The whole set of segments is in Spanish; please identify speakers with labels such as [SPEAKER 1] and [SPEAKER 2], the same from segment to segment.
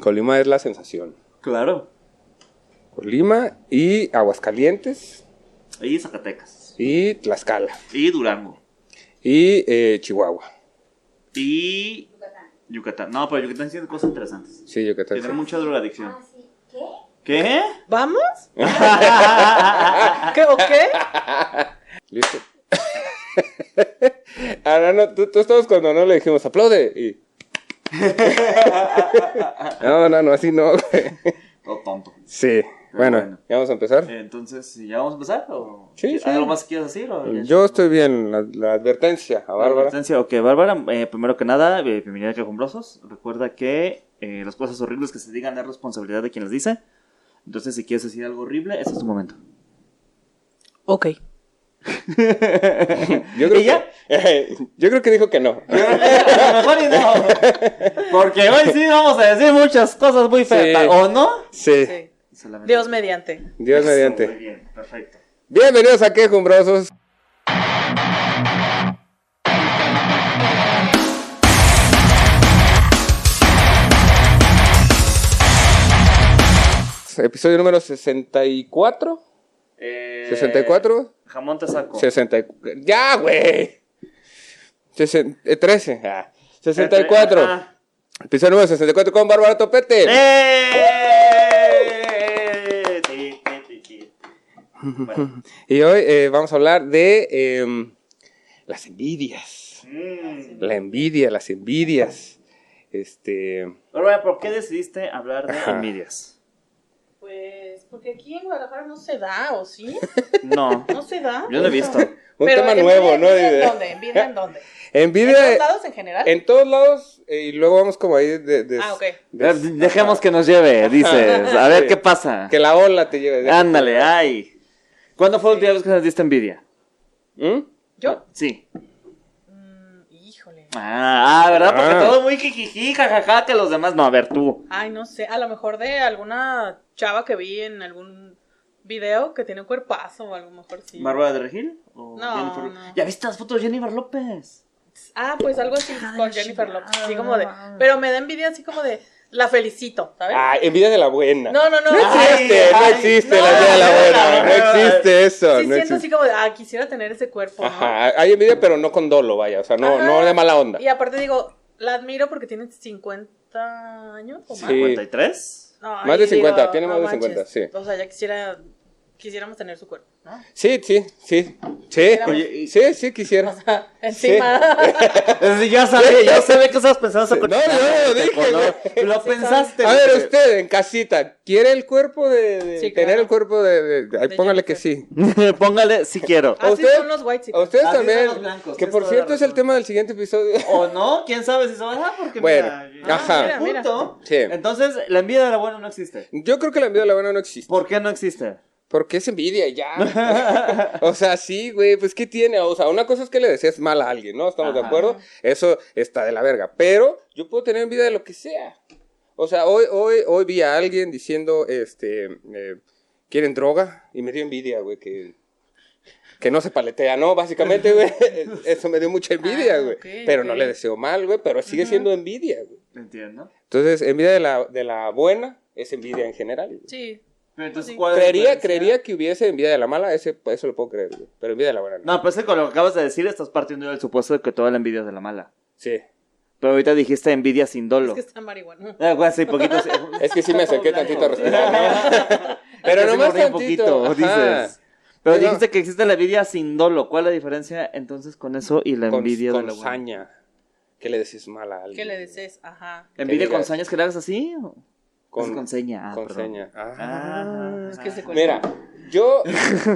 [SPEAKER 1] Colima es la sensación.
[SPEAKER 2] Claro.
[SPEAKER 1] Colima y Aguascalientes
[SPEAKER 2] Y Zacatecas.
[SPEAKER 1] y Tlaxcala
[SPEAKER 2] Y Durango.
[SPEAKER 1] y eh, Chihuahua.
[SPEAKER 2] Y Yucatán. No, pero Yucatán tiene cosas interesantes.
[SPEAKER 1] Sí, Yucatán.
[SPEAKER 2] Tiene mucha drogadicción.
[SPEAKER 3] ¿Qué?
[SPEAKER 2] ¿Qué?
[SPEAKER 4] ¿Vamos? ¿Qué o qué?
[SPEAKER 1] Listo. Ahora no, tú, tú estabas cuando no le dijimos aplaude y. no, no, no, así no, güey.
[SPEAKER 2] Todo tonto.
[SPEAKER 1] Sí. Bueno,
[SPEAKER 2] bueno.
[SPEAKER 1] ya vamos a empezar.
[SPEAKER 2] Entonces, ¿ya vamos a empezar? ¿O
[SPEAKER 1] Sí, sí.
[SPEAKER 2] ¿Algo más que quieras decir? o ya?
[SPEAKER 1] Yo estoy bien, la, la advertencia a
[SPEAKER 2] Bárbara.
[SPEAKER 1] Bárbara.
[SPEAKER 2] Ok, Bárbara, eh, primero que nada, eh, bienvenida a Quejumbrosos. Recuerda que eh, las cosas horribles que se digan es responsabilidad de quien las dice. Entonces, si quieres decir algo horrible, este es tu momento.
[SPEAKER 4] Ok.
[SPEAKER 1] Yo creo,
[SPEAKER 2] ¿Y ya?
[SPEAKER 1] Que, yo creo que dijo que no.
[SPEAKER 2] Mejor y no. Porque hoy sí vamos a decir muchas cosas muy feas.
[SPEAKER 1] Sí.
[SPEAKER 2] ¿O no?
[SPEAKER 1] Sí.
[SPEAKER 4] Sí.
[SPEAKER 2] Solamente-
[SPEAKER 4] Dios mediante.
[SPEAKER 1] Dios
[SPEAKER 2] Eso,
[SPEAKER 1] mediante.
[SPEAKER 2] Muy bien, perfecto.
[SPEAKER 1] Bienvenidos a Quejumbrosos. Episodio número 64.
[SPEAKER 2] Eh,
[SPEAKER 1] 64.
[SPEAKER 2] Jamón te saco.
[SPEAKER 1] 64. Ya, güey. Sesen- eh, 13. ah.
[SPEAKER 2] Ajá.
[SPEAKER 1] 64.
[SPEAKER 2] Ah.
[SPEAKER 1] Episodio número 64 con Bárbara Topete.
[SPEAKER 2] ¡Eh! Ti, ti, ti, ti. Bueno.
[SPEAKER 1] Y hoy eh, vamos a hablar de em, las envidias.
[SPEAKER 2] Mm.
[SPEAKER 1] La envidia, las envidias. Este.
[SPEAKER 2] Bárbara, ¿por qué decidiste hablar de
[SPEAKER 1] Ajá.
[SPEAKER 2] envidias?
[SPEAKER 4] Pues, porque aquí en Guadalajara no se da, ¿o sí?
[SPEAKER 2] No,
[SPEAKER 4] No se da.
[SPEAKER 2] yo no he visto.
[SPEAKER 1] Un
[SPEAKER 4] Pero
[SPEAKER 1] tema
[SPEAKER 4] ¿envidia-
[SPEAKER 1] nuevo, ¿no?
[SPEAKER 4] ¿Envidia
[SPEAKER 1] De-
[SPEAKER 4] en dónde? ¿Envidia en dónde? ¿En
[SPEAKER 1] Envidia
[SPEAKER 4] todos
[SPEAKER 1] en,
[SPEAKER 4] lados en general?
[SPEAKER 1] todos lados eh, y luego vamos como ahí de. de-
[SPEAKER 4] Ah, ok.
[SPEAKER 1] de-
[SPEAKER 2] Dejemos que nos lleve, dices. A ver
[SPEAKER 1] Sí.
[SPEAKER 2] qué pasa.
[SPEAKER 1] Que la ola te lleve.
[SPEAKER 2] Ándale, ay. ¿Cuándo fue la última vez que nos diste envidia?
[SPEAKER 1] ¿Mm?
[SPEAKER 4] ¿Yo?
[SPEAKER 2] Sí.
[SPEAKER 4] Mm, híjole.
[SPEAKER 2] Ah, ah, ¿verdad? Porque
[SPEAKER 1] Ah.
[SPEAKER 2] todo muy jijiji, jajaja, que los demás. No, a ver, tú.
[SPEAKER 4] Ay, no sé. A lo mejor de alguna chava que vi en algún video que tiene un cuerpazo o a lo mejor sí.
[SPEAKER 2] ¿Bárbara de Regil? o
[SPEAKER 4] No,
[SPEAKER 2] Jennifer-
[SPEAKER 4] no.
[SPEAKER 2] ¿Ya viste las fotos de Jennifer López?
[SPEAKER 4] Ah, pues algo así
[SPEAKER 2] de
[SPEAKER 4] con
[SPEAKER 2] la
[SPEAKER 4] Jennifer
[SPEAKER 2] chingada,
[SPEAKER 4] Lopez. Así como de.
[SPEAKER 2] no mames.
[SPEAKER 4] Pero me da envidia así como de. La felicito, ¿sabes?
[SPEAKER 1] Ah, envidia de la buena.
[SPEAKER 4] no, no, no.
[SPEAKER 1] No existe,
[SPEAKER 2] Ay,
[SPEAKER 1] no
[SPEAKER 2] ay,
[SPEAKER 1] existe
[SPEAKER 4] no,
[SPEAKER 1] la envidia de la
[SPEAKER 4] no,
[SPEAKER 1] buena.
[SPEAKER 2] no,
[SPEAKER 1] No
[SPEAKER 2] no,
[SPEAKER 1] existe eso.
[SPEAKER 4] sí
[SPEAKER 1] no
[SPEAKER 4] siento
[SPEAKER 1] existe.
[SPEAKER 4] así como de, ah, quisiera tener ese cuerpo. ¿no?
[SPEAKER 1] Ajá, hay envidia, pero no con dolo, vaya. O sea, no,
[SPEAKER 4] Ajá.
[SPEAKER 1] no de mala onda.
[SPEAKER 4] Y aparte digo, la admiro porque tiene 50 años o más.
[SPEAKER 1] Sí.
[SPEAKER 2] ¿53?
[SPEAKER 4] No,
[SPEAKER 1] Más de
[SPEAKER 4] y
[SPEAKER 1] 50, tiene más de 50, sí.
[SPEAKER 4] O sea, ya quisiera, quisiéramos tener su cuerpo, ¿no?
[SPEAKER 1] Sí, sí, sí. Sí,
[SPEAKER 2] Oye, y-
[SPEAKER 1] sí, sí, quisiera.
[SPEAKER 4] O sea, encima.
[SPEAKER 1] Eh,
[SPEAKER 2] ya sabía, ya sabía que estabas pensando esa
[SPEAKER 1] No,
[SPEAKER 2] cosa.
[SPEAKER 1] yo lo dije,
[SPEAKER 2] Lo- Lo pensaste.
[SPEAKER 1] A ver, usted en casita, ¿quiere el cuerpo de, de-
[SPEAKER 4] Sí,
[SPEAKER 1] tener
[SPEAKER 4] claro.
[SPEAKER 1] el cuerpo de, de- ay,
[SPEAKER 4] De
[SPEAKER 1] póngale que
[SPEAKER 4] Jennifer.
[SPEAKER 1] sí?
[SPEAKER 2] Póngale si quiero.
[SPEAKER 1] ¿A
[SPEAKER 4] Así
[SPEAKER 1] usted?
[SPEAKER 4] son los white
[SPEAKER 1] A
[SPEAKER 4] chicas.
[SPEAKER 1] ustedes
[SPEAKER 2] Así son
[SPEAKER 1] también.
[SPEAKER 2] los blancos,
[SPEAKER 1] que
[SPEAKER 2] tienes
[SPEAKER 1] por
[SPEAKER 2] toda la
[SPEAKER 1] cierto es el
[SPEAKER 2] razón.
[SPEAKER 1] tema del siguiente episodio.
[SPEAKER 2] Ah, O no, quién sabe si se va a dejar porque
[SPEAKER 1] Bueno,
[SPEAKER 2] mira,
[SPEAKER 1] ajá.
[SPEAKER 2] ah,
[SPEAKER 4] Mira,
[SPEAKER 2] punto.
[SPEAKER 1] mira. Sí.
[SPEAKER 2] Entonces, la envidia de la buena no existe.
[SPEAKER 1] Yo creo que la envidia de la buena no existe.
[SPEAKER 2] ¿Por qué no existe?
[SPEAKER 1] Porque es envidia y ya. o sea, sí, güey, pues ¿qué tiene? O sea, una cosa es que le decías mal a alguien, ¿no? ¿Estamos de
[SPEAKER 2] Ajá.
[SPEAKER 1] acuerdo? Eso está de la verga. Pero yo puedo tener envidia de lo que sea. O sea, hoy, hoy, hoy vi a alguien diciendo, este, eh, ¿quieren droga? Y me dio envidia, güey, que, que no se paletea, ¿no? Básicamente, güey, eso me dio mucha envidia,
[SPEAKER 4] Ah,
[SPEAKER 1] güey.
[SPEAKER 4] ok,
[SPEAKER 1] pero
[SPEAKER 4] ok.
[SPEAKER 1] no le deseo mal, güey, pero sigue siendo envidia, güey.
[SPEAKER 2] Entiendo.
[SPEAKER 1] Entonces, envidia de la, de la buena es envidia en general. güey.
[SPEAKER 4] Sí.
[SPEAKER 2] Pero entonces,
[SPEAKER 4] Sí.
[SPEAKER 2] ¿cuál es la
[SPEAKER 1] Creería,
[SPEAKER 2] diferencia?
[SPEAKER 1] creería que hubiese envidia de la mala, ese, eso lo puedo creer, güey. Pero envidia de la buena no.
[SPEAKER 2] No, pues es que con lo que acabas de decir estás partiendo del supuesto de que toda la envidia es de la mala.
[SPEAKER 1] Sí.
[SPEAKER 2] Pero ahorita dijiste envidia sin dolo.
[SPEAKER 4] Es que está marihuana.
[SPEAKER 2] Ah, güey, sí, poquito, sí.
[SPEAKER 1] Es que sí me acerqué tantito a respirar,
[SPEAKER 2] ¿no?
[SPEAKER 1] Pero nomás
[SPEAKER 2] un
[SPEAKER 1] tantito,
[SPEAKER 2] poquito,
[SPEAKER 1] ajá.
[SPEAKER 2] dices. Pero
[SPEAKER 1] Pero-
[SPEAKER 2] dijiste que existe la envidia sin dolo. ¿Cuál es la diferencia entonces con eso y la
[SPEAKER 1] Con,
[SPEAKER 2] envidia
[SPEAKER 1] con
[SPEAKER 2] de la buena?
[SPEAKER 1] saña. ¿Qué le decís mal a alguien?
[SPEAKER 4] ¿Qué le desees? Ajá.
[SPEAKER 2] ¿Envidia
[SPEAKER 1] Que digas-
[SPEAKER 2] con sañas que le hagas así? o?
[SPEAKER 1] Con,
[SPEAKER 2] Es con seña. ah,
[SPEAKER 1] con
[SPEAKER 2] perdón.
[SPEAKER 1] seña.
[SPEAKER 2] Ah,
[SPEAKER 4] Es que se cuelga.
[SPEAKER 1] Mira, yo.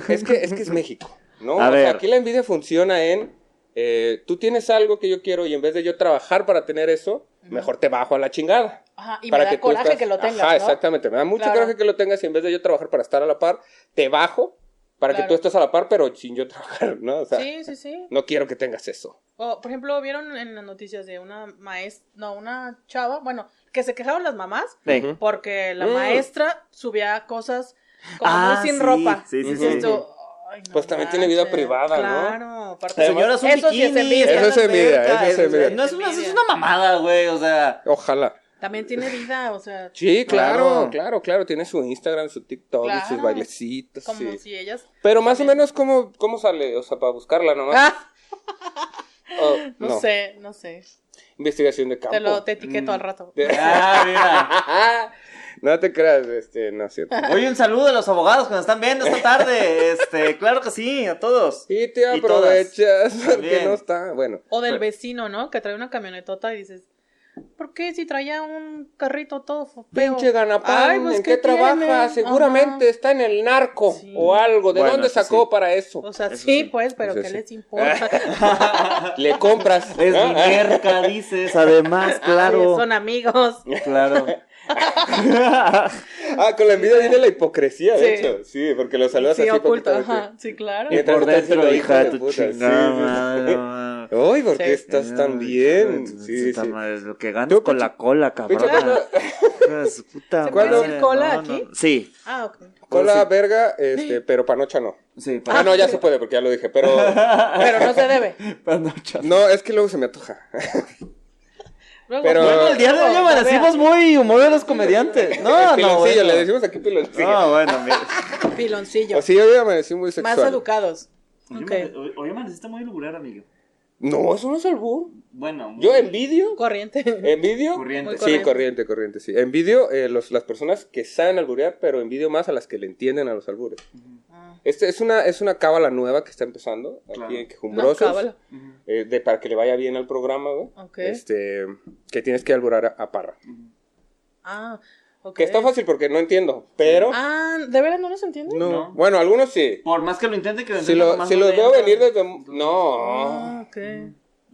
[SPEAKER 1] Es que es, que es México, ¿no?
[SPEAKER 2] A
[SPEAKER 1] O sea,
[SPEAKER 2] ver.
[SPEAKER 1] aquí la envidia funciona en. eh, tú tienes algo que yo quiero y en vez de yo trabajar para tener eso, mejor te bajo a la chingada.
[SPEAKER 4] Ajá. Y
[SPEAKER 1] para
[SPEAKER 4] me da
[SPEAKER 1] tú
[SPEAKER 4] coraje
[SPEAKER 1] estás-
[SPEAKER 4] que lo tengas,
[SPEAKER 1] Ajá,
[SPEAKER 4] ¿no?
[SPEAKER 1] exactamente. Me da mucho
[SPEAKER 4] Claro.
[SPEAKER 1] coraje que lo tengas y en vez de yo trabajar para estar a la par, te bajo para que
[SPEAKER 4] Claro.
[SPEAKER 1] tú estés a la par, pero sin yo trabajar, ¿no? O sea,
[SPEAKER 4] Sí, sí, sí.
[SPEAKER 1] no quiero que tengas eso.
[SPEAKER 4] O, por ejemplo, vieron en las noticias de una maestra, no, una chava, bueno, que se quejaban las mamás
[SPEAKER 2] Sí.
[SPEAKER 1] Ujú.
[SPEAKER 4] porque la
[SPEAKER 1] Mm.
[SPEAKER 4] maestra subía cosas como
[SPEAKER 2] Ah,
[SPEAKER 4] muy sin
[SPEAKER 2] sí,
[SPEAKER 4] ropa.
[SPEAKER 2] sí, sí,
[SPEAKER 4] Dices
[SPEAKER 1] sí.
[SPEAKER 4] tú, "Ay, no
[SPEAKER 1] Pues también tiene vida
[SPEAKER 4] manches".
[SPEAKER 1] privada, ¿no?
[SPEAKER 4] Claro, aparte-
[SPEAKER 1] Además-
[SPEAKER 2] Señora, es un
[SPEAKER 4] Eso sí es
[SPEAKER 2] bikini,
[SPEAKER 4] envidia.
[SPEAKER 2] está en
[SPEAKER 1] Eso es
[SPEAKER 2] la
[SPEAKER 1] envidia,
[SPEAKER 2] alberca,
[SPEAKER 1] eso es envidia.
[SPEAKER 2] No es una, es una mamada, güey, o sea...
[SPEAKER 1] Ojalá.
[SPEAKER 4] También tiene vida, o sea,
[SPEAKER 1] Sí, claro,
[SPEAKER 2] Claro.
[SPEAKER 1] claro, claro. Tiene su Instagram, su TikTok,
[SPEAKER 4] Claro.
[SPEAKER 1] sus bailecitos.
[SPEAKER 4] como
[SPEAKER 1] sí.
[SPEAKER 4] si ellas.
[SPEAKER 1] Pero más o menos, ¿cómo, ¿cómo sale? O sea, para buscarla nomás.
[SPEAKER 4] Ah,
[SPEAKER 1] Oh,
[SPEAKER 4] no, sé, no sé.
[SPEAKER 1] Investigación de campo.
[SPEAKER 4] Te lo te etiqueto
[SPEAKER 2] Mm.
[SPEAKER 4] al rato.
[SPEAKER 2] Ah, mira.
[SPEAKER 1] no te creas, este, no es cierto.
[SPEAKER 2] Oye, un saludo a los abogados que nos están viendo esta tarde. Este, claro que sí, a todos.
[SPEAKER 1] Y te
[SPEAKER 2] Y todas.
[SPEAKER 1] aprovechas porque
[SPEAKER 2] También.
[SPEAKER 1] no está. Bueno,
[SPEAKER 4] O del
[SPEAKER 2] Pero-
[SPEAKER 4] vecino, ¿no? Que trae una camionetota y dices, ¿por qué si traía un carrito todo feo?
[SPEAKER 1] pinche ganapán,
[SPEAKER 4] Ay, pues,
[SPEAKER 1] ¿en qué,
[SPEAKER 4] tiene?
[SPEAKER 1] trabaja? Seguramente
[SPEAKER 4] Ajá.
[SPEAKER 1] está en el narco
[SPEAKER 4] Sí.
[SPEAKER 1] o algo. ¿De
[SPEAKER 2] Bueno,
[SPEAKER 1] dónde
[SPEAKER 2] eso
[SPEAKER 1] sacó
[SPEAKER 2] sí.
[SPEAKER 1] para eso?
[SPEAKER 4] O sea,
[SPEAKER 2] Eso
[SPEAKER 4] sí,
[SPEAKER 2] sí.
[SPEAKER 4] pues, pero
[SPEAKER 1] Eso
[SPEAKER 4] ¿qué
[SPEAKER 1] sí.
[SPEAKER 4] les importa?
[SPEAKER 1] Le compras.
[SPEAKER 2] Es
[SPEAKER 1] Ah, ah.
[SPEAKER 2] merca, dices. Ah, Además,
[SPEAKER 4] Oye,
[SPEAKER 2] claro.
[SPEAKER 4] Son amigos.
[SPEAKER 2] Claro.
[SPEAKER 1] Ah, con la envidia viene la hipocresía, de
[SPEAKER 4] Sí.
[SPEAKER 1] hecho. Sí, porque lo saludas
[SPEAKER 4] Sí,
[SPEAKER 1] así
[SPEAKER 4] oculto,
[SPEAKER 1] completamente.
[SPEAKER 4] ajá. Sí, claro.
[SPEAKER 2] Y
[SPEAKER 1] Mientras
[SPEAKER 2] por
[SPEAKER 1] estás
[SPEAKER 2] dentro,
[SPEAKER 1] siendo hijo
[SPEAKER 2] hija
[SPEAKER 1] de
[SPEAKER 2] de tu
[SPEAKER 1] puta, sí,
[SPEAKER 2] chingada
[SPEAKER 1] sí, sí.
[SPEAKER 2] madre, no.
[SPEAKER 1] Ay, ¿por
[SPEAKER 4] Sí.
[SPEAKER 1] qué estás tan bien?
[SPEAKER 2] Puta
[SPEAKER 1] Sí, sí.
[SPEAKER 2] madre, Lo que ganas
[SPEAKER 1] Tú,
[SPEAKER 2] con
[SPEAKER 1] pinche-
[SPEAKER 2] la cola, cabrón.
[SPEAKER 1] Pinche cola-
[SPEAKER 2] Hija de su puta
[SPEAKER 4] ¿Se puede
[SPEAKER 2] madre,
[SPEAKER 4] decir cola
[SPEAKER 2] no, no.
[SPEAKER 4] aquí?
[SPEAKER 2] Sí.
[SPEAKER 4] Ah, ok.
[SPEAKER 2] Pues
[SPEAKER 1] Cola verga, este, pero panocha no.
[SPEAKER 2] Sí, para-
[SPEAKER 1] Ah, no, ya se puede porque ya lo dije, pero
[SPEAKER 4] Pero no se debe.
[SPEAKER 2] para no echar-
[SPEAKER 1] no, es que luego se me antoja.
[SPEAKER 4] Luego,
[SPEAKER 1] Pero-
[SPEAKER 2] Bueno, el día de hoy
[SPEAKER 4] luego,
[SPEAKER 2] amanecimos muy humor de los comediantes. No, no,
[SPEAKER 1] piloncillo,
[SPEAKER 2] bueno.
[SPEAKER 1] le decimos aquí piloncillo.
[SPEAKER 2] No, bueno, mira.
[SPEAKER 4] vea, Piloncillo.
[SPEAKER 1] O sí, hoy amanecí muy
[SPEAKER 4] Más
[SPEAKER 1] sexual.
[SPEAKER 4] educados. Ok.
[SPEAKER 2] Hoy amaneciste muy luburar, amigo.
[SPEAKER 1] No, eso no es albur.
[SPEAKER 2] Bueno.
[SPEAKER 1] Yo envidio,
[SPEAKER 4] Corriente.
[SPEAKER 1] envidio.
[SPEAKER 2] Corriente. Muy
[SPEAKER 1] Sí,
[SPEAKER 4] corriente.
[SPEAKER 1] corriente, corriente, sí. Envidio eh, los, las personas que saben alburear, pero envidio más a las que le entienden a los albures.
[SPEAKER 4] Ah,
[SPEAKER 1] Este es una es una cábala nueva que está empezando aquí
[SPEAKER 2] Claro.
[SPEAKER 1] en
[SPEAKER 4] No,
[SPEAKER 1] Quejumbrosos.
[SPEAKER 4] cábala.
[SPEAKER 1] eh, de, para que le vaya bien al programa, güey.
[SPEAKER 4] Ok.
[SPEAKER 1] Este, que tienes que alburar a, a Parra.
[SPEAKER 4] Ah, ok.
[SPEAKER 1] Que está fácil porque no entiendo, pero...
[SPEAKER 4] Ah, ¿de veras no nos entienden?
[SPEAKER 1] no.
[SPEAKER 2] no.
[SPEAKER 1] Bueno, algunos sí.
[SPEAKER 2] Por más que lo intente que lo
[SPEAKER 1] Si,
[SPEAKER 2] intente,
[SPEAKER 1] lo,
[SPEAKER 2] nomás
[SPEAKER 1] si
[SPEAKER 2] no
[SPEAKER 1] los
[SPEAKER 2] le
[SPEAKER 1] veo
[SPEAKER 2] entra.
[SPEAKER 1] venir desde... No.
[SPEAKER 4] Ah, ok.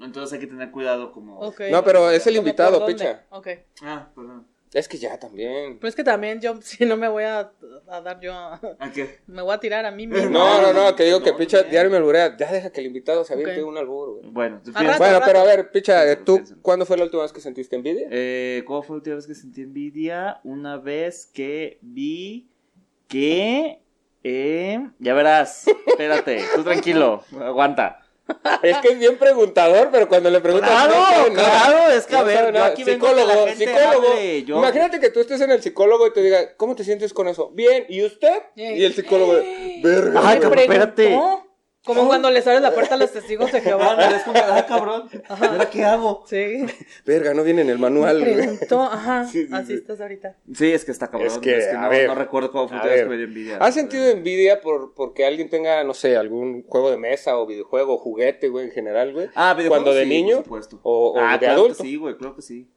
[SPEAKER 2] Entonces hay que tener cuidado como...
[SPEAKER 4] Ok.
[SPEAKER 1] No, pero es el
[SPEAKER 4] ¿Cómo
[SPEAKER 1] invitado,
[SPEAKER 4] por dónde?
[SPEAKER 1] picha.
[SPEAKER 4] Ok.
[SPEAKER 2] Ah, perdón.
[SPEAKER 1] Es que ya también.
[SPEAKER 4] Pero es que también yo, si no me voy a, a dar yo, a-
[SPEAKER 2] ¿A qué?
[SPEAKER 4] me voy a tirar a mí mismo.
[SPEAKER 1] No, no, no, que digo
[SPEAKER 2] No,
[SPEAKER 1] que picha
[SPEAKER 2] bien.
[SPEAKER 1] diario me alburea. Ya deja que el invitado se aviente
[SPEAKER 4] Ok.
[SPEAKER 1] un albur, güey.
[SPEAKER 2] Bueno, tú
[SPEAKER 4] Al
[SPEAKER 2] piensas-
[SPEAKER 4] rato.
[SPEAKER 1] Bueno, pero a ver, picha, eh, ¿tú
[SPEAKER 2] Piénsalo.
[SPEAKER 1] cuándo fue la última vez que sentiste envidia?
[SPEAKER 2] Eh, ¿Cuál fue la última vez que sentí envidia? Una vez que vi que... eh, ya verás, espérate, tú tranquilo, aguanta.
[SPEAKER 1] Es que es bien preguntador, pero cuando le preguntas.
[SPEAKER 2] Claro,
[SPEAKER 1] no sabe nada.
[SPEAKER 2] claro, es que a
[SPEAKER 1] No
[SPEAKER 2] ver,
[SPEAKER 1] sabe
[SPEAKER 2] yo
[SPEAKER 1] nada.
[SPEAKER 2] aquí vengo
[SPEAKER 1] ah, psicólogo,
[SPEAKER 2] con la gente,
[SPEAKER 1] psicólogo.
[SPEAKER 2] madre, yo-
[SPEAKER 1] Imagínate que tú estés en el psicólogo y te diga, ¿cómo te sientes con eso? Bien, ¿y usted?
[SPEAKER 4] Ey.
[SPEAKER 1] Y el psicólogo, verga.
[SPEAKER 2] Ay,
[SPEAKER 4] Me
[SPEAKER 2] cabrón, espérate.
[SPEAKER 4] preguntó, Como cuando les abres la puerta a los testigos de
[SPEAKER 2] Ah,
[SPEAKER 4] Jehová.
[SPEAKER 2] no, es como, ah, cabrón, ¿y ahora qué hago?
[SPEAKER 4] Sí.
[SPEAKER 1] Verga, no viene en el manual.
[SPEAKER 4] Me
[SPEAKER 1] güey.
[SPEAKER 4] preguntó, ajá,
[SPEAKER 1] Sí, sí,
[SPEAKER 4] así
[SPEAKER 1] sí.
[SPEAKER 4] estás ahorita.
[SPEAKER 2] Sí, es que está cabrón,
[SPEAKER 1] Es
[SPEAKER 2] es
[SPEAKER 1] que,
[SPEAKER 2] que,
[SPEAKER 1] a
[SPEAKER 2] no,
[SPEAKER 1] ver,
[SPEAKER 2] no recuerdo cómo fue
[SPEAKER 1] a
[SPEAKER 2] la
[SPEAKER 1] ver,
[SPEAKER 2] última vez que me dio envidia.
[SPEAKER 1] ¿Has sentido envidia por porque alguien tenga, no sé, algún juego de mesa o videojuego o juguete, güey, en general, güey?
[SPEAKER 2] Ah, videojuegos
[SPEAKER 1] Cuando de
[SPEAKER 2] sí,
[SPEAKER 1] niño
[SPEAKER 2] por supuesto.
[SPEAKER 1] o, o
[SPEAKER 2] ah,
[SPEAKER 1] de
[SPEAKER 2] claro
[SPEAKER 1] adulto.
[SPEAKER 2] Que sí, güey, claro que sí.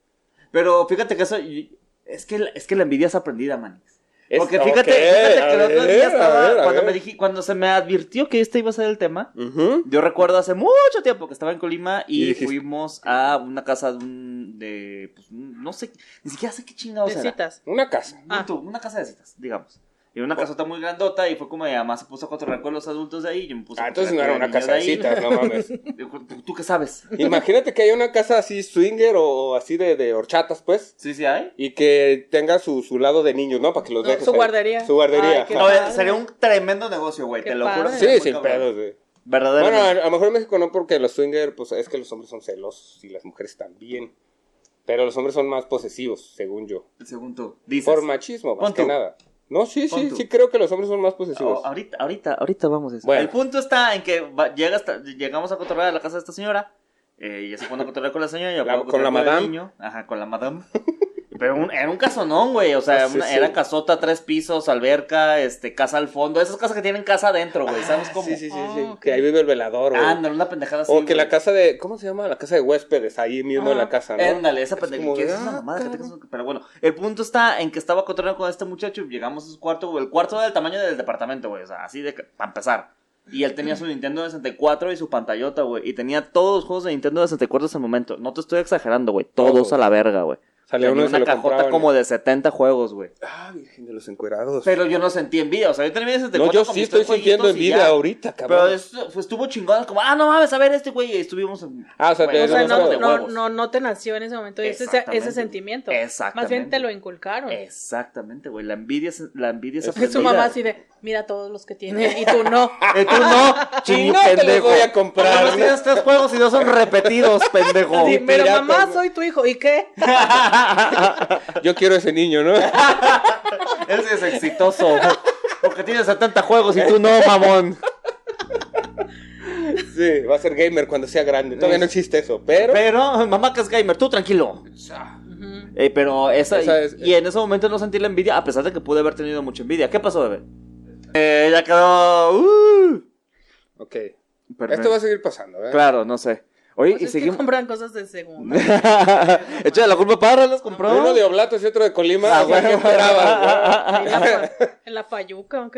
[SPEAKER 2] Pero fíjate que eso. y- Es que, la- es que la envidia es aprendida, man.
[SPEAKER 1] Es-
[SPEAKER 2] Porque fíjate,
[SPEAKER 1] ok,
[SPEAKER 2] fíjate que el
[SPEAKER 1] a
[SPEAKER 2] otro
[SPEAKER 1] ver,
[SPEAKER 2] día
[SPEAKER 1] a
[SPEAKER 2] estaba.
[SPEAKER 1] ver, a
[SPEAKER 2] cuando,
[SPEAKER 1] ver.
[SPEAKER 2] me dije, cuando se me advirtió que este iba a ser el tema,
[SPEAKER 1] Ujú.
[SPEAKER 2] yo recuerdo hace mucho tiempo que estaba en Colima y,
[SPEAKER 1] Y dijiste-
[SPEAKER 2] fuimos a una casa de. un- de pues, no sé, ni siquiera sé qué chingados
[SPEAKER 4] De
[SPEAKER 2] era.
[SPEAKER 4] citas.
[SPEAKER 1] Una casa.
[SPEAKER 2] Un tu- Una casa de citas, digamos. Y una casota muy grandota y fue como ya más se puso a cotorrear con los adultos de ahí y yo me puse
[SPEAKER 1] Ah,
[SPEAKER 2] a
[SPEAKER 1] entonces no
[SPEAKER 2] cotorrear
[SPEAKER 1] era
[SPEAKER 2] con
[SPEAKER 1] una
[SPEAKER 2] los niños
[SPEAKER 1] casa de citas, no mames.
[SPEAKER 2] ahí. ¿Tú- ¿Tú qué sabes?
[SPEAKER 1] Imagínate que hay una casa así swinger o así de, de horchatas, pues.
[SPEAKER 2] ¿Sí, sí hay?
[SPEAKER 1] Y que tenga su, su lado de niños, ¿no? Para que los
[SPEAKER 4] No,
[SPEAKER 1] dejes
[SPEAKER 4] su
[SPEAKER 1] ahí.
[SPEAKER 4] guardería.
[SPEAKER 1] Su guardería.
[SPEAKER 4] Ay, qué
[SPEAKER 1] ajá.
[SPEAKER 2] No, eh,
[SPEAKER 4] padre.
[SPEAKER 2] sería un tremendo negocio, güey,
[SPEAKER 4] Qué
[SPEAKER 2] te lo juro.
[SPEAKER 4] padre.
[SPEAKER 1] Sí,
[SPEAKER 2] Muy
[SPEAKER 1] sin
[SPEAKER 2] cabrón.
[SPEAKER 1] pedos, güey. Bueno, a,
[SPEAKER 2] Verdaderamente.
[SPEAKER 1] a lo mejor en México no, porque los swingers, pues es que los hombres son celosos y las mujeres también. Pero los hombres son más posesivos, según yo.
[SPEAKER 2] según tú, dices.
[SPEAKER 1] Por machismo, más
[SPEAKER 2] Pon
[SPEAKER 1] que
[SPEAKER 2] tú.
[SPEAKER 1] nada. No, sí,
[SPEAKER 2] Pon
[SPEAKER 1] sí,
[SPEAKER 2] tú.
[SPEAKER 1] sí creo que los hombres son más posesivos.
[SPEAKER 2] Oh, ahorita, ahorita, ahorita vamos a eso.
[SPEAKER 1] Bueno.
[SPEAKER 2] El punto está en que va- llega hasta- llegamos a cotorrear a la casa de esta señora. Eh, ella se pone a cotorrear con la señora. y yo
[SPEAKER 1] La-
[SPEAKER 2] puedo
[SPEAKER 1] con la
[SPEAKER 2] cotorrear el
[SPEAKER 1] madame.
[SPEAKER 2] niño. Ajá, con la madame. Pero un- era un casonón, güey. O sea,
[SPEAKER 1] Ah, sí,
[SPEAKER 2] una-
[SPEAKER 1] sí.
[SPEAKER 2] era casota, tres pisos, alberca, este, casa al fondo. Esas casas que tienen casa adentro, güey. ¿Sabes cómo?
[SPEAKER 1] Sí, sí, sí, sí.
[SPEAKER 4] Ah, ok.
[SPEAKER 1] Que ahí vive el velador, güey.
[SPEAKER 2] Ándale, una pendejada así.
[SPEAKER 1] o que la
[SPEAKER 2] güey.
[SPEAKER 1] casa de, ¿cómo se llama? La casa de huéspedes, ahí mismo en
[SPEAKER 4] Ah,
[SPEAKER 1] la casa, ¿no?
[SPEAKER 2] Ándale, esa
[SPEAKER 1] Es
[SPEAKER 2] pendeja.
[SPEAKER 1] como
[SPEAKER 2] que
[SPEAKER 1] de,
[SPEAKER 2] es una
[SPEAKER 1] ah,
[SPEAKER 2] mamada que te
[SPEAKER 1] cabrón.
[SPEAKER 2] casas- Pero bueno, el punto está en que estaba cotorreando con este muchacho. y Llegamos a su cuarto, güey. El cuarto era del tamaño del departamento, güey. O sea, así de para empezar. Y él tenía su Nintendo 64 y su pantallota, güey. Y tenía todos los juegos de Nintendo 64 hasta el momento. No te estoy exagerando, güey. Todos
[SPEAKER 1] Todos.
[SPEAKER 2] a la verga, güey.
[SPEAKER 1] Salía
[SPEAKER 2] Tenía
[SPEAKER 1] uno y se
[SPEAKER 2] una
[SPEAKER 1] lo
[SPEAKER 2] cajota
[SPEAKER 1] compraban.
[SPEAKER 2] como de 70 juegos, güey.
[SPEAKER 1] Ah, virgen de los encuerados.
[SPEAKER 2] Pero yo no sentí envidia. O sea, yo tenía mi 64
[SPEAKER 1] no, yo
[SPEAKER 2] con
[SPEAKER 1] sí
[SPEAKER 2] mis
[SPEAKER 1] estoy
[SPEAKER 2] tres
[SPEAKER 1] sintiendo
[SPEAKER 2] jueguitos y
[SPEAKER 1] envidia
[SPEAKER 2] ya.
[SPEAKER 1] ahorita,
[SPEAKER 2] Pero
[SPEAKER 1] cabrón.
[SPEAKER 2] esto, pues, estuvo chingón. Como, ah, no mames, a ver este güey. Y estuvimos. en-
[SPEAKER 1] Ah, o sea,
[SPEAKER 2] güey,
[SPEAKER 1] te-
[SPEAKER 4] O
[SPEAKER 1] Eso
[SPEAKER 4] sea,
[SPEAKER 1] no
[SPEAKER 4] no,
[SPEAKER 1] sabe.
[SPEAKER 2] de
[SPEAKER 4] no,
[SPEAKER 2] huevos.
[SPEAKER 4] no, no te nació en ese momento ese,
[SPEAKER 2] Exactamente.
[SPEAKER 4] ese sentimiento.
[SPEAKER 2] Exactamente.
[SPEAKER 4] Más bien te lo inculcaron.
[SPEAKER 2] Exactamente, güey. La envidia es, la envidia es
[SPEAKER 1] Es-
[SPEAKER 4] Que
[SPEAKER 2] aprendida.
[SPEAKER 4] su mamá así de, mira todos los que tiene y tú no.
[SPEAKER 2] Eh, tú no,
[SPEAKER 1] Y
[SPEAKER 2] chingo,
[SPEAKER 1] no te los
[SPEAKER 2] pendejo.
[SPEAKER 1] voy a
[SPEAKER 2] Nada
[SPEAKER 1] comprar.
[SPEAKER 2] más tienes tres juegos y dos son repetidos, pendejo.
[SPEAKER 4] Así, pero
[SPEAKER 1] pirata,
[SPEAKER 4] mamá,
[SPEAKER 1] güey.
[SPEAKER 4] soy tu hijo. ¿Y qué?
[SPEAKER 1] Yo quiero ese niño, ¿no?
[SPEAKER 2] Él sí es exitoso. Porque tiene 70 juegos y tú no, mamón.
[SPEAKER 1] Sí, va a ser gamer cuando sea grande. Todavía no existe eso, pero...
[SPEAKER 2] Pero, mamá que es gamer, tú tranquilo.
[SPEAKER 4] Ujú.
[SPEAKER 2] Eh, pero esa,
[SPEAKER 1] Esa
[SPEAKER 2] y-
[SPEAKER 1] es-
[SPEAKER 2] y en ese momento no sentí la envidia, a pesar de que pude haber tenido mucha envidia. ¿Qué pasó, bebé? Eh, ya quedó. uh,
[SPEAKER 1] Ok.
[SPEAKER 2] perfecto.
[SPEAKER 1] Esto va a seguir pasando, ¿eh?
[SPEAKER 2] Claro, no sé. Oye,
[SPEAKER 4] Pues
[SPEAKER 2] y
[SPEAKER 4] es que
[SPEAKER 2] seguimos.
[SPEAKER 4] compran cosas de segunda.
[SPEAKER 2] Echa la culpa para los compró.
[SPEAKER 1] Uno de Oblatos y otro de Colima.
[SPEAKER 2] Ah,
[SPEAKER 1] o sea, ¿qué
[SPEAKER 2] bueno.
[SPEAKER 1] esperabas, no?
[SPEAKER 4] En la, fa- en la fayuca, ¿ok?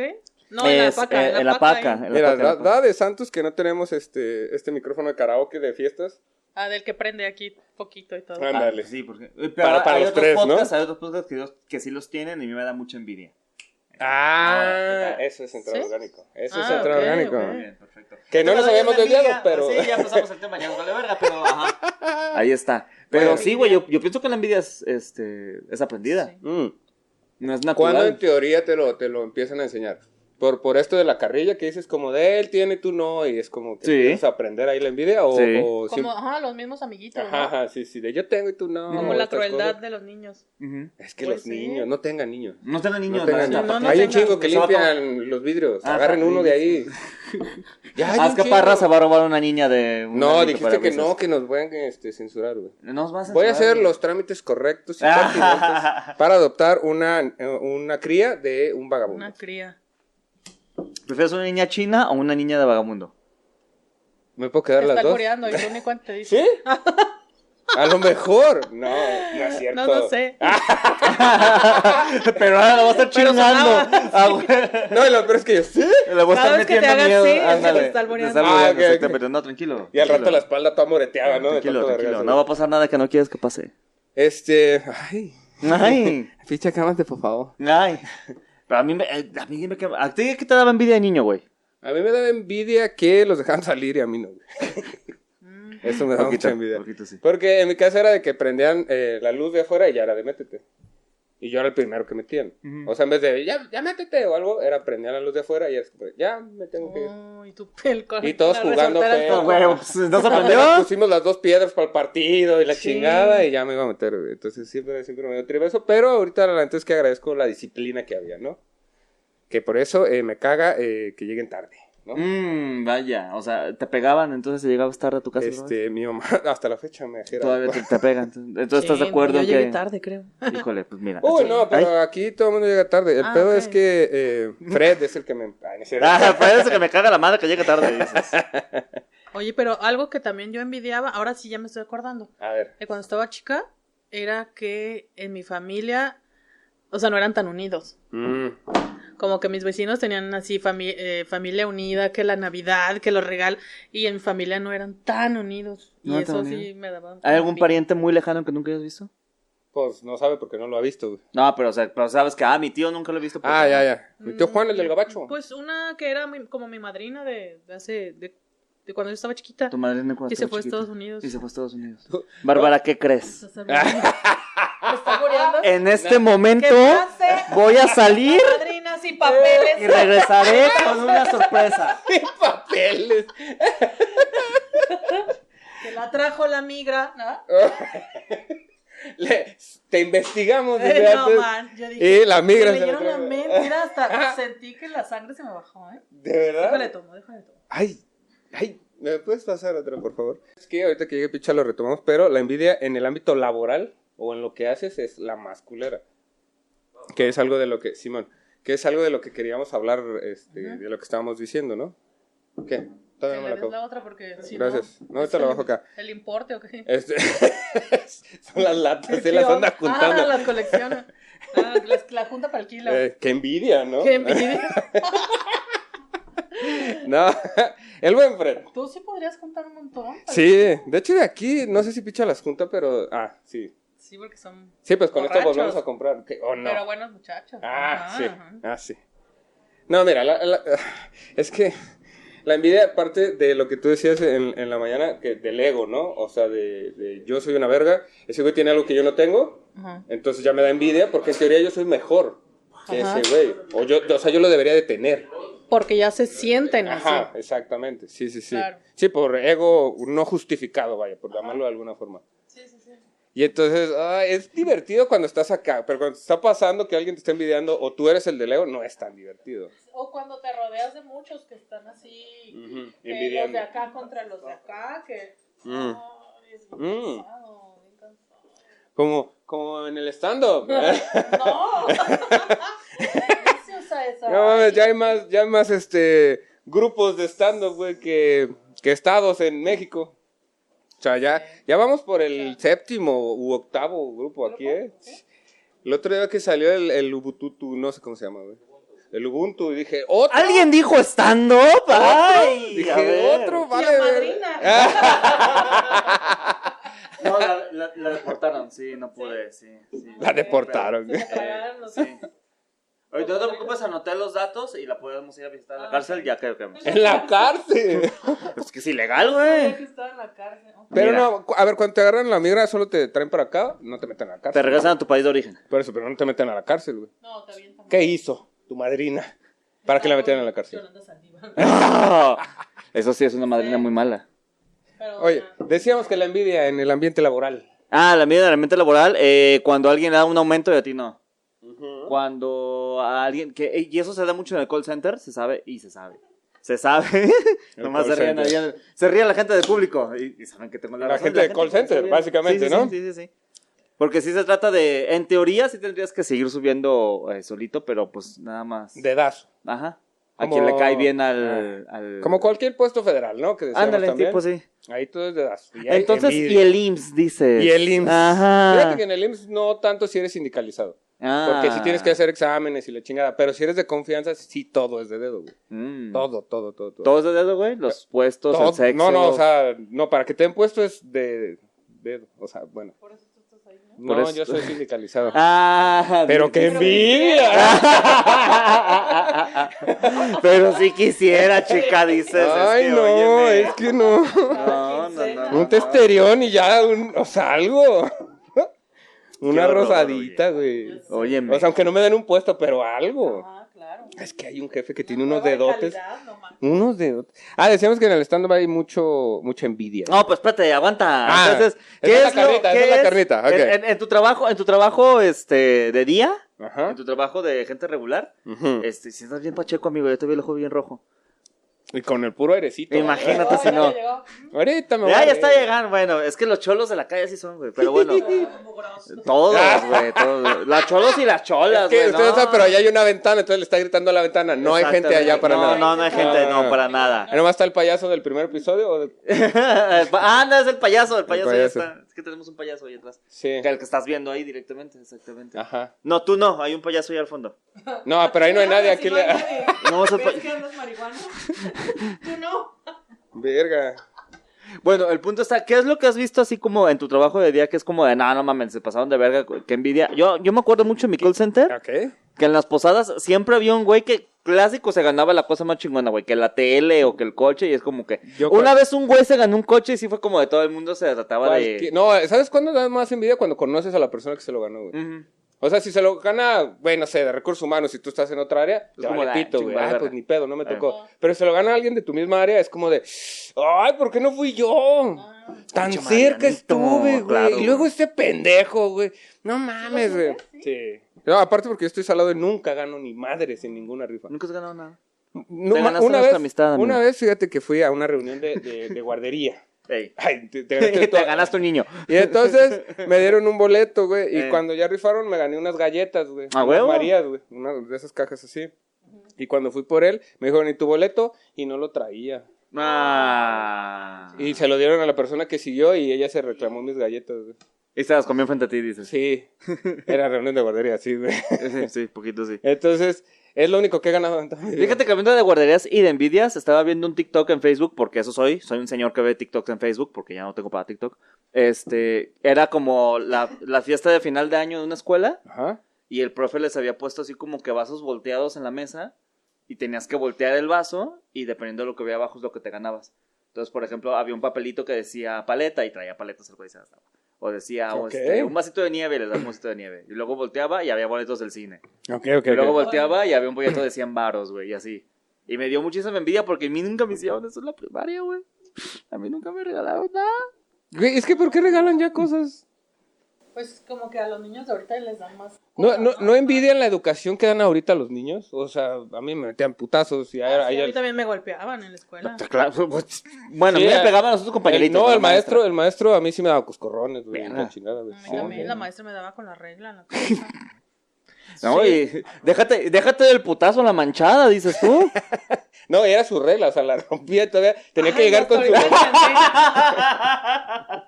[SPEAKER 4] No, en la
[SPEAKER 2] Es,
[SPEAKER 4] paca.
[SPEAKER 2] eh,
[SPEAKER 4] en la paca. ahí.
[SPEAKER 2] en la
[SPEAKER 1] Mira,
[SPEAKER 2] paca, en la
[SPEAKER 1] da,
[SPEAKER 2] paca.
[SPEAKER 1] da de Santos que no tenemos este, este micrófono de karaoke de fiestas.
[SPEAKER 4] Ah, del que prende aquí poquito y todo.
[SPEAKER 1] Ah,
[SPEAKER 2] Ah,
[SPEAKER 1] Ándale.
[SPEAKER 2] sí, porque. eh, Pero
[SPEAKER 1] Para- para
[SPEAKER 2] hay
[SPEAKER 1] los
[SPEAKER 2] otros
[SPEAKER 1] tres, ¿no?
[SPEAKER 2] podcasts, Hay otros podcasts que, los- que sí los tienen y a mí me da mucha envidia.
[SPEAKER 1] Ah, eso es central
[SPEAKER 4] ¿Sí?
[SPEAKER 1] orgánico. Eso es
[SPEAKER 4] Ah,
[SPEAKER 1] central
[SPEAKER 4] ok,
[SPEAKER 1] orgánico.
[SPEAKER 4] ok.
[SPEAKER 2] Muy bien, perfecto.
[SPEAKER 1] Que no
[SPEAKER 2] Pero
[SPEAKER 1] nos
[SPEAKER 2] de
[SPEAKER 1] habíamos
[SPEAKER 2] la envidia,
[SPEAKER 1] desviado, pero-
[SPEAKER 2] Sí, ya pasamos el tema, ya nos vale verga, pero ajá. Ahí está. Pero
[SPEAKER 1] Bueno.
[SPEAKER 2] sí, güey, yo, yo pienso que la envidia es, este, es aprendida.
[SPEAKER 4] Sí.
[SPEAKER 1] Mm.
[SPEAKER 2] No es
[SPEAKER 1] ¿Cuándo en
[SPEAKER 2] natural.
[SPEAKER 1] teoría te lo, te lo empiezan a enseñar? Por, por esto de la carrilla que dices como de él tiene, tú no, y es como que
[SPEAKER 2] Sí.
[SPEAKER 1] empiezas a aprender ahí la envidia o...
[SPEAKER 2] Sí.
[SPEAKER 1] o
[SPEAKER 4] Como,
[SPEAKER 1] sim-
[SPEAKER 4] ajá, los mismos amiguitos, ¿no?
[SPEAKER 1] Pues Ajá, ajá, sí, sí, de yo tengo y tú no.
[SPEAKER 4] Como
[SPEAKER 1] o
[SPEAKER 4] la
[SPEAKER 1] estas
[SPEAKER 4] crueldad
[SPEAKER 1] cosas.
[SPEAKER 4] de los niños.
[SPEAKER 2] Ujú.
[SPEAKER 1] Es que
[SPEAKER 4] Pues
[SPEAKER 1] los
[SPEAKER 4] sí.
[SPEAKER 1] niños, no tengan niños.
[SPEAKER 2] No tengan niños.
[SPEAKER 1] No
[SPEAKER 2] la
[SPEAKER 1] tengan
[SPEAKER 2] neta,
[SPEAKER 1] niños.
[SPEAKER 4] no, no
[SPEAKER 2] porque-
[SPEAKER 1] hay un
[SPEAKER 4] tengan.
[SPEAKER 1] chingo que
[SPEAKER 2] Se va a tomar-
[SPEAKER 1] limpian los vidrios.
[SPEAKER 2] Ajá,
[SPEAKER 1] Agarren uno de ahí. Ya hay un
[SPEAKER 2] Ah, es que
[SPEAKER 1] chingo.
[SPEAKER 2] Parra se va a robar una niña de. un
[SPEAKER 1] No,
[SPEAKER 2] amigo
[SPEAKER 1] dijiste que
[SPEAKER 2] parabrisas.
[SPEAKER 1] no, que nos pueden este, censurar, güey.
[SPEAKER 2] Nos vas a
[SPEAKER 1] Voy a
[SPEAKER 2] censurar,
[SPEAKER 1] hacer
[SPEAKER 2] güey.
[SPEAKER 1] los trámites correctos y
[SPEAKER 2] Ah.
[SPEAKER 1] pertinentes para adoptar una, eh, una cría de un vagabundo.
[SPEAKER 4] Una cría.
[SPEAKER 2] ¿Prefieres una niña china o una niña de vagabundo?
[SPEAKER 1] ¿Me puedo
[SPEAKER 4] Te
[SPEAKER 1] quedar las
[SPEAKER 4] está
[SPEAKER 1] dos?
[SPEAKER 4] coreando y tú ni cuánto te dice.
[SPEAKER 1] ¿Sí? A lo mejor. No, no es cierto.
[SPEAKER 4] No, no sé.
[SPEAKER 2] Pero ahora la vas a estar
[SPEAKER 4] Pero sonaba,
[SPEAKER 2] chingando. Ah, güey.
[SPEAKER 1] No, y lo peor es que yo sí.
[SPEAKER 2] Le voy a estar
[SPEAKER 4] Cada vez que te
[SPEAKER 2] metiendo
[SPEAKER 4] haga
[SPEAKER 2] miedo.
[SPEAKER 4] así, es que te
[SPEAKER 2] Ándale.
[SPEAKER 4] está alboreando.
[SPEAKER 2] Te está alboreando,
[SPEAKER 1] Ah, ok, ok.
[SPEAKER 2] exactamente. No, tranquilo.
[SPEAKER 1] Y al rato la
[SPEAKER 2] tranquilo.
[SPEAKER 1] espalda toda moreteada, ¿no? De
[SPEAKER 2] Tranquilo,
[SPEAKER 1] tanto
[SPEAKER 2] tranquilo.
[SPEAKER 1] vergazo.
[SPEAKER 2] No va a pasar nada que no quieras que pase.
[SPEAKER 1] Este. Ay.
[SPEAKER 2] Ay.
[SPEAKER 1] Ficha, cálmate, por favor.
[SPEAKER 2] Ay. Pero a mí me. eh, A mí me quema- ¿A ti qué te daba envidia de niño, güey?
[SPEAKER 1] A mí me da envidia que los dejaban salir y a mí no. güey.
[SPEAKER 4] Mm.
[SPEAKER 1] Eso me da
[SPEAKER 2] Poquito,
[SPEAKER 1] mucha envidia.
[SPEAKER 2] poquito, sí.
[SPEAKER 1] Porque en mi casa era de que prendían eh, la luz de afuera y ya era de métete. Y yo era el primero que metían. O sea, en vez de ya, ya métete o algo, era prendían la luz de afuera y era como, ya me tengo que ir.
[SPEAKER 4] Uy, Oh, tu pel con
[SPEAKER 1] Y todos
[SPEAKER 4] la
[SPEAKER 1] jugando
[SPEAKER 4] resortera.
[SPEAKER 1] feo.
[SPEAKER 2] No, güey, pues, ¿No se
[SPEAKER 1] Nos
[SPEAKER 2] aprendió?
[SPEAKER 1] pusimos las dos piedras para el partido y la
[SPEAKER 4] Sí.
[SPEAKER 1] chingada y ya me iba a meter. güey. Entonces siempre, siempre me dio tripa eso. Pero ahorita la neta es que agradezco la disciplina que había, ¿no? Que por eso eh, me caga eh, que lleguen tarde, ¿no?
[SPEAKER 2] Mmm, vaya. O sea, te pegaban, entonces si llegabas tarde a tu casa. ¿no?
[SPEAKER 1] Este, mi mamá hasta la fecha me ajera.
[SPEAKER 2] Todavía te, te pegan. Entonces estás
[SPEAKER 4] Sí,
[SPEAKER 2] de acuerdo
[SPEAKER 4] Yo
[SPEAKER 2] en
[SPEAKER 4] llegué
[SPEAKER 2] que.
[SPEAKER 4] tarde, creo.
[SPEAKER 2] Híjole, pues mira.
[SPEAKER 1] Uy, no, pero
[SPEAKER 2] Ay.
[SPEAKER 1] aquí todo el mundo llega tarde. El
[SPEAKER 4] Ah,
[SPEAKER 1] pedo
[SPEAKER 4] ok.
[SPEAKER 1] es que eh, Fred es el que me... Ah, no es cierto.
[SPEAKER 2] Ah, parece que me caga la madre que llega tarde. dices.
[SPEAKER 4] Oye, pero algo que también yo envidiaba, ahora sí ya me estoy acordando,
[SPEAKER 1] A ver.
[SPEAKER 4] de cuando estaba chica, era que en mi familia, o sea, no eran tan unidos.
[SPEAKER 1] Mm.
[SPEAKER 4] Como que mis vecinos tenían así fami- eh, familia unida, que la Navidad, que los regalos, y en mi familia no eran tan unidos. Y
[SPEAKER 2] No eran tan
[SPEAKER 4] eso sí
[SPEAKER 2] unidos.
[SPEAKER 4] me daba.
[SPEAKER 2] ¿Hay algún
[SPEAKER 4] envidia.
[SPEAKER 2] pariente muy lejano que nunca hayas visto?
[SPEAKER 1] Pues no sabe porque no lo ha visto. güey.
[SPEAKER 2] No, pero, o sea, pero sabes que, ah, mi tío nunca lo he visto. porque-
[SPEAKER 1] Ah, ya, ya. Mi tío Juan, el del gabacho.
[SPEAKER 4] Pues una que era mi- como mi madrina de, de hace. De, de cuando yo estaba chiquita.
[SPEAKER 2] Tu madre no
[SPEAKER 4] Y se fue a Estados Unidos.
[SPEAKER 2] Y se fue a Estados Unidos. Bárbara, ¿qué crees?
[SPEAKER 4] Estás arruinando. ¿Me está muriendo?
[SPEAKER 2] En este momento
[SPEAKER 4] pase?
[SPEAKER 2] voy a salir
[SPEAKER 4] Madrina sin papeles.
[SPEAKER 2] y regresaré con una sorpresa.
[SPEAKER 1] ¡Qué papeles!
[SPEAKER 4] Que la trajo la migra, ¿no?
[SPEAKER 1] Le- te investigamos desde
[SPEAKER 4] Eh, no,
[SPEAKER 1] antes.
[SPEAKER 4] man, yo dije.
[SPEAKER 1] y la migra
[SPEAKER 4] me
[SPEAKER 1] se la
[SPEAKER 4] leyeron la
[SPEAKER 1] trajo.
[SPEAKER 4] mente, mira, hasta sentí que la sangre se me bajó, ¿eh?
[SPEAKER 1] ¿De
[SPEAKER 4] Déjale
[SPEAKER 1] verdad?
[SPEAKER 4] tomo, déjale tomo.
[SPEAKER 1] Ay, ay. ¿Me puedes pasar otra, por favor? Es que ahorita que llegue Picha lo retomamos, pero la envidia en el ámbito laboral o en lo que haces es la masculera. Que es algo de lo que, Simón, que es algo de lo que queríamos hablar, este, de lo que estábamos diciendo, ¿no? ¿Qué? Todavía no me
[SPEAKER 4] Que
[SPEAKER 1] la
[SPEAKER 4] le des
[SPEAKER 1] acabo.
[SPEAKER 4] la otra porque si
[SPEAKER 1] Gracias. No,
[SPEAKER 4] es
[SPEAKER 1] te la
[SPEAKER 4] el-
[SPEAKER 1] bajo acá.
[SPEAKER 4] El importe o qué.
[SPEAKER 1] Este, son las latas, se las
[SPEAKER 4] Sí,
[SPEAKER 1] anda
[SPEAKER 4] ah,
[SPEAKER 1] juntando.
[SPEAKER 4] las colecciona. Ah, las- la junta para el kilo.
[SPEAKER 1] Eh, qué envidia, ¿no?
[SPEAKER 4] Qué envidia.
[SPEAKER 1] No, el buen Fred.
[SPEAKER 4] Tú sí podrías juntar un montón.
[SPEAKER 1] Sí, de hecho de aquí, no sé si picha las junta, pero... Ah, sí.
[SPEAKER 4] Sí, porque son.
[SPEAKER 1] Sí, pues con esto
[SPEAKER 4] Borrachos.
[SPEAKER 1] volvemos a comprar. ¿qué? ¿O no?
[SPEAKER 4] Pero buenos muchachos.
[SPEAKER 1] Ah,
[SPEAKER 4] Ajá,
[SPEAKER 1] sí.
[SPEAKER 4] ajá.
[SPEAKER 1] Ah, sí. No, mira, la- la- es que la envidia aparte de lo que tú decías en, en la mañana, que del ego, ¿no? O sea, de, de yo soy una verga, ese güey tiene algo que yo no tengo,
[SPEAKER 4] Ajá.
[SPEAKER 1] entonces ya me da envidia porque en teoría yo soy mejor que
[SPEAKER 4] Ajá.
[SPEAKER 1] ese güey. O, yo, o sea, yo lo debería de tener.
[SPEAKER 4] Porque ya se sienten
[SPEAKER 1] Ajá,
[SPEAKER 4] así.
[SPEAKER 1] exactamente. Sí, sí, sí.
[SPEAKER 4] Claro.
[SPEAKER 1] Sí, por ego no justificado, vaya, por llamarlo de alguna forma.
[SPEAKER 4] Sí, sí, sí.
[SPEAKER 1] Y entonces, ah, es divertido cuando estás acá, pero cuando te está pasando que alguien te está envidiando o tú eres el de Leo, no es tan divertido.
[SPEAKER 3] O cuando te rodeas de muchos que están
[SPEAKER 1] Ujú,
[SPEAKER 3] así, eh, los
[SPEAKER 1] envidiando.
[SPEAKER 3] de acá contra los de acá, que...
[SPEAKER 1] Mm.
[SPEAKER 3] Ay, es bien
[SPEAKER 1] Mm.
[SPEAKER 3] cansado, bien cansado.
[SPEAKER 1] Como, como en el stand-up.
[SPEAKER 3] No. Deliciosa esa.
[SPEAKER 1] No mames, ya hay más, ya hay más este, grupos de stand-up, güey, que, que estados en México. O sea, ya, ya vamos por el séptimo u octavo grupo aquí, ¿eh? El otro día que salió el, el Ubututu, no sé cómo se llama, güey. El Ubuntu, y dije, ¿otro?
[SPEAKER 2] ¿Alguien dijo stand-up? Ay,
[SPEAKER 1] Dije,
[SPEAKER 2] a ver.
[SPEAKER 1] ¿otro? Vale,
[SPEAKER 3] La
[SPEAKER 1] ver-
[SPEAKER 3] madrina.
[SPEAKER 2] No, la, la- la deportaron, sí, no pude, sí. sí.
[SPEAKER 1] La deportaron.
[SPEAKER 3] Se
[SPEAKER 1] güey.
[SPEAKER 3] la pagaron, no sé.
[SPEAKER 2] Sí. Ahorita no te preocupes, anoté los datos y la podemos ir a visitar a la
[SPEAKER 3] Ah,
[SPEAKER 2] cárcel ya que... que-
[SPEAKER 1] En la cárcel.
[SPEAKER 2] Es que es ilegal,
[SPEAKER 3] Sabía
[SPEAKER 1] eh".
[SPEAKER 3] que
[SPEAKER 2] güey.
[SPEAKER 3] estaba en la cárcel. ¿no?
[SPEAKER 1] Pero
[SPEAKER 2] Mira.
[SPEAKER 1] no, cu- a ver, cuando te agarran la migra, solo te traen para acá, no te meten a la
[SPEAKER 2] Te
[SPEAKER 1] cárcel.
[SPEAKER 2] regresan a tu país de origen.
[SPEAKER 1] Por eso, pero no te meten a la cárcel, güey.
[SPEAKER 3] No, te avientan.
[SPEAKER 1] ¿Qué hizo tu madrina para que la metieran a la cárcel?
[SPEAKER 3] Yolanda Saldívar.
[SPEAKER 2] Eso sí es una madrina muy mala.
[SPEAKER 3] Pero,
[SPEAKER 1] Oye,
[SPEAKER 3] ah,
[SPEAKER 1] decíamos que la envidia en el ambiente laboral.
[SPEAKER 2] Ah, la mía de la mente laboral, eh, cuando alguien le da un aumento y a ti no. Cuando a alguien que eh, y eso se da mucho en el call center, se sabe y se sabe. Se sabe.
[SPEAKER 1] El
[SPEAKER 2] Nomás se
[SPEAKER 1] call
[SPEAKER 2] ríen,
[SPEAKER 1] center.
[SPEAKER 2] ahí- se ríe la gente del público y, y saben que tengo la,
[SPEAKER 1] La
[SPEAKER 2] razón.
[SPEAKER 1] gente del call center,
[SPEAKER 2] Sí,
[SPEAKER 1] básicamente,
[SPEAKER 2] sí,
[SPEAKER 1] ¿no?
[SPEAKER 2] Sí, sí, sí. Porque sí se trata de en teoría sí tendrías que seguir subiendo eh, solito, pero pues nada más.
[SPEAKER 1] Dedazo.
[SPEAKER 2] Ajá. A
[SPEAKER 1] Como- Ah.
[SPEAKER 2] quien le cae bien al, al-
[SPEAKER 1] Como cualquier puesto federal, ¿no? Que decíamos
[SPEAKER 2] Ándale,
[SPEAKER 1] también.
[SPEAKER 2] tipo sí.
[SPEAKER 1] Ahí todo es dedazo. Y hay
[SPEAKER 2] Entonces, y
[SPEAKER 1] envidia.
[SPEAKER 2] el IMSS dice.
[SPEAKER 1] Y el IMSS.
[SPEAKER 2] Ajá. Ah.
[SPEAKER 1] Fíjate que en el IMSS no tanto si eres sindicalizado. Porque si tienes que hacer exámenes y la chingada. Pero si eres de confianza, sí todo es de dedo, güey.
[SPEAKER 2] Todos.
[SPEAKER 1] Todo, todo, todo, todo.
[SPEAKER 2] Mm. Todos de dedo, güey. Los puestos,
[SPEAKER 1] Todo-
[SPEAKER 2] el sexo.
[SPEAKER 1] No, no, o sea, no, para que te den puesto es de dedo. O sea, bueno.
[SPEAKER 3] por eso tú estás ahí, ¿no?
[SPEAKER 1] No,
[SPEAKER 2] Por eso-
[SPEAKER 1] yo soy sindicalizado.
[SPEAKER 2] Ah,
[SPEAKER 1] Pero qué
[SPEAKER 3] Pero-
[SPEAKER 1] envidia.
[SPEAKER 2] Pero si quisiera, chica, dices. es
[SPEAKER 1] Ay,
[SPEAKER 2] que,
[SPEAKER 1] no,
[SPEAKER 2] óyeme.
[SPEAKER 1] es que no.
[SPEAKER 2] No, no, no, no.
[SPEAKER 1] Un testerión y ya, un, o sea, algo. Una
[SPEAKER 2] horror,
[SPEAKER 1] rosadita, güey.
[SPEAKER 2] Óyeme.
[SPEAKER 1] O sea, aunque no me den un puesto, pero algo.
[SPEAKER 3] Ah, claro.
[SPEAKER 1] Es que hay un jefe que tiene
[SPEAKER 3] Una
[SPEAKER 1] unos
[SPEAKER 3] prueba de
[SPEAKER 1] dedotes.
[SPEAKER 3] calidad, no mames.
[SPEAKER 1] Unos dedotes. Ah, decíamos que en el stand-up hay mucho, mucha envidia.
[SPEAKER 2] No, pues espérate, aguanta.
[SPEAKER 1] Ah,
[SPEAKER 2] Entonces, ¿qué
[SPEAKER 1] esa
[SPEAKER 2] es,
[SPEAKER 1] es la
[SPEAKER 2] lo-
[SPEAKER 1] carnita,
[SPEAKER 2] qué
[SPEAKER 1] esa es la
[SPEAKER 2] es?
[SPEAKER 1] carnita, ok.
[SPEAKER 2] En, en- en tu trabajo, en tu trabajo este de día,
[SPEAKER 1] Ajá.
[SPEAKER 2] en tu trabajo de gente regular,
[SPEAKER 1] Ujú.
[SPEAKER 2] este, si estás bien pacheco, amigo, yo te veo el ojo bien rojo.
[SPEAKER 1] Y con el puro airecito.
[SPEAKER 2] Imagínate.
[SPEAKER 3] Llegó,
[SPEAKER 2] si
[SPEAKER 3] ya
[SPEAKER 2] no.
[SPEAKER 3] llegó.
[SPEAKER 1] Ahorita me voy
[SPEAKER 2] Ya,
[SPEAKER 1] a
[SPEAKER 2] ya está
[SPEAKER 1] reír.
[SPEAKER 2] llegando. Bueno, es que los cholos de la calle sí son, güey. Pero bueno,
[SPEAKER 3] Ah, mugroso.
[SPEAKER 2] todos, güey. Todos. Las cholos y las
[SPEAKER 1] Ah.
[SPEAKER 2] cholas,
[SPEAKER 1] Es que
[SPEAKER 2] güey.
[SPEAKER 1] ustedes saben, pero allá hay una ventana, entonces le está gritando a la ventana. No hay gente allá para
[SPEAKER 2] no,
[SPEAKER 1] nada.
[SPEAKER 2] No, no hay gente,
[SPEAKER 1] Ah.
[SPEAKER 2] no, para nada.
[SPEAKER 1] Ahí Nomás está el payaso del primer episodio. o de-
[SPEAKER 2] ah, no, es el payaso, el
[SPEAKER 1] payaso.
[SPEAKER 2] payaso, ya está. Es que tenemos un payaso ahí atrás.
[SPEAKER 1] Sí.
[SPEAKER 2] El que estás viendo ahí directamente, exactamente.
[SPEAKER 1] Ajá.
[SPEAKER 2] No, tú no, hay un payaso ahí al fondo.
[SPEAKER 1] No, pero ahí no hay nadie.
[SPEAKER 3] Si
[SPEAKER 1] Aquí
[SPEAKER 3] no
[SPEAKER 1] le.
[SPEAKER 3] hay nadie.
[SPEAKER 2] No, es el pa-
[SPEAKER 1] pues-
[SPEAKER 3] ¿Ves que andas marihuana? Tú no.
[SPEAKER 1] Verga.
[SPEAKER 2] Bueno, el punto está, ¿qué es lo que has visto así como en tu trabajo de día que es como de, no, no mames, se pasaron de verga, qué envidia? Yo, yo me acuerdo mucho en mi call center
[SPEAKER 1] Ok.
[SPEAKER 2] que en las posadas siempre había un güey que clásico se ganaba la cosa más chingona, güey, que la tele o que el coche y es como que...
[SPEAKER 1] Yo
[SPEAKER 2] una
[SPEAKER 1] creo-
[SPEAKER 2] vez un güey se ganó un coche y sí fue como de todo el mundo se trataba
[SPEAKER 1] Cualquier-
[SPEAKER 2] de...
[SPEAKER 1] No, ¿sabes cuándo da más envidia? Cuando conoces a la persona que se lo ganó, güey.
[SPEAKER 2] Ujú.
[SPEAKER 1] O sea, si se lo gana, güey, no sé, de recursos humanos, si tú estás en otra área, te
[SPEAKER 2] como
[SPEAKER 1] vale
[SPEAKER 2] de,
[SPEAKER 1] pito, güey.
[SPEAKER 2] chingada Ah.
[SPEAKER 1] Ay,
[SPEAKER 2] verga.
[SPEAKER 1] pues ni pedo, no me
[SPEAKER 2] Ajá.
[SPEAKER 1] tocó. Pero si se lo gana alguien de tu misma área, es como de, ay, ¿por qué no fui yo? Tan
[SPEAKER 2] Ah. Pinche
[SPEAKER 1] cerca
[SPEAKER 2] Marianito,
[SPEAKER 1] estuve, güey.
[SPEAKER 2] claro.
[SPEAKER 1] y luego este pendejo, güey. No mames, güey. Sí. No, aparte porque yo estoy salado y nunca gano ni madres en ninguna rifa.
[SPEAKER 2] Nunca has ganado nada.
[SPEAKER 1] No,
[SPEAKER 2] Te
[SPEAKER 1] ma-
[SPEAKER 2] ganaste
[SPEAKER 1] una
[SPEAKER 2] nuestra
[SPEAKER 1] vez,
[SPEAKER 2] amistad, amigo.
[SPEAKER 1] una vez, fíjate que fui a una reunión de, de- de guardería.
[SPEAKER 2] Ey.
[SPEAKER 1] Ay, te, te ganaste
[SPEAKER 2] Te
[SPEAKER 1] todo. Ah.
[SPEAKER 2] ganaste un niño.
[SPEAKER 1] Y entonces me dieron un boleto, güey. Y
[SPEAKER 2] Eh.
[SPEAKER 1] cuando ya rifaron, me gané unas galletas, güey.
[SPEAKER 2] ¿A
[SPEAKER 1] unas
[SPEAKER 2] huevo?
[SPEAKER 1] Marías, güey. Una de esas cajas así. Y cuando fui por él, me dijeron, ¿y tu boleto? Y no lo traía.
[SPEAKER 2] Ah.
[SPEAKER 1] Y se lo dieron a la persona que siguió y ella se reclamó mis galletas, güey.
[SPEAKER 2] Y se las comió frente a ti, dices.
[SPEAKER 1] Sí. Era reunión de guardería, sí, güey.
[SPEAKER 2] Sí, sí, poquito sí.
[SPEAKER 1] Entonces, es lo único que he ganado. en toda mi vida.
[SPEAKER 2] Fíjate que hablando de guarderías y de envidias, estaba viendo un TikTok en Facebook, porque eso soy, soy un señor que ve TikToks en Facebook, porque ya no tengo para TikTok. Este, era como la, la fiesta de final de año de una escuela,
[SPEAKER 1] Ajá.
[SPEAKER 2] y el profe les había puesto así como que vasos volteados en la mesa, y tenías que voltear el vaso, y dependiendo de lo que veía abajo es lo que te ganabas. Entonces, por ejemplo, había un papelito que decía paleta, y traía paletas el güey se las daba. "Ah", O decía, o
[SPEAKER 1] Ok.
[SPEAKER 2] este, un vasito de nieve, y les daba un vasito de nieve. Y luego volteaba y había boletos del cine.
[SPEAKER 1] Ok, ok.
[SPEAKER 2] Y luego
[SPEAKER 1] ok.
[SPEAKER 2] volteaba y había un boleto de 100 varos, güey, y así. Y me dio muchísima envidia porque a mí nunca me hicieron eso en la primaria, güey. A mí nunca me regalaron nada.
[SPEAKER 1] Güey, es que ¿por qué regalan ya cosas?
[SPEAKER 3] Pues como que a los niños de ahorita les dan más.
[SPEAKER 1] ¿No, no, no
[SPEAKER 4] Ah,
[SPEAKER 1] envidian la educación que dan ahorita los niños? O sea, a mí me metían putazos y
[SPEAKER 4] Ah, Sí,
[SPEAKER 1] ayer-
[SPEAKER 4] a
[SPEAKER 1] ayer-
[SPEAKER 4] mí también me golpeaban en la escuela.
[SPEAKER 2] Claro, pues, bueno,
[SPEAKER 1] Sí,
[SPEAKER 2] a mí me
[SPEAKER 1] eh,
[SPEAKER 2] pegaban los otros
[SPEAKER 1] el,
[SPEAKER 2] compañeritos.
[SPEAKER 1] no,
[SPEAKER 2] pero
[SPEAKER 1] el maestro, el maestro a mí sí me daba coscorrones, güey,
[SPEAKER 2] Verga.
[SPEAKER 1] cochinada, güey.
[SPEAKER 4] A
[SPEAKER 1] Sí,
[SPEAKER 4] mí también,
[SPEAKER 1] güey.
[SPEAKER 4] la maestra me daba con la regla en la cabeza.
[SPEAKER 2] No, y déjate, déjate del putazo la manchada, dices tú.
[SPEAKER 1] No, era su regla, o sea, la rompía y todavía tenía que
[SPEAKER 3] Ay,
[SPEAKER 1] llegar
[SPEAKER 3] no,
[SPEAKER 1] con su...
[SPEAKER 3] ahorita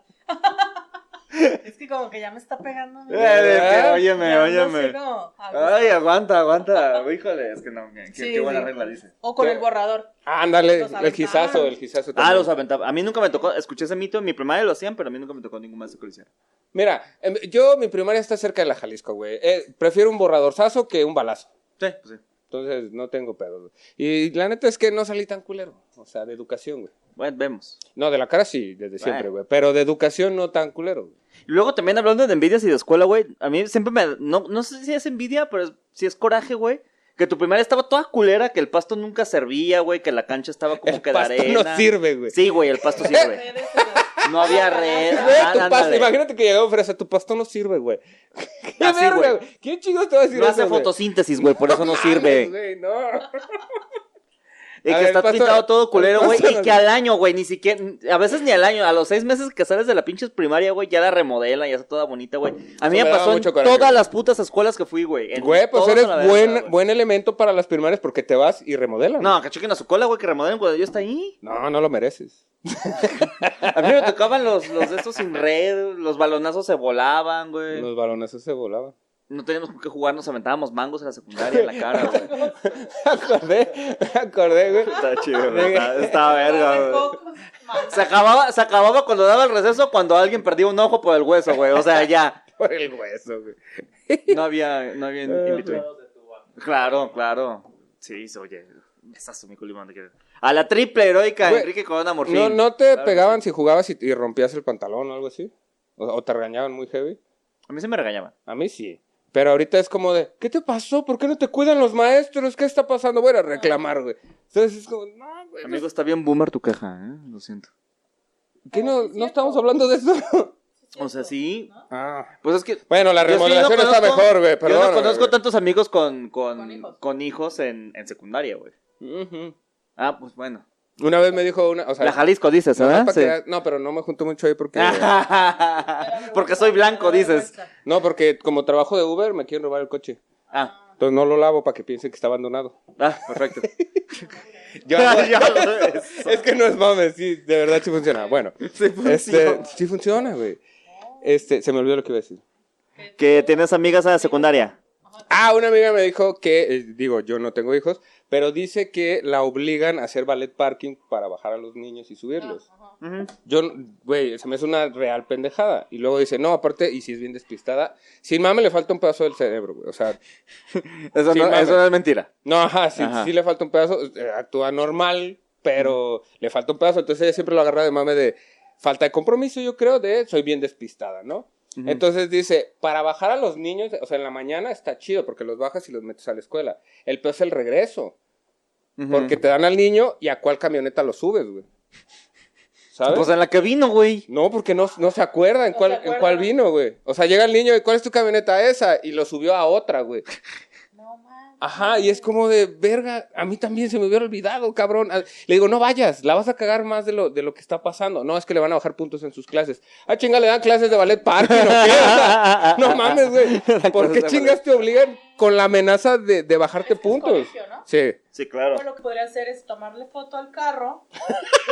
[SPEAKER 3] entendí. es que como que ya me está pegando. mi-
[SPEAKER 1] Eh, ¿Verdad?
[SPEAKER 2] óyeme,
[SPEAKER 3] Ya ando así
[SPEAKER 2] óyeme.
[SPEAKER 3] como a gusto.
[SPEAKER 2] Ay, aguanta, aguanta. Híjole, es que no, qué,
[SPEAKER 3] Sí,
[SPEAKER 2] qué buena
[SPEAKER 3] sí.
[SPEAKER 2] regla dice.
[SPEAKER 4] O con
[SPEAKER 1] Sí.
[SPEAKER 4] el borrador.
[SPEAKER 1] Ándale,
[SPEAKER 4] Los
[SPEAKER 1] el gizazo,
[SPEAKER 4] aventaban.
[SPEAKER 1] el gizazo
[SPEAKER 2] Ah,
[SPEAKER 1] también.
[SPEAKER 2] los aventaba. A mí nunca me tocó, escuché ese mito, en mi primaria lo hacían, pero a mí nunca me tocó ningún maestro que lo hiciera.
[SPEAKER 1] Mira, em, yo, mi primaria está cerca de la Jalisco, güey. Eh, prefiero un borradorzazo que un balazo.
[SPEAKER 2] Sí, pues sí.
[SPEAKER 1] Entonces, no tengo pedo. güey. Y la neta es que no salí tan culero, o sea, de educación, güey.
[SPEAKER 2] Bueno, vemos.
[SPEAKER 1] No, de la cara sí, desde siempre,
[SPEAKER 2] Bueno.
[SPEAKER 1] güey. Pero de educación no tan culero, güey.
[SPEAKER 2] Y luego también hablando de envidias y de escuela, güey, a mí siempre me... No, no sé si es envidia, pero es- si es coraje, güey. Que tu primaria estaba toda culera, que el pasto nunca servía, güey, que la cancha estaba como
[SPEAKER 1] El
[SPEAKER 2] que de
[SPEAKER 1] pasto
[SPEAKER 2] arena.
[SPEAKER 1] no sirve, güey.
[SPEAKER 2] Sí, güey, el pasto sirve.
[SPEAKER 3] Ustedes, pero-
[SPEAKER 2] No había red.
[SPEAKER 1] Güey,
[SPEAKER 2] ah,
[SPEAKER 1] tu pasto-
[SPEAKER 2] ándale.
[SPEAKER 1] imagínate que llegaba un fresa, tu pasto no sirve, güey. ¿Qué
[SPEAKER 2] Así,
[SPEAKER 1] verga,
[SPEAKER 2] güey.
[SPEAKER 1] güey? ¿Qué chingo te va a decir
[SPEAKER 2] No hace
[SPEAKER 1] eso, güey?
[SPEAKER 2] fotosíntesis, güey, por eso no sirve.
[SPEAKER 1] Güey, no.
[SPEAKER 2] Y
[SPEAKER 1] A
[SPEAKER 2] que
[SPEAKER 1] ver,
[SPEAKER 2] está
[SPEAKER 1] pásame-
[SPEAKER 2] pintado todo culero, güey. Y
[SPEAKER 1] pásame-
[SPEAKER 2] que al año, güey, ni siquiera. A veces ni al año. A los seis meses que sales de la pinche primaria, güey, ya la remodelan, ya está toda bonita, güey. A mí
[SPEAKER 1] Eso me
[SPEAKER 2] me,
[SPEAKER 1] daba
[SPEAKER 2] pasó en
[SPEAKER 1] mucho coraje.
[SPEAKER 2] todas las putas escuelas que fui, güey. En
[SPEAKER 1] Güey, pues
[SPEAKER 2] todas
[SPEAKER 1] eres
[SPEAKER 2] a la verga,
[SPEAKER 1] buen,
[SPEAKER 2] güey.
[SPEAKER 1] buen elemento para las primarias porque te vas y remodelan.
[SPEAKER 2] No, que chequen a su cola, güey, que remodelen cuando yo está ahí.
[SPEAKER 1] No, no lo mereces.
[SPEAKER 2] A mí me tocaban los, los de estos sin red, los balonazos se volaban, güey.
[SPEAKER 1] Los balones se volaban.
[SPEAKER 2] No teníamos con qué jugar, nos aventábamos mangos en la secundaria en la cara, güey.
[SPEAKER 1] Me acordé, me acordé, güey.
[SPEAKER 2] Está chido, güey. Está, está verga, güey.
[SPEAKER 3] Tampoco, man.
[SPEAKER 2] Se acababa, se acababa cuando daba el receso, cuando alguien perdía un ojo por el hueso, güey. O sea, ya.
[SPEAKER 1] Por el hueso, güey.
[SPEAKER 2] No había, no había in between. Claro, claro. Sí, sí, oye. Besazo, mi culimán, te quiero. A la triple heroica,
[SPEAKER 1] Güey,
[SPEAKER 2] Enrique Corona Morfín.
[SPEAKER 1] ¿No, no te
[SPEAKER 2] Claro que
[SPEAKER 1] pegaban si jugabas y, y rompías el pantalón o algo así? ¿O, o te regañaban muy heavy?
[SPEAKER 2] A mí se me regañaban.
[SPEAKER 1] A mí sí. Pero ahorita es como de, ¿qué te pasó? ¿Por qué no te cuidan los maestros? ¿Qué está pasando? Voy a ir a reclamar, güey. Entonces es como, no, güey.
[SPEAKER 2] Amigo, está bien boomer tu caja, ¿eh? Lo siento.
[SPEAKER 1] ¿Qué no,
[SPEAKER 3] Sí,
[SPEAKER 1] no
[SPEAKER 3] cierto.
[SPEAKER 1] estamos hablando de eso?
[SPEAKER 2] O sea, sí.
[SPEAKER 3] ¿No?
[SPEAKER 1] ah.
[SPEAKER 2] Pues es que.
[SPEAKER 1] Bueno, la
[SPEAKER 2] yo sí no
[SPEAKER 1] remodelación está
[SPEAKER 2] conozco-
[SPEAKER 1] mejor, güey. Perdón.
[SPEAKER 2] Yo no conozco tantos amigos con, con,
[SPEAKER 3] Con hijos.
[SPEAKER 2] con hijos en, en secundaria, güey. Ah, pues bueno.
[SPEAKER 1] Una vez me dijo una, o sea,
[SPEAKER 2] La Jalisco dices,
[SPEAKER 1] nomás
[SPEAKER 2] ¿verdad?
[SPEAKER 1] para
[SPEAKER 2] Sí.
[SPEAKER 1] que veas- no, pero no me junto mucho ahí porque
[SPEAKER 2] Porque soy blanco, dices.
[SPEAKER 1] no, porque como trabajo de Uber me quieren robar el coche.
[SPEAKER 2] Ah,
[SPEAKER 1] Entonces no lo lavo para que piensen que está abandonado.
[SPEAKER 2] ah perfecto.
[SPEAKER 1] Yo-
[SPEAKER 2] Ya lo es.
[SPEAKER 1] es que no es mames, sí, de verdad sí funciona. Bueno,
[SPEAKER 2] Sí, pues,
[SPEAKER 1] este,
[SPEAKER 2] sí.
[SPEAKER 1] sí funciona, güey. Este, se me olvidó lo que iba a decir.
[SPEAKER 2] Que tienes amigas a la secundaria.
[SPEAKER 1] Ah, una amiga me dijo que, eh, digo, yo no tengo hijos, pero dice que la obligan a hacer ballet parking para bajar a los niños y subirlos.
[SPEAKER 2] Ujú.
[SPEAKER 1] Yo, güey, se me hace una real pendejada. Y luego dice, no, aparte, y si es bien despistada, sin mame le falta un pedazo del cerebro, güey. O sea,
[SPEAKER 2] Eso,
[SPEAKER 1] Sí,
[SPEAKER 2] no,
[SPEAKER 1] mames.
[SPEAKER 2] eso no es mentira.
[SPEAKER 1] no, ajá, sí,
[SPEAKER 2] Ajá.
[SPEAKER 1] sí le falta un pedazo, eh, actúa normal, pero le falta un pedazo. Entonces ella siempre lo agarra de mame de falta de compromiso, yo creo, de soy bien despistada, ¿no?
[SPEAKER 2] Ujú.
[SPEAKER 1] Entonces dice, para bajar a los niños, o sea, en la mañana está chido porque los bajas y los metes a la escuela. El peor es el regreso,
[SPEAKER 2] Ujú.
[SPEAKER 1] porque te dan al niño y a cuál camioneta lo subes, güey. ¿Sabes?
[SPEAKER 2] Pues en la que vino, güey.
[SPEAKER 1] No, porque no, no se acuerda en
[SPEAKER 3] No
[SPEAKER 1] cuál,
[SPEAKER 3] se
[SPEAKER 1] en cuál
[SPEAKER 3] acuerda.
[SPEAKER 1] vino, güey. O sea, llega el niño y cuál es tu camioneta esa y lo subió a otra, güey.
[SPEAKER 3] No, man.
[SPEAKER 1] Ajá, y es como de, verga, a mí también se me hubiera olvidado, cabrón. Ah, Le digo, no vayas, la vas a cagar más de lo, de lo que está pasando. No, es que le van a bajar puntos en sus clases. Ah, chinga, le dan clases de ballet parking, ¿o qué? O sea, no mames, güey. ¿Por qué chingas te obligan con la amenaza de, de bajarte
[SPEAKER 3] Es que es
[SPEAKER 1] puntos?
[SPEAKER 3] colegio, ¿no?
[SPEAKER 1] Sí.
[SPEAKER 2] Sí, claro.
[SPEAKER 3] Lo que podría hacer es tomarle foto al carro,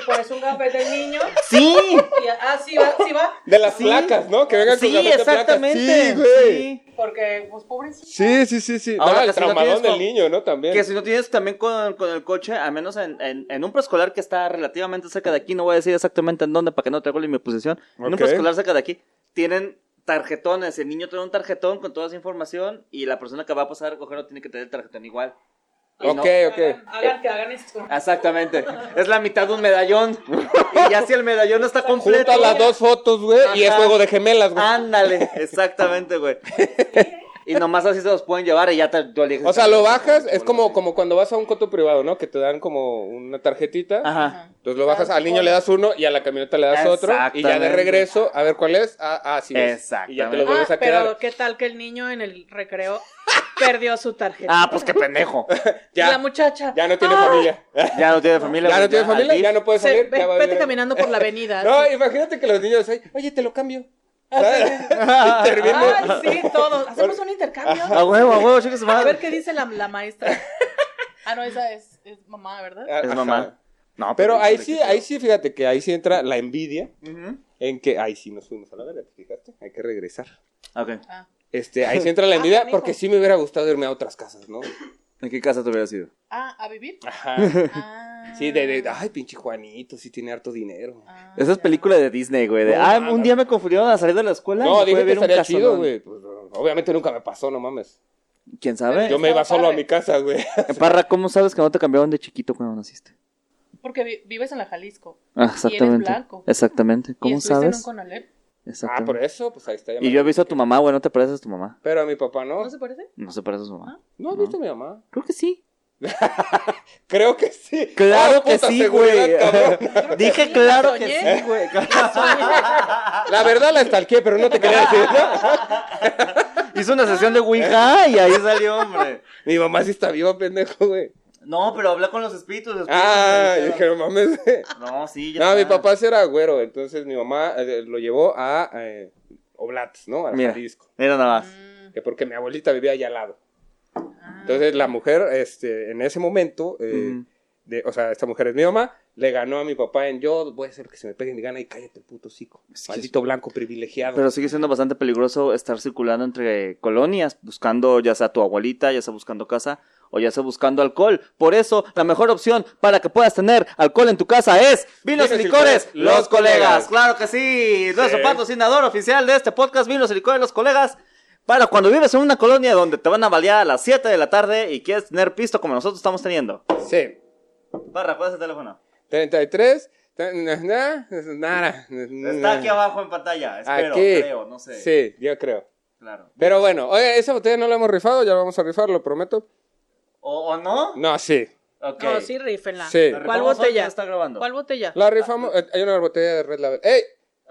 [SPEAKER 3] y pones un gafete del niño
[SPEAKER 2] Sí,
[SPEAKER 3] y ah, sí va, sí va,
[SPEAKER 1] De las
[SPEAKER 2] Sí.
[SPEAKER 1] placas, ¿no? Que vengan con
[SPEAKER 2] sí,
[SPEAKER 1] gafete de placas.
[SPEAKER 2] exactamente.
[SPEAKER 1] Sí, güey.
[SPEAKER 2] sí.
[SPEAKER 3] porque pues pobrecito.
[SPEAKER 1] Sí, sí, sí, sí.
[SPEAKER 2] Ahora
[SPEAKER 1] No,
[SPEAKER 2] que
[SPEAKER 1] el
[SPEAKER 2] si no
[SPEAKER 1] traumadón
[SPEAKER 2] tienes
[SPEAKER 1] del
[SPEAKER 2] como-
[SPEAKER 1] niño, ¿no? También.
[SPEAKER 2] Que si no tienes también con, con el coche, al menos en, en- en un preescolar que está relativamente cerca de aquí, no voy a decir exactamente en dónde para que no te en mi posición, en un
[SPEAKER 1] Ok.
[SPEAKER 2] preescolar cerca de aquí, tienen tarjetones, el niño tiene un tarjetón con toda esa información y la persona que va a pasar a recogerlo tiene que tener el tarjetón igual. Y no-
[SPEAKER 1] Ok, ok.
[SPEAKER 3] Hagan, hagan que hagan esto.
[SPEAKER 4] Ah,
[SPEAKER 2] Exactamente, es la mitad de un medallón y ya si el medallón no está completo...
[SPEAKER 1] Junta las dos fotos, güey, y es
[SPEAKER 2] Ajá.
[SPEAKER 1] juego de gemelas, güey.
[SPEAKER 2] Ándale, exactamente, güey. Y nomás así se los pueden llevar y ya te, tú eliges.
[SPEAKER 1] O sea, lo bajas, es como, como cuando vas a un coto privado, ¿no? Que te dan como una tarjetita.
[SPEAKER 2] Ajá.
[SPEAKER 1] Entonces lo bajas, al niño le das uno y a la camioneta le das otro. Y ya de
[SPEAKER 2] Exactamente.
[SPEAKER 1] regreso, a ver cuál es. Ah, ah sí. ves.
[SPEAKER 2] Exactamente.
[SPEAKER 1] Y ya te lo
[SPEAKER 4] Ah,
[SPEAKER 1] vuelves a quedar.
[SPEAKER 4] pero ¿qué tal que el niño en el recreo perdió su tarjeta?
[SPEAKER 2] Ah, pues qué pendejo.
[SPEAKER 4] Y la
[SPEAKER 1] Ya,
[SPEAKER 4] muchacha.
[SPEAKER 1] ya no tiene
[SPEAKER 4] "Ah,
[SPEAKER 1] familia.
[SPEAKER 2] Ya no tiene familia.
[SPEAKER 1] Ya
[SPEAKER 2] güey,
[SPEAKER 1] no tiene familia,
[SPEAKER 2] al
[SPEAKER 1] ya no puede
[SPEAKER 4] se-
[SPEAKER 1] salir.
[SPEAKER 4] ve-
[SPEAKER 1] ya va a
[SPEAKER 4] vete
[SPEAKER 1] vivir-
[SPEAKER 4] caminando por la avenida.
[SPEAKER 1] No, imagínate que los niños ahí, oye, te lo cambio.
[SPEAKER 4] Ah,
[SPEAKER 2] DIF.
[SPEAKER 4] Ay, sí, todos. Hacemos un intercambio.
[SPEAKER 2] A huevo, a huevo, chicos,
[SPEAKER 4] A ver
[SPEAKER 2] madre.
[SPEAKER 4] qué dice la, la maestra. Ah, no, esa es, es mamá, ¿verdad?
[SPEAKER 1] Ah,
[SPEAKER 2] Es
[SPEAKER 1] ajá.
[SPEAKER 2] mamá. No,
[SPEAKER 1] Pero ahí
[SPEAKER 2] de
[SPEAKER 1] sí,
[SPEAKER 2] que-
[SPEAKER 1] ahí sí, fíjate que ahí sí entra la envidia
[SPEAKER 2] Ujú.
[SPEAKER 1] en que, ay, sí nos fuimos a la verga, fíjate, hay que regresar.
[SPEAKER 2] Ok.
[SPEAKER 4] Ah,
[SPEAKER 1] Este, ahí sí entra la
[SPEAKER 4] Ah,
[SPEAKER 1] envidia
[SPEAKER 4] canijo.
[SPEAKER 1] porque sí me hubiera gustado irme a otras casas, ¿no?
[SPEAKER 2] ¿En qué casa te hubieras ido?
[SPEAKER 4] Ah, a vivir.
[SPEAKER 1] Ajá.
[SPEAKER 4] Ah.
[SPEAKER 1] Sí, de, de, ay, pinche Juanito, sí tiene harto dinero.
[SPEAKER 4] Ah,
[SPEAKER 2] Esa es
[SPEAKER 4] ya.
[SPEAKER 2] película de Disney, güey. de,
[SPEAKER 1] No,
[SPEAKER 2] ah,
[SPEAKER 1] no,
[SPEAKER 2] un
[SPEAKER 1] no.
[SPEAKER 2] día me confundieron a salir de la escuela. y
[SPEAKER 1] No,
[SPEAKER 2] me
[SPEAKER 1] dije
[SPEAKER 2] fue a
[SPEAKER 1] que
[SPEAKER 2] ver un
[SPEAKER 1] estaría
[SPEAKER 2] caso,
[SPEAKER 1] chido,
[SPEAKER 2] ¿no?
[SPEAKER 1] güey. Pues, no, obviamente nunca me pasó, no mames.
[SPEAKER 2] ¿Quién sabe?
[SPEAKER 1] Yo me iba solo a mi casa, güey. Ah,
[SPEAKER 2] Parra, ¿cómo sabes que no te cambiaron de chiquito cuando naciste?
[SPEAKER 4] Porque vi- vives en la Jalisco.
[SPEAKER 2] Ah,
[SPEAKER 4] Y eres
[SPEAKER 2] exactamente.
[SPEAKER 4] blanco.
[SPEAKER 2] Exactamente.
[SPEAKER 4] y
[SPEAKER 2] ¿Cómo
[SPEAKER 4] estuviste en un
[SPEAKER 2] sabes?
[SPEAKER 4] Conalep.
[SPEAKER 1] Ah,
[SPEAKER 2] Exactamente.
[SPEAKER 1] por eso, pues ahí está. ya me-
[SPEAKER 2] y yo he visto a tu mamá, güey, no te pareces a tu mamá.
[SPEAKER 1] Pero a mi papá no.
[SPEAKER 4] ¿No se parece?
[SPEAKER 2] No se parece a su mamá.
[SPEAKER 1] No, ¿has
[SPEAKER 2] No.
[SPEAKER 1] visto a mi mamá?
[SPEAKER 2] Creo que sí.
[SPEAKER 1] Creo que sí.
[SPEAKER 2] Claro
[SPEAKER 1] Ah,
[SPEAKER 2] que
[SPEAKER 1] puta
[SPEAKER 2] sí,
[SPEAKER 1] seguridad,
[SPEAKER 2] güey.
[SPEAKER 1] cabrón.
[SPEAKER 2] Dije
[SPEAKER 4] La
[SPEAKER 2] claro que
[SPEAKER 4] soñé.
[SPEAKER 2] sí, güey.
[SPEAKER 1] La verdad la estalqué, pero no te quería decir.
[SPEAKER 2] Hizo una sesión de Ouija y ahí salió, hombre.
[SPEAKER 1] Mi mamá sí está viva, pendejo, güey.
[SPEAKER 2] No, pero habla con los espíritus. los espíritus
[SPEAKER 1] Ah,
[SPEAKER 2] me
[SPEAKER 1] yo dije,
[SPEAKER 2] dijeron.
[SPEAKER 1] no mames.
[SPEAKER 2] No, sí, ya
[SPEAKER 1] No, mi
[SPEAKER 2] está.
[SPEAKER 1] papá sí era güero, entonces mi mamá eh, lo llevó a eh, Oblates, ¿no? A
[SPEAKER 2] Mira.
[SPEAKER 1] Jalisco.
[SPEAKER 2] Mira nada más.
[SPEAKER 4] Mm,
[SPEAKER 1] Que porque mi abuelita vivía allá al lado.
[SPEAKER 4] ah.
[SPEAKER 1] Entonces la mujer, este, en ese momento, eh,
[SPEAKER 2] Ujú.
[SPEAKER 1] de- o sea, esta mujer es mi mamá, le ganó a mi papá en yo voy a hacer que se me pegue mi gana y cállate, puto hocico.
[SPEAKER 2] Es que-
[SPEAKER 1] Maldito blanco privilegiado.
[SPEAKER 2] Pero sigue siendo bastante peligroso estar circulando entre colonias, buscando ya sea tu abuelita, ya sea buscando casa o ya sea buscando alcohol. Por eso, la mejor opción para que puedas tener alcohol en tu casa es Vinos y Licores, los colegas. Claro que sí, nuestro
[SPEAKER 1] Sí.
[SPEAKER 2] patrocinador oficial de este podcast, Vinos y Licores, los colegas. Para cuando vives en una colonia donde te van a balear a las 7 de la tarde y quieres tener pisto como nosotros estamos teniendo.
[SPEAKER 1] Sí.
[SPEAKER 2] Barra, ¿cuál es el teléfono?
[SPEAKER 1] 33. ta- na- na- Nada.
[SPEAKER 2] Está aquí abajo en pantalla, espero,
[SPEAKER 1] Aquí.
[SPEAKER 2] creo, no sé.
[SPEAKER 1] Sí, yo creo.
[SPEAKER 2] Claro.
[SPEAKER 1] Pero bueno, oye, esa botella no la hemos rifado, ya la vamos a rifar, lo prometo.
[SPEAKER 2] ¿O, o no?
[SPEAKER 1] No, sí.
[SPEAKER 2] Ok.
[SPEAKER 4] No, sí, rifenla.
[SPEAKER 1] Sí.
[SPEAKER 2] ¿La
[SPEAKER 4] ¿Cuál
[SPEAKER 2] rifamos hoy
[SPEAKER 4] botella?
[SPEAKER 2] o está grabando?
[SPEAKER 4] ¿Cuál botella?
[SPEAKER 1] La rifamos. eh, hay una botella de Red Label. ¡Ey!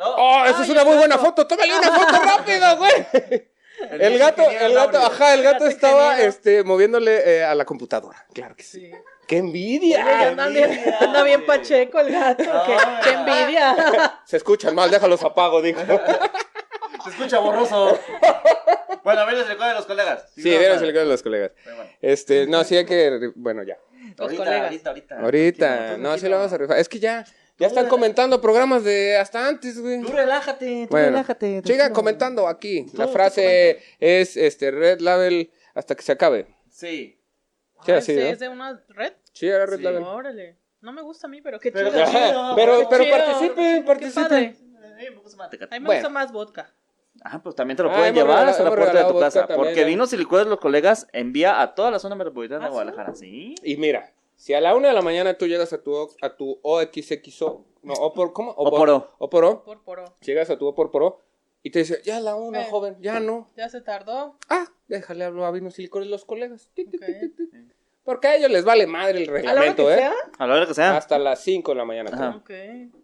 [SPEAKER 2] Oh,
[SPEAKER 1] ¡Oh, esa
[SPEAKER 4] Ay,
[SPEAKER 1] es una
[SPEAKER 4] el
[SPEAKER 1] muy buena
[SPEAKER 4] gato.
[SPEAKER 1] foto! ¡Tómale una foto rápido, güey! El gato,
[SPEAKER 2] ingeniero
[SPEAKER 1] el gato,
[SPEAKER 2] Laurio.
[SPEAKER 1] ajá, el
[SPEAKER 4] El
[SPEAKER 1] gato
[SPEAKER 4] gato
[SPEAKER 1] estaba
[SPEAKER 4] ingeniero.
[SPEAKER 1] este, moviéndole eh, a la computadora. Claro que sí.
[SPEAKER 4] Sí.
[SPEAKER 1] ¡Qué
[SPEAKER 4] Oye,
[SPEAKER 1] envidia!
[SPEAKER 4] anda, bien,
[SPEAKER 2] envidia,
[SPEAKER 4] anda bien
[SPEAKER 2] güey.
[SPEAKER 4] pacheco el gato.
[SPEAKER 2] No,
[SPEAKER 4] qué,
[SPEAKER 2] güey.
[SPEAKER 4] qué envidia.
[SPEAKER 1] Se escuchan mal, déjalos apago, dijo.
[SPEAKER 2] Se escucha borroso. bueno, a ver, les recuerdo de los colegas.
[SPEAKER 1] Sí, denos el gato de los colegas. Este, no, sí hay que. Bueno, ya.
[SPEAKER 2] Ahorita,
[SPEAKER 4] Ahorita,
[SPEAKER 2] ahorita,
[SPEAKER 4] ahorita,
[SPEAKER 2] ahorita. pues,
[SPEAKER 1] Ahorita, no, sí lo vamos a rifar. Es que ya, ya están comentando programas de hasta antes, güey.
[SPEAKER 2] Tú relájate, tú
[SPEAKER 1] Bueno,
[SPEAKER 2] relájate.
[SPEAKER 1] Sigan
[SPEAKER 2] tranquilo.
[SPEAKER 1] comentando aquí. La
[SPEAKER 2] Tú, tú
[SPEAKER 1] frase es este Red Label hasta que se acabe.
[SPEAKER 2] Sí.
[SPEAKER 1] Sí,
[SPEAKER 4] Ah,
[SPEAKER 1] así,
[SPEAKER 4] ese
[SPEAKER 1] ¿no?
[SPEAKER 4] ¿Es de una red?
[SPEAKER 1] Sí, era Red
[SPEAKER 2] Sí.
[SPEAKER 1] Label.
[SPEAKER 4] Órale. No me gusta a mí, pero qué
[SPEAKER 2] Pero-
[SPEAKER 4] chido.
[SPEAKER 1] Ajá,
[SPEAKER 2] chido,
[SPEAKER 1] pero,
[SPEAKER 2] qué
[SPEAKER 1] pero
[SPEAKER 4] chido.
[SPEAKER 1] participen,
[SPEAKER 4] Qué
[SPEAKER 1] participen.
[SPEAKER 4] padre.
[SPEAKER 2] Eh, me gusta más
[SPEAKER 4] A
[SPEAKER 2] Tecate.
[SPEAKER 4] mí me
[SPEAKER 1] Bueno.
[SPEAKER 4] gusta más vodka.
[SPEAKER 2] Ajá, pues también te lo
[SPEAKER 1] Ah,
[SPEAKER 2] pueden
[SPEAKER 1] hemos
[SPEAKER 2] llevar
[SPEAKER 1] regalado-
[SPEAKER 2] hasta la
[SPEAKER 1] hemos
[SPEAKER 2] puerta de tu
[SPEAKER 1] regalado
[SPEAKER 2] casa.
[SPEAKER 1] vodka también,
[SPEAKER 2] porque
[SPEAKER 1] ¿eh?
[SPEAKER 2] vinos y licores los colegas envía a toda la zona metropolitana
[SPEAKER 4] ¿Ah,
[SPEAKER 2] de
[SPEAKER 4] sí?
[SPEAKER 2] Guadalajara, ¿sí?
[SPEAKER 1] Y mira, si a la una de la mañana tú llegas a tu o- a tu OXXO, no, o por ¿cómo?
[SPEAKER 2] Oporo.
[SPEAKER 1] O por
[SPEAKER 4] Por poro.
[SPEAKER 1] llegas a tu Oporporo y te dice, "Ya a la una,
[SPEAKER 4] Eh.
[SPEAKER 1] joven, ya no."
[SPEAKER 4] Ya se tardó.
[SPEAKER 1] Ah, déjale hablo a Vinos y Licores los colegas. Tic, tic,
[SPEAKER 4] Ok.
[SPEAKER 1] tic, tic, tic. Porque a ellos les vale madre el
[SPEAKER 4] ¿A la hora que
[SPEAKER 1] reglamento, ¿eh?
[SPEAKER 4] sea?
[SPEAKER 2] A la hora que sea.
[SPEAKER 1] Hasta las 5 de la mañana.
[SPEAKER 2] Ah. Ajá.
[SPEAKER 1] creo.
[SPEAKER 4] Ok.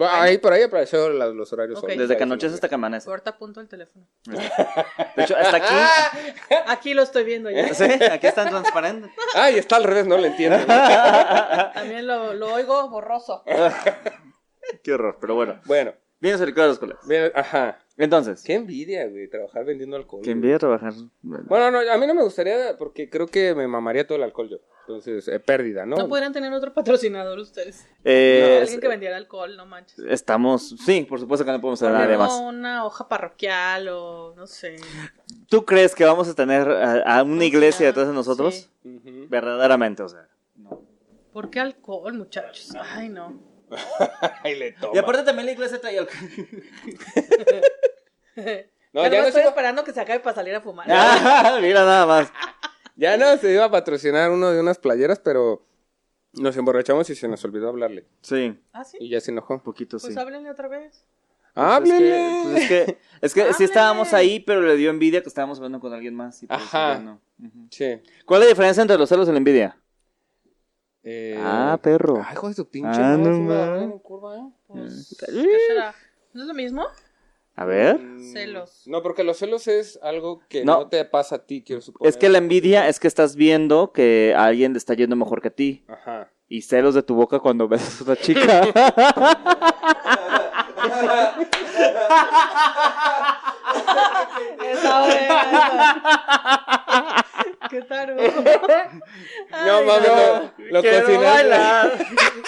[SPEAKER 1] Va, ahí por ahí apareció la- los horarios.
[SPEAKER 4] Ok.
[SPEAKER 1] horarios.
[SPEAKER 2] Desde que anochece hasta que amanece.
[SPEAKER 4] Corta punto el teléfono.
[SPEAKER 2] De hecho, hasta
[SPEAKER 1] Ah.
[SPEAKER 2] aquí.
[SPEAKER 4] Aquí lo estoy viendo ya.
[SPEAKER 2] Sí, aquí están transparentes.
[SPEAKER 1] Ay, está al revés, no le entiendo.
[SPEAKER 4] También lo, lo oigo borroso.
[SPEAKER 2] Qué horror, pero bueno.
[SPEAKER 1] bueno,
[SPEAKER 2] Vinos y licores los colegas.
[SPEAKER 1] bien, ajá.
[SPEAKER 2] Entonces.
[SPEAKER 1] Qué envidia, güey, trabajar vendiendo alcohol.
[SPEAKER 2] Que
[SPEAKER 1] güey.
[SPEAKER 2] envidia trabajar.
[SPEAKER 1] Bueno, no, a mí no me gustaría porque creo que me mamaría todo el alcohol yo. Entonces, eh, pérdida, ¿no?
[SPEAKER 4] No pues. podrían tener otro patrocinador ustedes.
[SPEAKER 2] Eh,
[SPEAKER 4] Alguien que vendiera alcohol, no manches.
[SPEAKER 2] Estamos, sí, por supuesto que no podemos hacer nada de
[SPEAKER 4] Ponerlo
[SPEAKER 2] más.
[SPEAKER 4] una hoja parroquial o no sé.
[SPEAKER 2] ¿Tú crees que vamos a tener a, a una iglesia detrás de nosotros?
[SPEAKER 4] Sí.
[SPEAKER 1] Ujú.
[SPEAKER 2] Verdaderamente, o sea.
[SPEAKER 4] ¿Por qué alcohol, muchachos? Ay, no.
[SPEAKER 1] Ay, le toma.
[SPEAKER 2] Y aparte también la iglesia trae alcohol.
[SPEAKER 1] No,
[SPEAKER 4] Pero
[SPEAKER 1] ya
[SPEAKER 4] no
[SPEAKER 1] no,
[SPEAKER 4] estoy
[SPEAKER 1] se iba,
[SPEAKER 4] esperando que se acabe para salir a fumar.
[SPEAKER 2] Ah, mira nada más.
[SPEAKER 1] ya no se iba a patrocinar uno de unas playeras, pero nos emborrachamos y se nos olvidó hablarle.
[SPEAKER 2] Sí,
[SPEAKER 4] ¿Ah, sí?
[SPEAKER 1] Y ya se enojó.
[SPEAKER 2] un poquito
[SPEAKER 4] Pues
[SPEAKER 2] sí.
[SPEAKER 4] háblenle otra vez.
[SPEAKER 1] Háblele.
[SPEAKER 2] Pues es que, pues es que, es que sí
[SPEAKER 4] Háblele.
[SPEAKER 2] estábamos ahí, pero le dio envidia que estábamos hablando con alguien más. y por eso
[SPEAKER 1] Ajá.
[SPEAKER 2] ya no. Ujú.
[SPEAKER 1] Sí.
[SPEAKER 2] ¿Cuál es la diferencia entre los celos y la envidia?
[SPEAKER 1] Eh,
[SPEAKER 2] Ah, perro.
[SPEAKER 1] Ay, hijo de su pinche
[SPEAKER 2] Ah,
[SPEAKER 1] madre,
[SPEAKER 2] no
[SPEAKER 1] se me agarró
[SPEAKER 2] mames.
[SPEAKER 1] en curva, ¿eh?
[SPEAKER 4] Pues,
[SPEAKER 2] Eh.
[SPEAKER 4] ¿qué será? ¿No es lo mismo?
[SPEAKER 2] A ver.
[SPEAKER 1] Mm,
[SPEAKER 4] Celos.
[SPEAKER 1] No, porque los celos es algo que
[SPEAKER 2] No.
[SPEAKER 1] no, te pasa a ti, quiero suponer.
[SPEAKER 2] Es que la envidia es que estás viendo que a alguien le está yendo mejor que a ti.
[SPEAKER 1] Ajá.
[SPEAKER 2] Y celos de tu boca cuando ves a otra chica.
[SPEAKER 4] Esa buena. Qué tarugo.
[SPEAKER 1] no, mames,
[SPEAKER 2] no.
[SPEAKER 1] no. Lo cocinaste.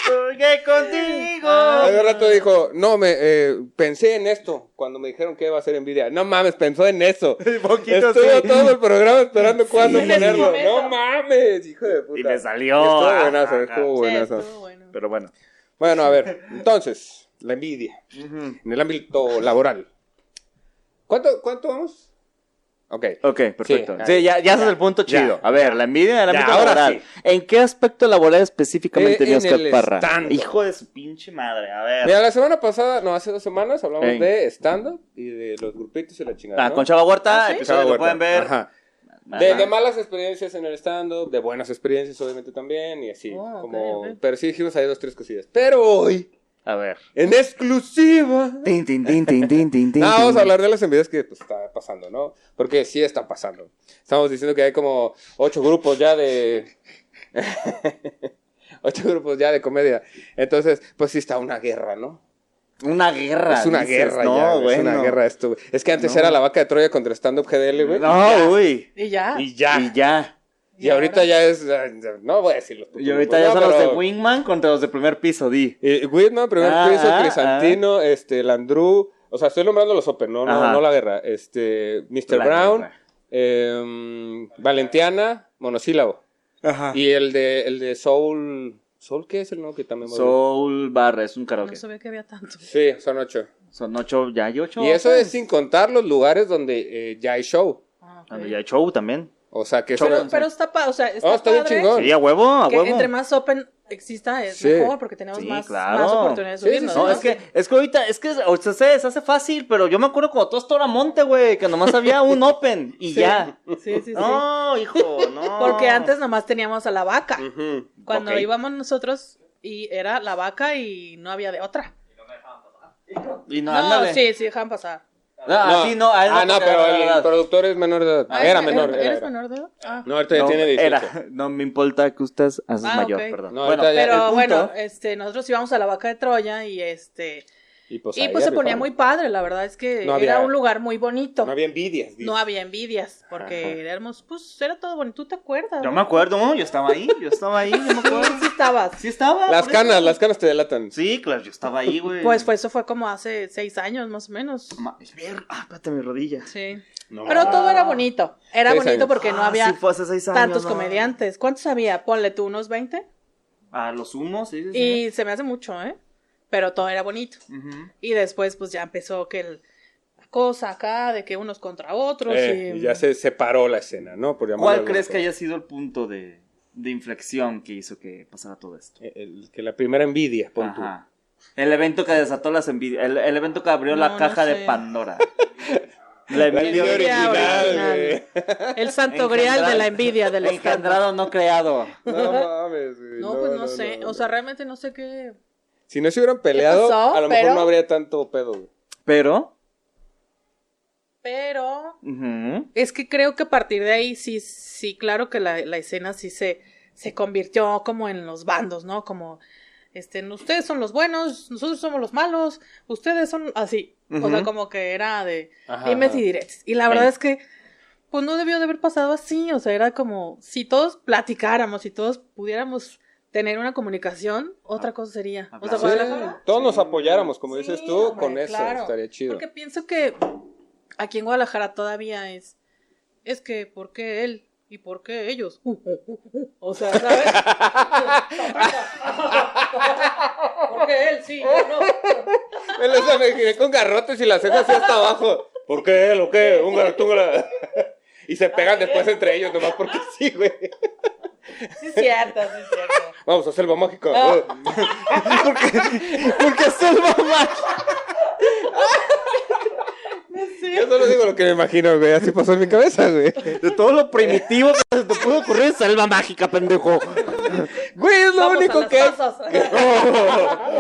[SPEAKER 2] porque contigo.
[SPEAKER 1] Hace rato dijo, no, me eh, pensé en esto cuando me dijeron que iba a ser envidia. No mames, pensó en eso. Estuvo todo el programa esperando cuándo
[SPEAKER 4] En ese
[SPEAKER 1] ponerlo.
[SPEAKER 4] momento.
[SPEAKER 1] No mames, hijo de puta.
[SPEAKER 2] Y me salió.
[SPEAKER 1] Estuvo buenazo,
[SPEAKER 2] Ajá, ajá.
[SPEAKER 1] estuvo buenazo.
[SPEAKER 4] estuvo bueno.
[SPEAKER 2] Pero bueno.
[SPEAKER 1] Bueno, a ver, entonces, la envidia en el ámbito laboral. ¿Cuánto, cuánto vamos? Ok.
[SPEAKER 2] Ok, perfecto.
[SPEAKER 1] Sí,
[SPEAKER 2] Sí, ya, ya ese es el punto
[SPEAKER 1] Ya,
[SPEAKER 2] chido. A ver, la envidia del
[SPEAKER 1] Ya,
[SPEAKER 2] ámbito
[SPEAKER 1] ahora
[SPEAKER 2] laboral. ¿En qué aspecto laboral específicamente
[SPEAKER 1] Eh,
[SPEAKER 2] ni
[SPEAKER 1] en
[SPEAKER 2] Oscar
[SPEAKER 1] el
[SPEAKER 2] Parra?
[SPEAKER 1] stand-up.
[SPEAKER 2] Hijo de su pinche madre, a ver.
[SPEAKER 1] Mira, la semana pasada, no, hace dos semanas hablamos
[SPEAKER 2] Ey.
[SPEAKER 1] de stand-up y de los grupitos y la chingada.
[SPEAKER 2] Ah,
[SPEAKER 1] ¿no?
[SPEAKER 2] Con Chava Huerta,
[SPEAKER 4] Ah, ¿sí?
[SPEAKER 2] episodio
[SPEAKER 1] Chava
[SPEAKER 2] lo
[SPEAKER 1] Huerta.
[SPEAKER 2] pueden ver.
[SPEAKER 1] Ajá.
[SPEAKER 2] Ajá.
[SPEAKER 1] De, de malas experiencias en el stand-up, de buenas experiencias obviamente también, y así.
[SPEAKER 4] Oh, ok,
[SPEAKER 1] como,
[SPEAKER 4] ok.
[SPEAKER 1] Pero sí dijimos ahí dos, tres cosillas. Pero hoy,
[SPEAKER 2] A ver.
[SPEAKER 1] en exclusiva...
[SPEAKER 2] Tin, tin, tin, tin, tin, tin, tin,
[SPEAKER 1] No, vamos
[SPEAKER 2] tin.
[SPEAKER 1] a hablar de las envidias que pues, está pasando, ¿no? Porque sí están pasando. Estamos diciendo que hay como ocho grupos ya de... ocho grupos ya de comedia. Entonces, pues sí está una guerra, ¿no?
[SPEAKER 2] Una guerra.
[SPEAKER 1] es una
[SPEAKER 2] dices,
[SPEAKER 1] guerra
[SPEAKER 2] no,
[SPEAKER 1] ya, güey, es una
[SPEAKER 2] bueno.
[SPEAKER 1] guerra esto, güey. Es que antes
[SPEAKER 2] No.
[SPEAKER 1] era la vaca de Troya contra stand-up GDL, güey.
[SPEAKER 2] No, uy.
[SPEAKER 4] Y ya.
[SPEAKER 1] Y ya.
[SPEAKER 2] Y ya.
[SPEAKER 1] Y ahorita ya es... ay, No voy a decir los
[SPEAKER 2] Y ahorita ya
[SPEAKER 1] no,
[SPEAKER 2] son los de
[SPEAKER 1] pero-
[SPEAKER 2] Wingman contra los de primer piso, di.
[SPEAKER 1] Eh, Whitman, primer
[SPEAKER 2] Ah,
[SPEAKER 1] piso,
[SPEAKER 2] ah,
[SPEAKER 1] Crisantino, este, Landru. O sea, estoy nombrando los Open, no,
[SPEAKER 2] Ajá.
[SPEAKER 1] no, no la guerra. Este, Mr.
[SPEAKER 2] La
[SPEAKER 1] Brown,
[SPEAKER 2] guerra.
[SPEAKER 1] em, Valentiana, monosílabo.
[SPEAKER 2] Ajá.
[SPEAKER 1] Y el de, el de Soul. ¿Soul qué es el nombre que también me olvidó?
[SPEAKER 2] Soul Bar, es un karaoke.
[SPEAKER 4] No sabía que había tanto.
[SPEAKER 1] Sí, son ocho.
[SPEAKER 2] Son ocho, ya hay ocho.
[SPEAKER 1] Y eso
[SPEAKER 2] open.
[SPEAKER 1] es sin contar los lugares donde eh, ya hay show.
[SPEAKER 4] Ah, ok.
[SPEAKER 2] Ah, Ya hay show también.
[SPEAKER 1] O sea, que
[SPEAKER 2] Show.
[SPEAKER 1] eso-
[SPEAKER 4] Pero, pero está, pa- o sea, está,
[SPEAKER 1] No, Ah, está bien
[SPEAKER 4] padre
[SPEAKER 1] chingón.
[SPEAKER 2] Sí, a huevo, a
[SPEAKER 4] que
[SPEAKER 2] Ah, huevo.
[SPEAKER 4] entre más open exista es
[SPEAKER 1] Sí.
[SPEAKER 4] mejor porque tenemos
[SPEAKER 2] Sí,
[SPEAKER 4] más,
[SPEAKER 2] claro.
[SPEAKER 4] más oportunidades de
[SPEAKER 1] Sí, sí,
[SPEAKER 4] subirnos.
[SPEAKER 1] sí.
[SPEAKER 2] No, es que, es que ahorita, es que o sea, se deshace fácil, pero yo me acuerdo cuando todo esto era monte, güey, que nomás había un open y
[SPEAKER 4] Sí.
[SPEAKER 2] ya.
[SPEAKER 4] Sí, sí, sí.
[SPEAKER 2] No, hijo, no.
[SPEAKER 4] Porque antes nomás teníamos a la vaca.
[SPEAKER 1] Ujú.
[SPEAKER 4] Cuando
[SPEAKER 2] Mm, Ok.
[SPEAKER 4] íbamos nosotros y era la vaca y no había de otra.
[SPEAKER 2] Y no,
[SPEAKER 4] No,
[SPEAKER 2] ándale.
[SPEAKER 4] sí, sí, dejaban pasar.
[SPEAKER 2] No, a ti no, a él
[SPEAKER 1] ah, no,
[SPEAKER 2] porque
[SPEAKER 1] pero
[SPEAKER 2] era
[SPEAKER 1] el
[SPEAKER 2] verdad.
[SPEAKER 1] productor es menor de edad.
[SPEAKER 4] Ah,
[SPEAKER 1] era
[SPEAKER 4] ¿eres-
[SPEAKER 1] menor. era,
[SPEAKER 4] ¿Eres
[SPEAKER 1] era.
[SPEAKER 4] menor de edad? Ah.
[SPEAKER 1] No, ahorita ya
[SPEAKER 2] No,
[SPEAKER 1] tiene 18.
[SPEAKER 2] era, no me importa que usted es
[SPEAKER 4] Ah,
[SPEAKER 2] mayor,
[SPEAKER 4] ok.
[SPEAKER 2] perdón.
[SPEAKER 1] No,
[SPEAKER 2] bueno,
[SPEAKER 1] ahorita ya-
[SPEAKER 4] Pero
[SPEAKER 1] el punto-
[SPEAKER 4] bueno, este, nosotros íbamos a la vaca de Troya y este
[SPEAKER 1] Y pues,
[SPEAKER 4] y
[SPEAKER 1] ahí
[SPEAKER 4] pues se
[SPEAKER 1] arriba,
[SPEAKER 4] ponía
[SPEAKER 1] ¿no?
[SPEAKER 4] muy padre, la verdad es que
[SPEAKER 1] No
[SPEAKER 4] era
[SPEAKER 1] había-
[SPEAKER 4] un lugar muy bonito.
[SPEAKER 1] No había envidias. dice.
[SPEAKER 4] No había envidias, porque
[SPEAKER 1] Ajá.
[SPEAKER 4] éramos, pues era todo bonito, ¿tú te acuerdas?
[SPEAKER 2] yo me acuerdo, yo estaba ahí, yo estaba ahí, yo me acuerdo.
[SPEAKER 4] Sí estabas.
[SPEAKER 2] Sí estaba.
[SPEAKER 1] Las
[SPEAKER 2] por eso.
[SPEAKER 1] canas, las canas te delatan.
[SPEAKER 2] Sí, claro, yo estaba ahí, güey.
[SPEAKER 4] Pues, pues eso fue como hace seis años más o menos.
[SPEAKER 2] Ma- ver- Ah, espérate, mi rodilla.
[SPEAKER 4] Sí.
[SPEAKER 1] No,
[SPEAKER 4] Pero todo era bonito. Era
[SPEAKER 1] Seis
[SPEAKER 4] bonito
[SPEAKER 1] años.
[SPEAKER 4] porque no
[SPEAKER 2] Ah,
[SPEAKER 4] había
[SPEAKER 2] sí, fue hace seis años,
[SPEAKER 4] tantos
[SPEAKER 2] no.
[SPEAKER 4] comediantes. ¿Cuántos había? Ponle tú unos 20.
[SPEAKER 2] A los humos, sí, sí, sí.
[SPEAKER 4] Y se me hace mucho, ¿eh? Pero todo era bonito.
[SPEAKER 2] Ujú.
[SPEAKER 4] Y después, pues ya empezó que el- la cosa acá de que unos contra otros.
[SPEAKER 1] Eh,
[SPEAKER 4] y,
[SPEAKER 1] y ya se separó la escena, ¿no? Por llamarlo
[SPEAKER 2] ¿Cuál
[SPEAKER 1] de
[SPEAKER 2] crees que
[SPEAKER 1] alguna
[SPEAKER 2] haya sido el punto de, de inflexión que hizo que pasara todo esto?
[SPEAKER 1] forma. Eh, El- el- que la primera envidia, pon tú.
[SPEAKER 2] Ajá. El evento que desató las envidias. El, el evento que abrió
[SPEAKER 4] No,
[SPEAKER 2] la
[SPEAKER 4] no
[SPEAKER 2] caja de
[SPEAKER 4] sé.
[SPEAKER 2] Pandora. La
[SPEAKER 1] La
[SPEAKER 2] envidia
[SPEAKER 1] envidia
[SPEAKER 4] original,
[SPEAKER 1] original,
[SPEAKER 4] El santo grial de la envidia del
[SPEAKER 2] El
[SPEAKER 4] escándalo.
[SPEAKER 2] engendrado no creado.
[SPEAKER 1] güey. No mames, güey.
[SPEAKER 4] No, pues no, sé.
[SPEAKER 1] no,
[SPEAKER 4] O sea, realmente no sé qué.
[SPEAKER 1] Si no se hubieran peleado,
[SPEAKER 4] pasó?
[SPEAKER 1] a lo mejor
[SPEAKER 4] Pero-
[SPEAKER 1] no habría tanto pedo, güey.
[SPEAKER 2] Pero.
[SPEAKER 4] Pero
[SPEAKER 2] ujú,
[SPEAKER 4] es que creo que a partir de ahí sí, sí, claro que la, la escena sí se, se convirtió como en los bandos, ¿no? Como, este, ustedes son los buenos, nosotros somos los malos, ustedes son así. O sea,
[SPEAKER 2] Ujú.
[SPEAKER 4] como que era de
[SPEAKER 1] Ajá.
[SPEAKER 4] dimes y diretes. Y la verdad
[SPEAKER 2] Ey.
[SPEAKER 4] es que, pues no debió de haber pasado así. O sea, era como si todos platicáramos, si todos pudiéramos tener una comunicación, otra cosa sería. O
[SPEAKER 2] Ah.
[SPEAKER 4] sea,
[SPEAKER 2] Hablamos.
[SPEAKER 1] Sí,
[SPEAKER 4] Guadalajara-
[SPEAKER 1] todos nos apoyáramos, como
[SPEAKER 4] Sí,
[SPEAKER 1] dices tú,
[SPEAKER 4] hombre,
[SPEAKER 1] con eso
[SPEAKER 4] claro.
[SPEAKER 1] estaría chido.
[SPEAKER 4] Porque pienso que aquí en Guadalajara todavía es. Es que, ¿por qué él? ¿Y por qué ellos? O sea, ¿sabes? ¿Por qué él? Sí, yo no.
[SPEAKER 1] Me los imaginé con garrotes y las cejas así hasta abajo. ¿Por qué él o qué? Un garotúngara. Y se pegan después entre ellos, nomás porque sí, güey.
[SPEAKER 4] Sí, es cierto, sí, es cierto.
[SPEAKER 1] Vamos a selva mágica.
[SPEAKER 4] Ah.
[SPEAKER 1] Eh.
[SPEAKER 2] Porque es el mamá.
[SPEAKER 4] sí.
[SPEAKER 1] Yo solo digo lo que me imagino, güey. Así pasó en mi cabeza, güey.
[SPEAKER 5] De todo lo primitivo que se te pudo ocurrir, salva mágica, pendejo.
[SPEAKER 1] Güey, es lo
[SPEAKER 3] Vamos a
[SPEAKER 1] único
[SPEAKER 3] las
[SPEAKER 1] que hay.
[SPEAKER 3] cosas.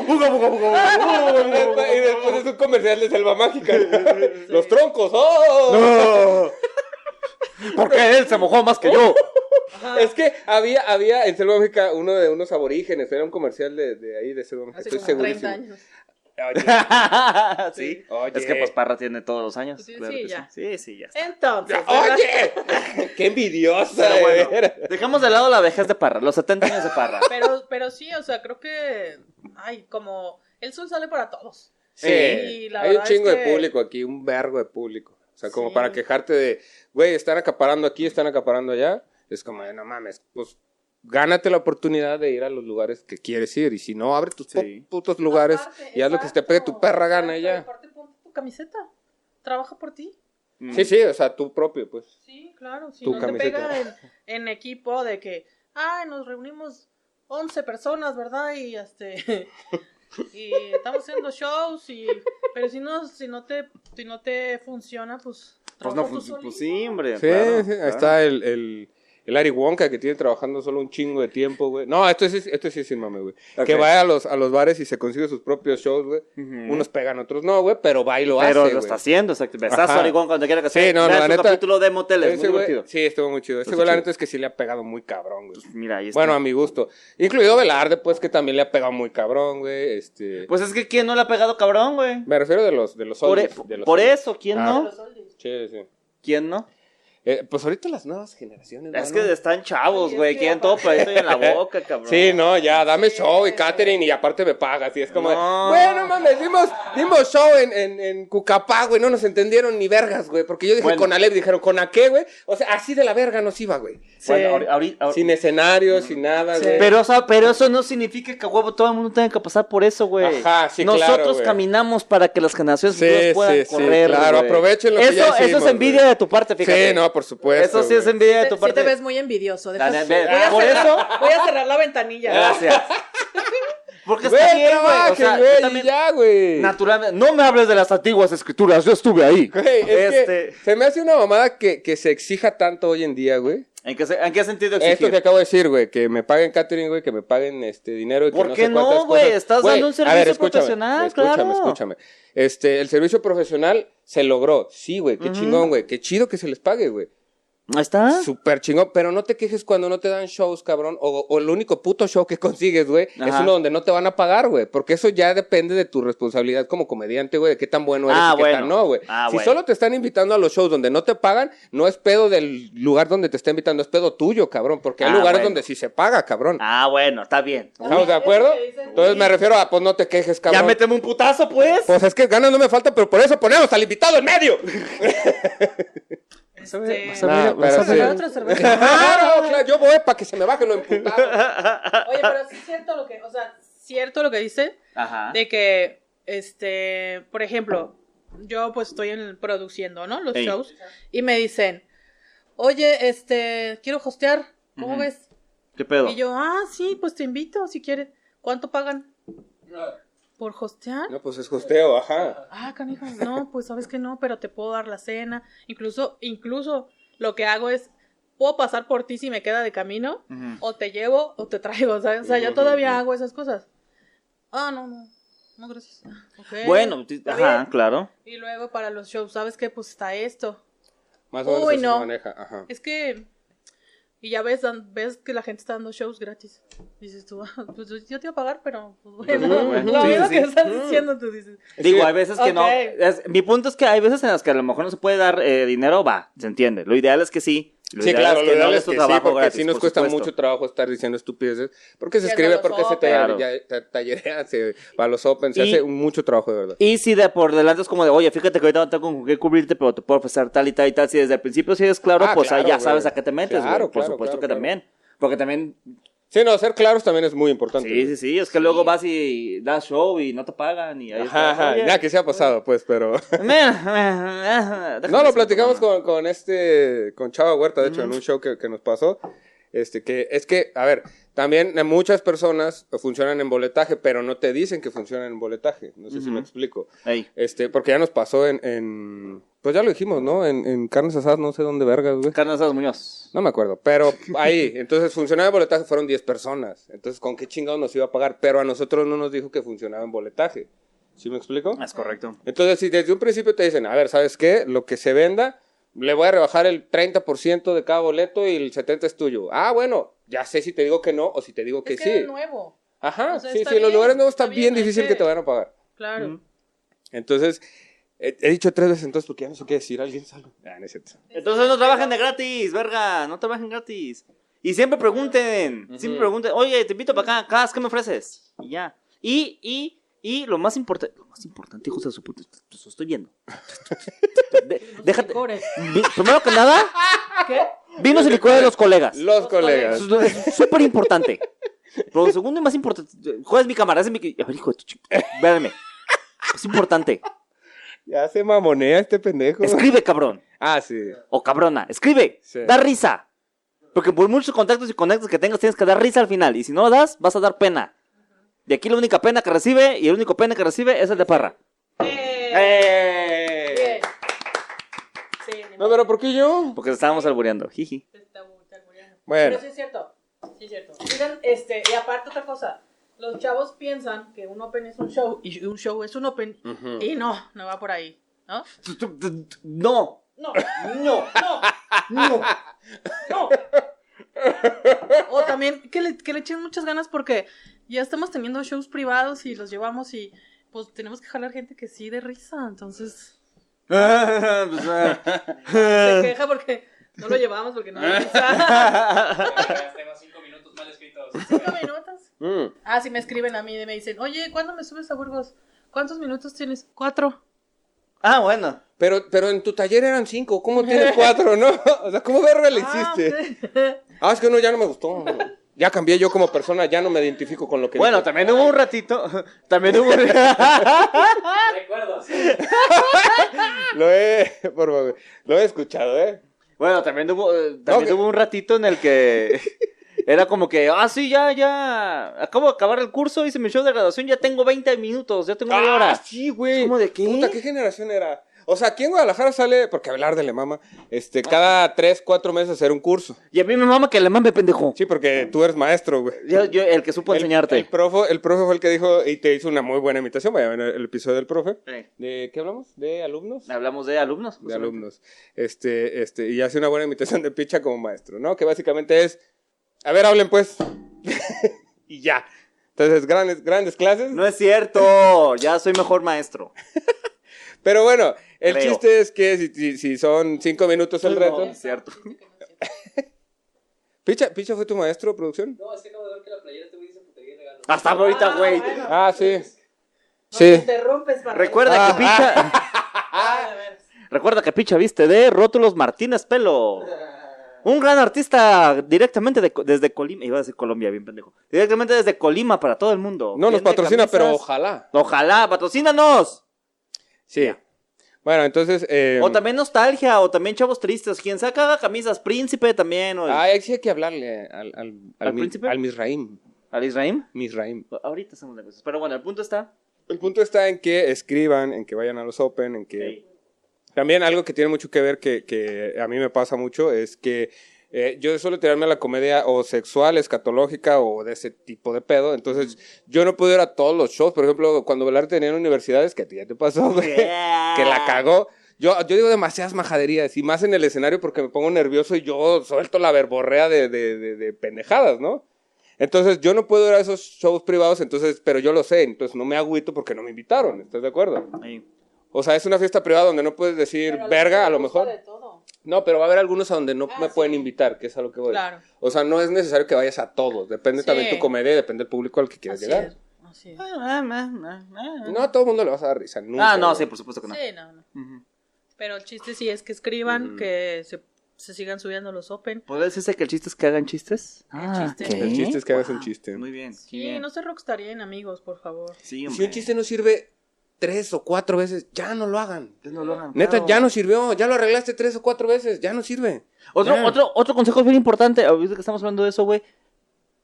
[SPEAKER 5] Buga, buga, buga, buga.
[SPEAKER 1] Y después, Uh, y después es un comercial de selva mágica. Los troncos, ¡oh!
[SPEAKER 5] No. Porque él se mojó más que yo.
[SPEAKER 1] Es que había, había en selva mágica uno de unos aborígenes. Era un comercial de, de ahí de selva mágica.
[SPEAKER 4] Hace
[SPEAKER 1] Estoy
[SPEAKER 4] como 30
[SPEAKER 1] segurísimo.
[SPEAKER 4] años.
[SPEAKER 1] Oye,
[SPEAKER 2] sí.
[SPEAKER 1] Oye.
[SPEAKER 2] Es que pues Parra tiene todos los años.
[SPEAKER 4] Sí,
[SPEAKER 2] claro
[SPEAKER 4] sí,
[SPEAKER 2] que
[SPEAKER 4] ya.
[SPEAKER 2] Sí, sí, ya. está.
[SPEAKER 4] Entonces, ¿verdad?
[SPEAKER 1] ¡Oye! ¡Qué envidiosa!
[SPEAKER 2] Pero bueno,
[SPEAKER 1] de veras.
[SPEAKER 2] dejamos de lado la vejez de Parra, los 70 años de Parra.
[SPEAKER 4] Pero, pero sí, o sea, creo que. Ay, como. El sol sale para todos.
[SPEAKER 1] Sí,
[SPEAKER 4] Sí, la
[SPEAKER 1] Eh, hay un
[SPEAKER 4] verdad
[SPEAKER 1] chingo
[SPEAKER 4] es
[SPEAKER 1] de
[SPEAKER 4] que-
[SPEAKER 1] público aquí, un vergo de público. O sea, como
[SPEAKER 4] Sí.
[SPEAKER 1] para quejarte de, güey, están acaparando aquí, están acaparando allá. Es como, de, no mames, pues gánate la oportunidad de ir a los lugares que quieres ir. Y si no, abre tus
[SPEAKER 2] Sí.
[SPEAKER 1] pu- putos lugares
[SPEAKER 3] Aparte,
[SPEAKER 1] y haz lo que se te pegue tu
[SPEAKER 3] exacto,
[SPEAKER 1] perra gana y
[SPEAKER 3] exacto,
[SPEAKER 1] ya.
[SPEAKER 3] aparte, ponte tu
[SPEAKER 4] Tu camiseta. Trabaja por ti.
[SPEAKER 2] Mm.
[SPEAKER 1] Sí, sí, o sea, tú propio, pues.
[SPEAKER 4] Sí, claro. Si
[SPEAKER 1] Tu
[SPEAKER 4] no
[SPEAKER 1] camiseta.
[SPEAKER 4] te pega en, en equipo de que. Ay, nos reunimos 11 personas, ¿verdad? Y este. Y estamos haciendo shows y. Pero si no, si no te, si no te funciona, pues.
[SPEAKER 2] Pues
[SPEAKER 4] trabaja
[SPEAKER 2] no,
[SPEAKER 4] tú
[SPEAKER 2] pues,
[SPEAKER 4] solito.
[SPEAKER 2] pues sí, hombre.
[SPEAKER 1] Sí,
[SPEAKER 2] claro,
[SPEAKER 1] sí, ahí
[SPEAKER 2] claro.
[SPEAKER 1] está el, el, el Ari Wonka que tiene trabajando solo un chingo de tiempo, güey. No, esto sí, esto sí es sin mame, güey.
[SPEAKER 2] Ok.
[SPEAKER 1] Que vaya a los, a los bares y se consigue sus propios shows, güey.
[SPEAKER 2] Ujú.
[SPEAKER 1] Unos pegan, otros no, güey, pero va y lo hace,
[SPEAKER 2] Pero lo
[SPEAKER 1] güey.
[SPEAKER 2] está haciendo, exacto. Besazo,
[SPEAKER 1] Ajá.
[SPEAKER 2] Arigón, cuando quiera que
[SPEAKER 1] Sí,
[SPEAKER 2] sea.
[SPEAKER 1] no, no,
[SPEAKER 2] Vean
[SPEAKER 1] la
[SPEAKER 2] su
[SPEAKER 1] neta-
[SPEAKER 2] capítulo de moteles, muy
[SPEAKER 1] Ese güey-
[SPEAKER 2] divertido.
[SPEAKER 1] Sí, estuvo muy chido. Ese
[SPEAKER 2] Está
[SPEAKER 1] güey, la
[SPEAKER 2] chido.
[SPEAKER 1] neta es que sí le ha pegado muy cabrón, güey.
[SPEAKER 2] Mira, ahí está.
[SPEAKER 1] Bueno, a mi gusto. Incluido Velarde, pues, que también le ha pegado muy cabrón, güey. Este...
[SPEAKER 2] Pues es que ¿quién no le ha pegado cabrón, güey?
[SPEAKER 1] Me refiero de los de los
[SPEAKER 2] Por, e-
[SPEAKER 1] oldies, de los
[SPEAKER 2] por
[SPEAKER 1] oldies.
[SPEAKER 2] eso, ¿quién
[SPEAKER 1] Ah.
[SPEAKER 2] no?
[SPEAKER 3] los oldies.
[SPEAKER 1] Sí, sí.
[SPEAKER 2] ¿Quién no?
[SPEAKER 1] Eh, pues ahorita las nuevas generaciones.
[SPEAKER 2] Es
[SPEAKER 1] mano.
[SPEAKER 2] que están chavos,
[SPEAKER 3] Ay, es
[SPEAKER 2] güey.
[SPEAKER 3] que
[SPEAKER 2] Quieren todo
[SPEAKER 3] aparte-
[SPEAKER 2] pegadito y en la boca, cabrón.
[SPEAKER 1] Sí, no, ya, dame show y catering y aparte me pagas. Y es como, de,
[SPEAKER 2] No.
[SPEAKER 1] güey, no mames, dimos, dimos show en, en, en Cucapá, güey, no nos entendieron ni vergas, güey. Porque yo dije
[SPEAKER 2] Bueno.
[SPEAKER 1] con Alep, dijeron con a qué, güey. O sea, así de la verga nos iba, güey.
[SPEAKER 2] Bueno,
[SPEAKER 4] Sí.
[SPEAKER 2] ahori- ahori- ahor-
[SPEAKER 1] Sin escenario, sin nada,
[SPEAKER 4] Sí.
[SPEAKER 1] güey.
[SPEAKER 2] Pero, o sea, pero eso no significa que a huevo todo el mundo tenga que pasar por eso, güey.
[SPEAKER 1] Ajá, sí, claro,
[SPEAKER 2] Nosotros
[SPEAKER 1] güey.
[SPEAKER 2] caminamos para que las generaciones
[SPEAKER 1] Sí,
[SPEAKER 2] futuras puedan
[SPEAKER 1] sí, sí,
[SPEAKER 2] correr.
[SPEAKER 1] claro,
[SPEAKER 2] güey.
[SPEAKER 1] aprovechen lo que
[SPEAKER 2] eso,
[SPEAKER 1] ya
[SPEAKER 2] Eso
[SPEAKER 1] hicimos,
[SPEAKER 2] es envidia
[SPEAKER 1] güey.
[SPEAKER 2] de tu parte, fíjate.
[SPEAKER 1] Sí, no, por supuesto.
[SPEAKER 2] Eso sí es
[SPEAKER 1] güey.
[SPEAKER 2] envidia de
[SPEAKER 4] Te-
[SPEAKER 2] tu
[SPEAKER 4] sí
[SPEAKER 2] parte.
[SPEAKER 4] te ves muy envidioso.
[SPEAKER 2] La
[SPEAKER 4] deja-
[SPEAKER 2] neta,
[SPEAKER 4] voy a
[SPEAKER 2] por
[SPEAKER 4] cerrar-
[SPEAKER 2] eso-
[SPEAKER 4] Voy a cerrar la ventanilla.
[SPEAKER 2] Gracias. Porque está
[SPEAKER 1] Güey,
[SPEAKER 2] bien, güey. O
[SPEAKER 1] trabajen,
[SPEAKER 2] sea,
[SPEAKER 1] güey,
[SPEAKER 2] yo
[SPEAKER 1] y
[SPEAKER 2] también-
[SPEAKER 1] ya, güey.
[SPEAKER 2] naturalmente.
[SPEAKER 5] No me hables de las antiguas escrituras, yo estuve ahí.
[SPEAKER 1] Güey, es que
[SPEAKER 2] Este-
[SPEAKER 1] se me hace una mamada que, que se exija tanto hoy en día, güey.
[SPEAKER 2] ¿En qué, se- en qué sentido
[SPEAKER 1] Esto
[SPEAKER 2] exigir?
[SPEAKER 1] que acabo de decir, güey, que me paguen catering, güey, que me paguen este dinero y que
[SPEAKER 2] ¿Por
[SPEAKER 1] no
[SPEAKER 2] qué
[SPEAKER 1] sé cuántas
[SPEAKER 2] no, güey?
[SPEAKER 1] cosas.
[SPEAKER 2] Estás
[SPEAKER 1] Güey,
[SPEAKER 2] dando un
[SPEAKER 1] a
[SPEAKER 2] servicio
[SPEAKER 1] ver, escúchame,
[SPEAKER 2] profesional,
[SPEAKER 1] escúchame,
[SPEAKER 2] claro.
[SPEAKER 1] Escúchame, Este, el servicio profesional se logró. Sí, güey, qué chingón, güey, qué chido que se les pague, güey.
[SPEAKER 2] Ahí está.
[SPEAKER 1] Súper chingón, pero no te quejes cuando no te dan shows, cabrón, o, o el único puto show que consigues, güey, es
[SPEAKER 2] Ajá.
[SPEAKER 1] uno donde no te van a pagar, güey, porque eso ya depende de tu responsabilidad como comediante, güey, de qué tan bueno eres
[SPEAKER 2] Ah,
[SPEAKER 1] y qué tan
[SPEAKER 2] bueno.
[SPEAKER 1] no, güey.
[SPEAKER 2] Ah,
[SPEAKER 1] si
[SPEAKER 2] bueno.
[SPEAKER 1] solo te están invitando a los shows donde no te pagan, no es pedo del lugar donde te está invitando, es pedo tuyo, cabrón, porque hay
[SPEAKER 2] Ah,
[SPEAKER 1] lugares
[SPEAKER 2] bueno.
[SPEAKER 1] donde sí se paga, cabrón.
[SPEAKER 2] Ah, bueno, está bien.
[SPEAKER 1] ¿Estamos de
[SPEAKER 3] Eso
[SPEAKER 1] acuerdo?
[SPEAKER 3] que dices,
[SPEAKER 1] Entonces
[SPEAKER 3] sí.
[SPEAKER 1] me refiero a, pues no te quejes,
[SPEAKER 2] Ya
[SPEAKER 1] cabrón.
[SPEAKER 2] méteme un putazo, pues.
[SPEAKER 1] Pues es que ganas no me falta, pero por eso ponemos al invitado en medio.
[SPEAKER 4] Este,
[SPEAKER 5] Vas a ver-
[SPEAKER 1] No,
[SPEAKER 5] vas a
[SPEAKER 1] pero
[SPEAKER 5] ver-
[SPEAKER 1] sí.
[SPEAKER 4] otra cerveza?
[SPEAKER 1] Claro, claro, yo voy para que se me baje lo emputado.
[SPEAKER 3] Oye, pero
[SPEAKER 4] Sí, es cierto lo que, o sea, cierto lo que dice,
[SPEAKER 2] Ajá.
[SPEAKER 4] de que, este, por ejemplo, yo pues estoy en, produciendo, ¿no? Los
[SPEAKER 2] Ey.
[SPEAKER 4] shows, y me dicen, oye, este, quiero hostear, ¿cómo
[SPEAKER 2] Ujú.
[SPEAKER 4] ves?
[SPEAKER 2] ¿Qué pedo?
[SPEAKER 4] Y yo, ah, sí, pues te invito si quieres. ¿Cuánto pagan? ¿Por hostear?
[SPEAKER 1] No, pues es hosteo, ajá.
[SPEAKER 4] Ah, canijo, no, pues sabes que no, pero te puedo dar la cena. Incluso, incluso lo que hago es, puedo pasar por ti si me queda de camino,
[SPEAKER 2] Ujú.
[SPEAKER 4] o te llevo o te traigo, ¿sabes? O sea, yo todavía hago esas cosas. Ah, no, no, no, gracias. ah, Ok,
[SPEAKER 1] Eh,
[SPEAKER 2] Bueno, ti-
[SPEAKER 4] está
[SPEAKER 2] ajá,
[SPEAKER 4] bien.
[SPEAKER 2] claro.
[SPEAKER 4] Y luego para los shows, ¿sabes qué? Pues está esto.
[SPEAKER 1] Más o menos
[SPEAKER 4] Uy,
[SPEAKER 1] así
[SPEAKER 4] no.
[SPEAKER 1] se maneja, ajá.
[SPEAKER 4] Es que, y ya ves, dan- ves que la gente está dando shows gratis. Dices tú, ah, pues yo yo te iba a pagar, pero pues, bueno,
[SPEAKER 2] Pues, bueno,
[SPEAKER 4] lo
[SPEAKER 2] sí,
[SPEAKER 4] mismo
[SPEAKER 2] sí.
[SPEAKER 4] que estás diciendo, tú dices.
[SPEAKER 2] Digo,
[SPEAKER 1] que-
[SPEAKER 2] hay veces que no.
[SPEAKER 4] Ok.
[SPEAKER 2] es- mi punto es que hay veces en las que a lo mejor no se puede dar eh, dinero, va, se entiende. Lo ideal es que sí. Lo
[SPEAKER 1] Sí,
[SPEAKER 2] ideal
[SPEAKER 1] claro, lo
[SPEAKER 2] es que no
[SPEAKER 1] ideal
[SPEAKER 2] des
[SPEAKER 1] es
[SPEAKER 2] tu
[SPEAKER 1] que sí,
[SPEAKER 2] trabajo
[SPEAKER 1] porque
[SPEAKER 2] gratis,
[SPEAKER 1] sí nos
[SPEAKER 2] por
[SPEAKER 1] cuesta
[SPEAKER 2] supuesto.
[SPEAKER 1] mucho trabajo estar diciendo estupideces, porque se
[SPEAKER 4] Y
[SPEAKER 1] escribe,
[SPEAKER 4] hasta los
[SPEAKER 1] porque se
[SPEAKER 4] open.
[SPEAKER 1] ta-
[SPEAKER 2] Claro.
[SPEAKER 1] ya- ta- tallerea, se para los open, se
[SPEAKER 2] Y-
[SPEAKER 1] hace mucho trabajo de verdad.
[SPEAKER 2] Y si de por delante es como de, oye, fíjate que ahorita no tengo con qué cubrirte, pero te puedo ofrecer tal y tal y tal. Si desde el principio si eres claro,
[SPEAKER 1] Ah,
[SPEAKER 2] pues ahí
[SPEAKER 1] claro,
[SPEAKER 2] ya
[SPEAKER 1] güey.
[SPEAKER 2] sabes a qué te metes, güey.
[SPEAKER 1] Claro,
[SPEAKER 2] por
[SPEAKER 1] claro,
[SPEAKER 2] supuesto
[SPEAKER 1] claro,
[SPEAKER 2] que
[SPEAKER 1] claro.
[SPEAKER 2] también. Porque también,
[SPEAKER 1] Sí, no, ser claros también es muy importante.
[SPEAKER 2] sí, sí, sí, es que luego vas y das show y no te pagan y ahí
[SPEAKER 1] Ajá,
[SPEAKER 2] está.
[SPEAKER 1] ajá,
[SPEAKER 2] Oye,
[SPEAKER 1] ya que se ha pasado, pues, pero...
[SPEAKER 2] Déjame
[SPEAKER 1] No, lo
[SPEAKER 2] decirte,
[SPEAKER 1] platicamos
[SPEAKER 2] mamá.
[SPEAKER 1] con, con este, con Chava Huerta, de hecho, en un show que, que nos pasó. Este, que es que, a ver, también eh, muchas personas funcionan en boletaje, pero no te dicen que funcionan en boletaje. No sé si
[SPEAKER 2] Ujú.
[SPEAKER 1] me explico.
[SPEAKER 2] Ey,
[SPEAKER 1] Este, porque ya nos pasó en, en- pues ya lo dijimos, ¿no? En, en carnes asadas, no sé dónde vergas, güey.
[SPEAKER 2] Carne Asadas Muñoz.
[SPEAKER 1] No me acuerdo, pero ahí, entonces funcionaba en boletaje, fueron 10 personas. Entonces, ¿con qué chingados nos iba a pagar? Pero a nosotros no nos dijo que funcionaba en boletaje. ¿Sí me explico?
[SPEAKER 2] Es correcto.
[SPEAKER 1] Entonces, si desde un principio te dicen, a ver, ¿sabes qué? Lo que se venda, le voy a rebajar el 30% de cada boleto y el 70% es tuyo. Ah, bueno, ya sé si te digo que no o si te digo que,
[SPEAKER 4] es que
[SPEAKER 1] sí.
[SPEAKER 4] era nuevo.
[SPEAKER 1] Ajá,
[SPEAKER 4] O sea,
[SPEAKER 1] sí, sí,
[SPEAKER 4] está
[SPEAKER 1] los
[SPEAKER 4] bien,
[SPEAKER 1] lugares nuevos está
[SPEAKER 4] está
[SPEAKER 1] bien
[SPEAKER 4] bien, hay
[SPEAKER 1] difícil que...
[SPEAKER 4] que-
[SPEAKER 1] te van a pagar.
[SPEAKER 4] Claro.
[SPEAKER 2] Ujú.
[SPEAKER 1] Entonces, he, he dicho tres veces entonces porque ya no sé qué decir. ¿Alguien sabe? Ah, no es cierto.
[SPEAKER 2] Entonces no trabajen de gratis, verga, no trabajen gratis. Y siempre pregunten, siempre pregunten, oye, te invito para acá, Cas, ¿qué me ofreces? Y ya. Y, y, y lo más importante, lo más importante, hijos de su puta, te- te lo estoy viendo. De-
[SPEAKER 4] Pues
[SPEAKER 2] déjate.
[SPEAKER 3] licores.
[SPEAKER 2] Vi- primero que nada,
[SPEAKER 3] ¿Qué?
[SPEAKER 2] vinos y licores de los colegas.
[SPEAKER 1] Los colegas.
[SPEAKER 2] Eso es es súper importante. Lo segundo y más importante, juegas mi cámara, ese es mi... A ver, hijo de tu chico, verme. Es importante.
[SPEAKER 1] Ya se mamonea este pendejo.
[SPEAKER 2] Escribe, cabrón.
[SPEAKER 1] Ah, sí.
[SPEAKER 2] o cabrona, escribe,
[SPEAKER 1] Sí.
[SPEAKER 2] da risa. Porque por muchos contactos y conectos que tengas, tienes que dar risa al final. Y si no das, vas a dar pena. De aquí la única pena que recibe y el único pena que recibe es el de Parra.
[SPEAKER 3] Eh, bien. Sí, ni
[SPEAKER 1] ¡Eh! No,
[SPEAKER 3] modo.
[SPEAKER 1] pero ¿por qué yo?
[SPEAKER 2] Porque estábamos albureando. Jiji.
[SPEAKER 3] Te está bu- te albureando.
[SPEAKER 1] Bueno.
[SPEAKER 3] Pero sí es cierto. Sí es cierto. Miren, este, y aparte otra cosa. Los chavos piensan que un open es un show y un show es un open.
[SPEAKER 4] Y no, no va por ahí. ¿No?
[SPEAKER 2] No,
[SPEAKER 3] No,
[SPEAKER 2] no,
[SPEAKER 3] no,
[SPEAKER 2] no.
[SPEAKER 3] no.
[SPEAKER 4] O también que le, que le echen muchas ganas porque ya estamos teniendo shows privados y los llevamos y pues tenemos que jalar gente que sí de risa. Entonces
[SPEAKER 1] Pues, eh.
[SPEAKER 4] se queja porque no lo llevamos porque no lo
[SPEAKER 1] Eh.
[SPEAKER 4] risa.
[SPEAKER 6] Tengo cinco minutos mal escritos.
[SPEAKER 4] Cinco minutos.
[SPEAKER 1] Mm.
[SPEAKER 4] Ah, sí me escriben a mí y me dicen, oye, ¿cuándo me subes a Burgos? ¿Cuántos minutos tienes? Cuatro.
[SPEAKER 2] ah, bueno.
[SPEAKER 1] Pero, pero en tu taller eran cinco, ¿cómo tienes cuatro, no? O sea, ¿cómo verga le hiciste? Ah, es que uno ya no me gustó. Ya cambié yo como persona, ya no me identifico con lo que
[SPEAKER 2] Bueno,
[SPEAKER 1] dije.
[SPEAKER 2] también hubo un ratito. También hubo un...
[SPEAKER 6] Recuerdos.
[SPEAKER 1] lo he, por favor, lo he escuchado, ¿eh?
[SPEAKER 2] Bueno, también hubo, eh,
[SPEAKER 1] No,
[SPEAKER 2] también
[SPEAKER 1] que-
[SPEAKER 2] hubo un ratito en el que era como que, ah, sí, ya, ya, acabo de acabar el curso, hice mi show de graduación, ya tengo 20 minutos, ya tengo media
[SPEAKER 1] Ah,
[SPEAKER 2] hora.
[SPEAKER 1] sí, güey.
[SPEAKER 2] ¿Cómo de qué?
[SPEAKER 1] Puta, ¿qué generación era? O sea, aquí en Guadalajara sale, porque hablar de la mama, este, cada tres, cuatro meses hacer un curso.
[SPEAKER 2] Y a mí me mama que le mame, pendejo.
[SPEAKER 1] Sí, porque tú eres maestro, güey.
[SPEAKER 2] Yo, yo, el que supo
[SPEAKER 1] El-
[SPEAKER 2] enseñarte.
[SPEAKER 1] El, profe, el profe fue el que dijo y te hizo una muy buena invitación. Vaya a ver el episodio del profe.
[SPEAKER 2] Eh,
[SPEAKER 1] ¿De qué hablamos? ¿De alumnos?
[SPEAKER 2] Hablamos de alumnos. pues,
[SPEAKER 1] de
[SPEAKER 2] justamente.
[SPEAKER 1] alumnos. Este, este, y hace una buena invitación de picha como maestro, ¿no? Que básicamente es, a ver, hablen pues. y ya. Entonces, grandes, grandes clases.
[SPEAKER 2] No es cierto, ya soy mejor maestro.
[SPEAKER 1] Pero bueno, el
[SPEAKER 2] Creo.
[SPEAKER 1] chiste es que si, si- si son cinco minutos el reto.
[SPEAKER 2] No, es cierto.
[SPEAKER 1] ¿Picha, ¿Picha fue tu maestro de producción?
[SPEAKER 6] No, es que acabo de ver que la playera te voy a decir que te regalo.
[SPEAKER 2] Hasta ahorita,
[SPEAKER 3] Ah,
[SPEAKER 2] güey.
[SPEAKER 3] bueno.
[SPEAKER 1] Ah, sí.
[SPEAKER 3] No
[SPEAKER 1] Sí.
[SPEAKER 3] te interrumpes, Marta.
[SPEAKER 2] Recuerda
[SPEAKER 1] Ah.
[SPEAKER 2] que picha,
[SPEAKER 3] Ah, de veras.
[SPEAKER 2] recuerda que picha viste de Rótulos Martínez Pelo. Un gran artista directamente de- desde Colima, iba a decir Colombia, bien pendejo. Directamente desde Colima para todo el mundo.
[SPEAKER 1] No nos
[SPEAKER 2] Vende
[SPEAKER 1] patrocina, pero
[SPEAKER 2] camisas.
[SPEAKER 1] ojalá.
[SPEAKER 2] Ojalá, patrocínanos.
[SPEAKER 1] Sí. Bueno, entonces. eh,
[SPEAKER 2] O también Nostalgia, o también Chavos Tristes. Quien saca haga camisas, Príncipe también. O
[SPEAKER 1] Ah, sí hay que hablarle al, al, al,
[SPEAKER 2] ¿Al
[SPEAKER 1] mi-
[SPEAKER 2] príncipe?
[SPEAKER 1] al Misraim.
[SPEAKER 2] ¿Al Israel?
[SPEAKER 1] Misraim.
[SPEAKER 2] Ahorita hacemos negocios. Pero bueno, el punto está.
[SPEAKER 1] El punto está en que escriban, en que vayan a los Open, en que... También algo que tiene mucho que ver, que, que a mí me pasa mucho, es que eh, yo suelo tirarme a la comedia o sexual, escatológica o de ese tipo de pedo. Entonces, yo no puedo ir a todos los shows. Por ejemplo, cuando Velar tenía universidades, que a ti ya te pasó, güey, que
[SPEAKER 4] Ah.
[SPEAKER 1] la cagó. Yo, yo digo demasiadas majaderías y más en el escenario porque me pongo nervioso y yo suelto la verborrea de, de- de- de pendejadas, ¿no? Entonces, yo no puedo ir a esos shows privados, entonces, pero yo lo sé, entonces no me agüito porque no me invitaron, ¿estás de acuerdo?
[SPEAKER 2] Ahí.
[SPEAKER 1] O sea, es una fiesta privada donde no puedes decir
[SPEAKER 3] Pero
[SPEAKER 1] verga, a lo
[SPEAKER 3] les gusta
[SPEAKER 1] mejor.
[SPEAKER 3] de todo.
[SPEAKER 1] No, pero va a haber algunos a donde no
[SPEAKER 3] Ah,
[SPEAKER 1] me
[SPEAKER 3] sí.
[SPEAKER 1] pueden invitar, que es a lo que voy.
[SPEAKER 4] Claro.
[SPEAKER 1] O sea, no es necesario que vayas a todos. Depende
[SPEAKER 4] Sí.
[SPEAKER 1] también tu comedia, y depende del público al que quieras
[SPEAKER 4] Así
[SPEAKER 1] llegar.
[SPEAKER 4] es. Así es.
[SPEAKER 1] No a todo el mundo le vas a dar risa. Nunca,
[SPEAKER 2] Ah, no,
[SPEAKER 1] güey.
[SPEAKER 2] sí, por supuesto que no.
[SPEAKER 4] Sí, no, no.
[SPEAKER 2] Ujú.
[SPEAKER 4] Pero el chiste sí es que escriban,
[SPEAKER 1] Ujú.
[SPEAKER 4] que se, se sigan subiendo los open.
[SPEAKER 2] ¿Podría decirse que el chiste es que hagan chistes? Ah,
[SPEAKER 4] chiste.
[SPEAKER 2] ¿qué?
[SPEAKER 1] El chiste es que hagas un chiste.
[SPEAKER 2] Muy bien. qué
[SPEAKER 4] Sí,
[SPEAKER 2] bien.
[SPEAKER 4] no se rockstarien, amigos, por favor.
[SPEAKER 2] Sí,
[SPEAKER 1] Y Si
[SPEAKER 2] hombre.
[SPEAKER 1] un chiste no sirve, tres o cuatro veces, ya no lo hagan.
[SPEAKER 2] No lo hagan,
[SPEAKER 1] Neta,
[SPEAKER 2] claro.
[SPEAKER 1] ya no sirvió, ya lo arreglaste tres o cuatro veces, ya no sirve.
[SPEAKER 2] Otro,
[SPEAKER 1] Ya.
[SPEAKER 2] otro, otro consejo bien importante, ahorita que estamos hablando de eso, güey.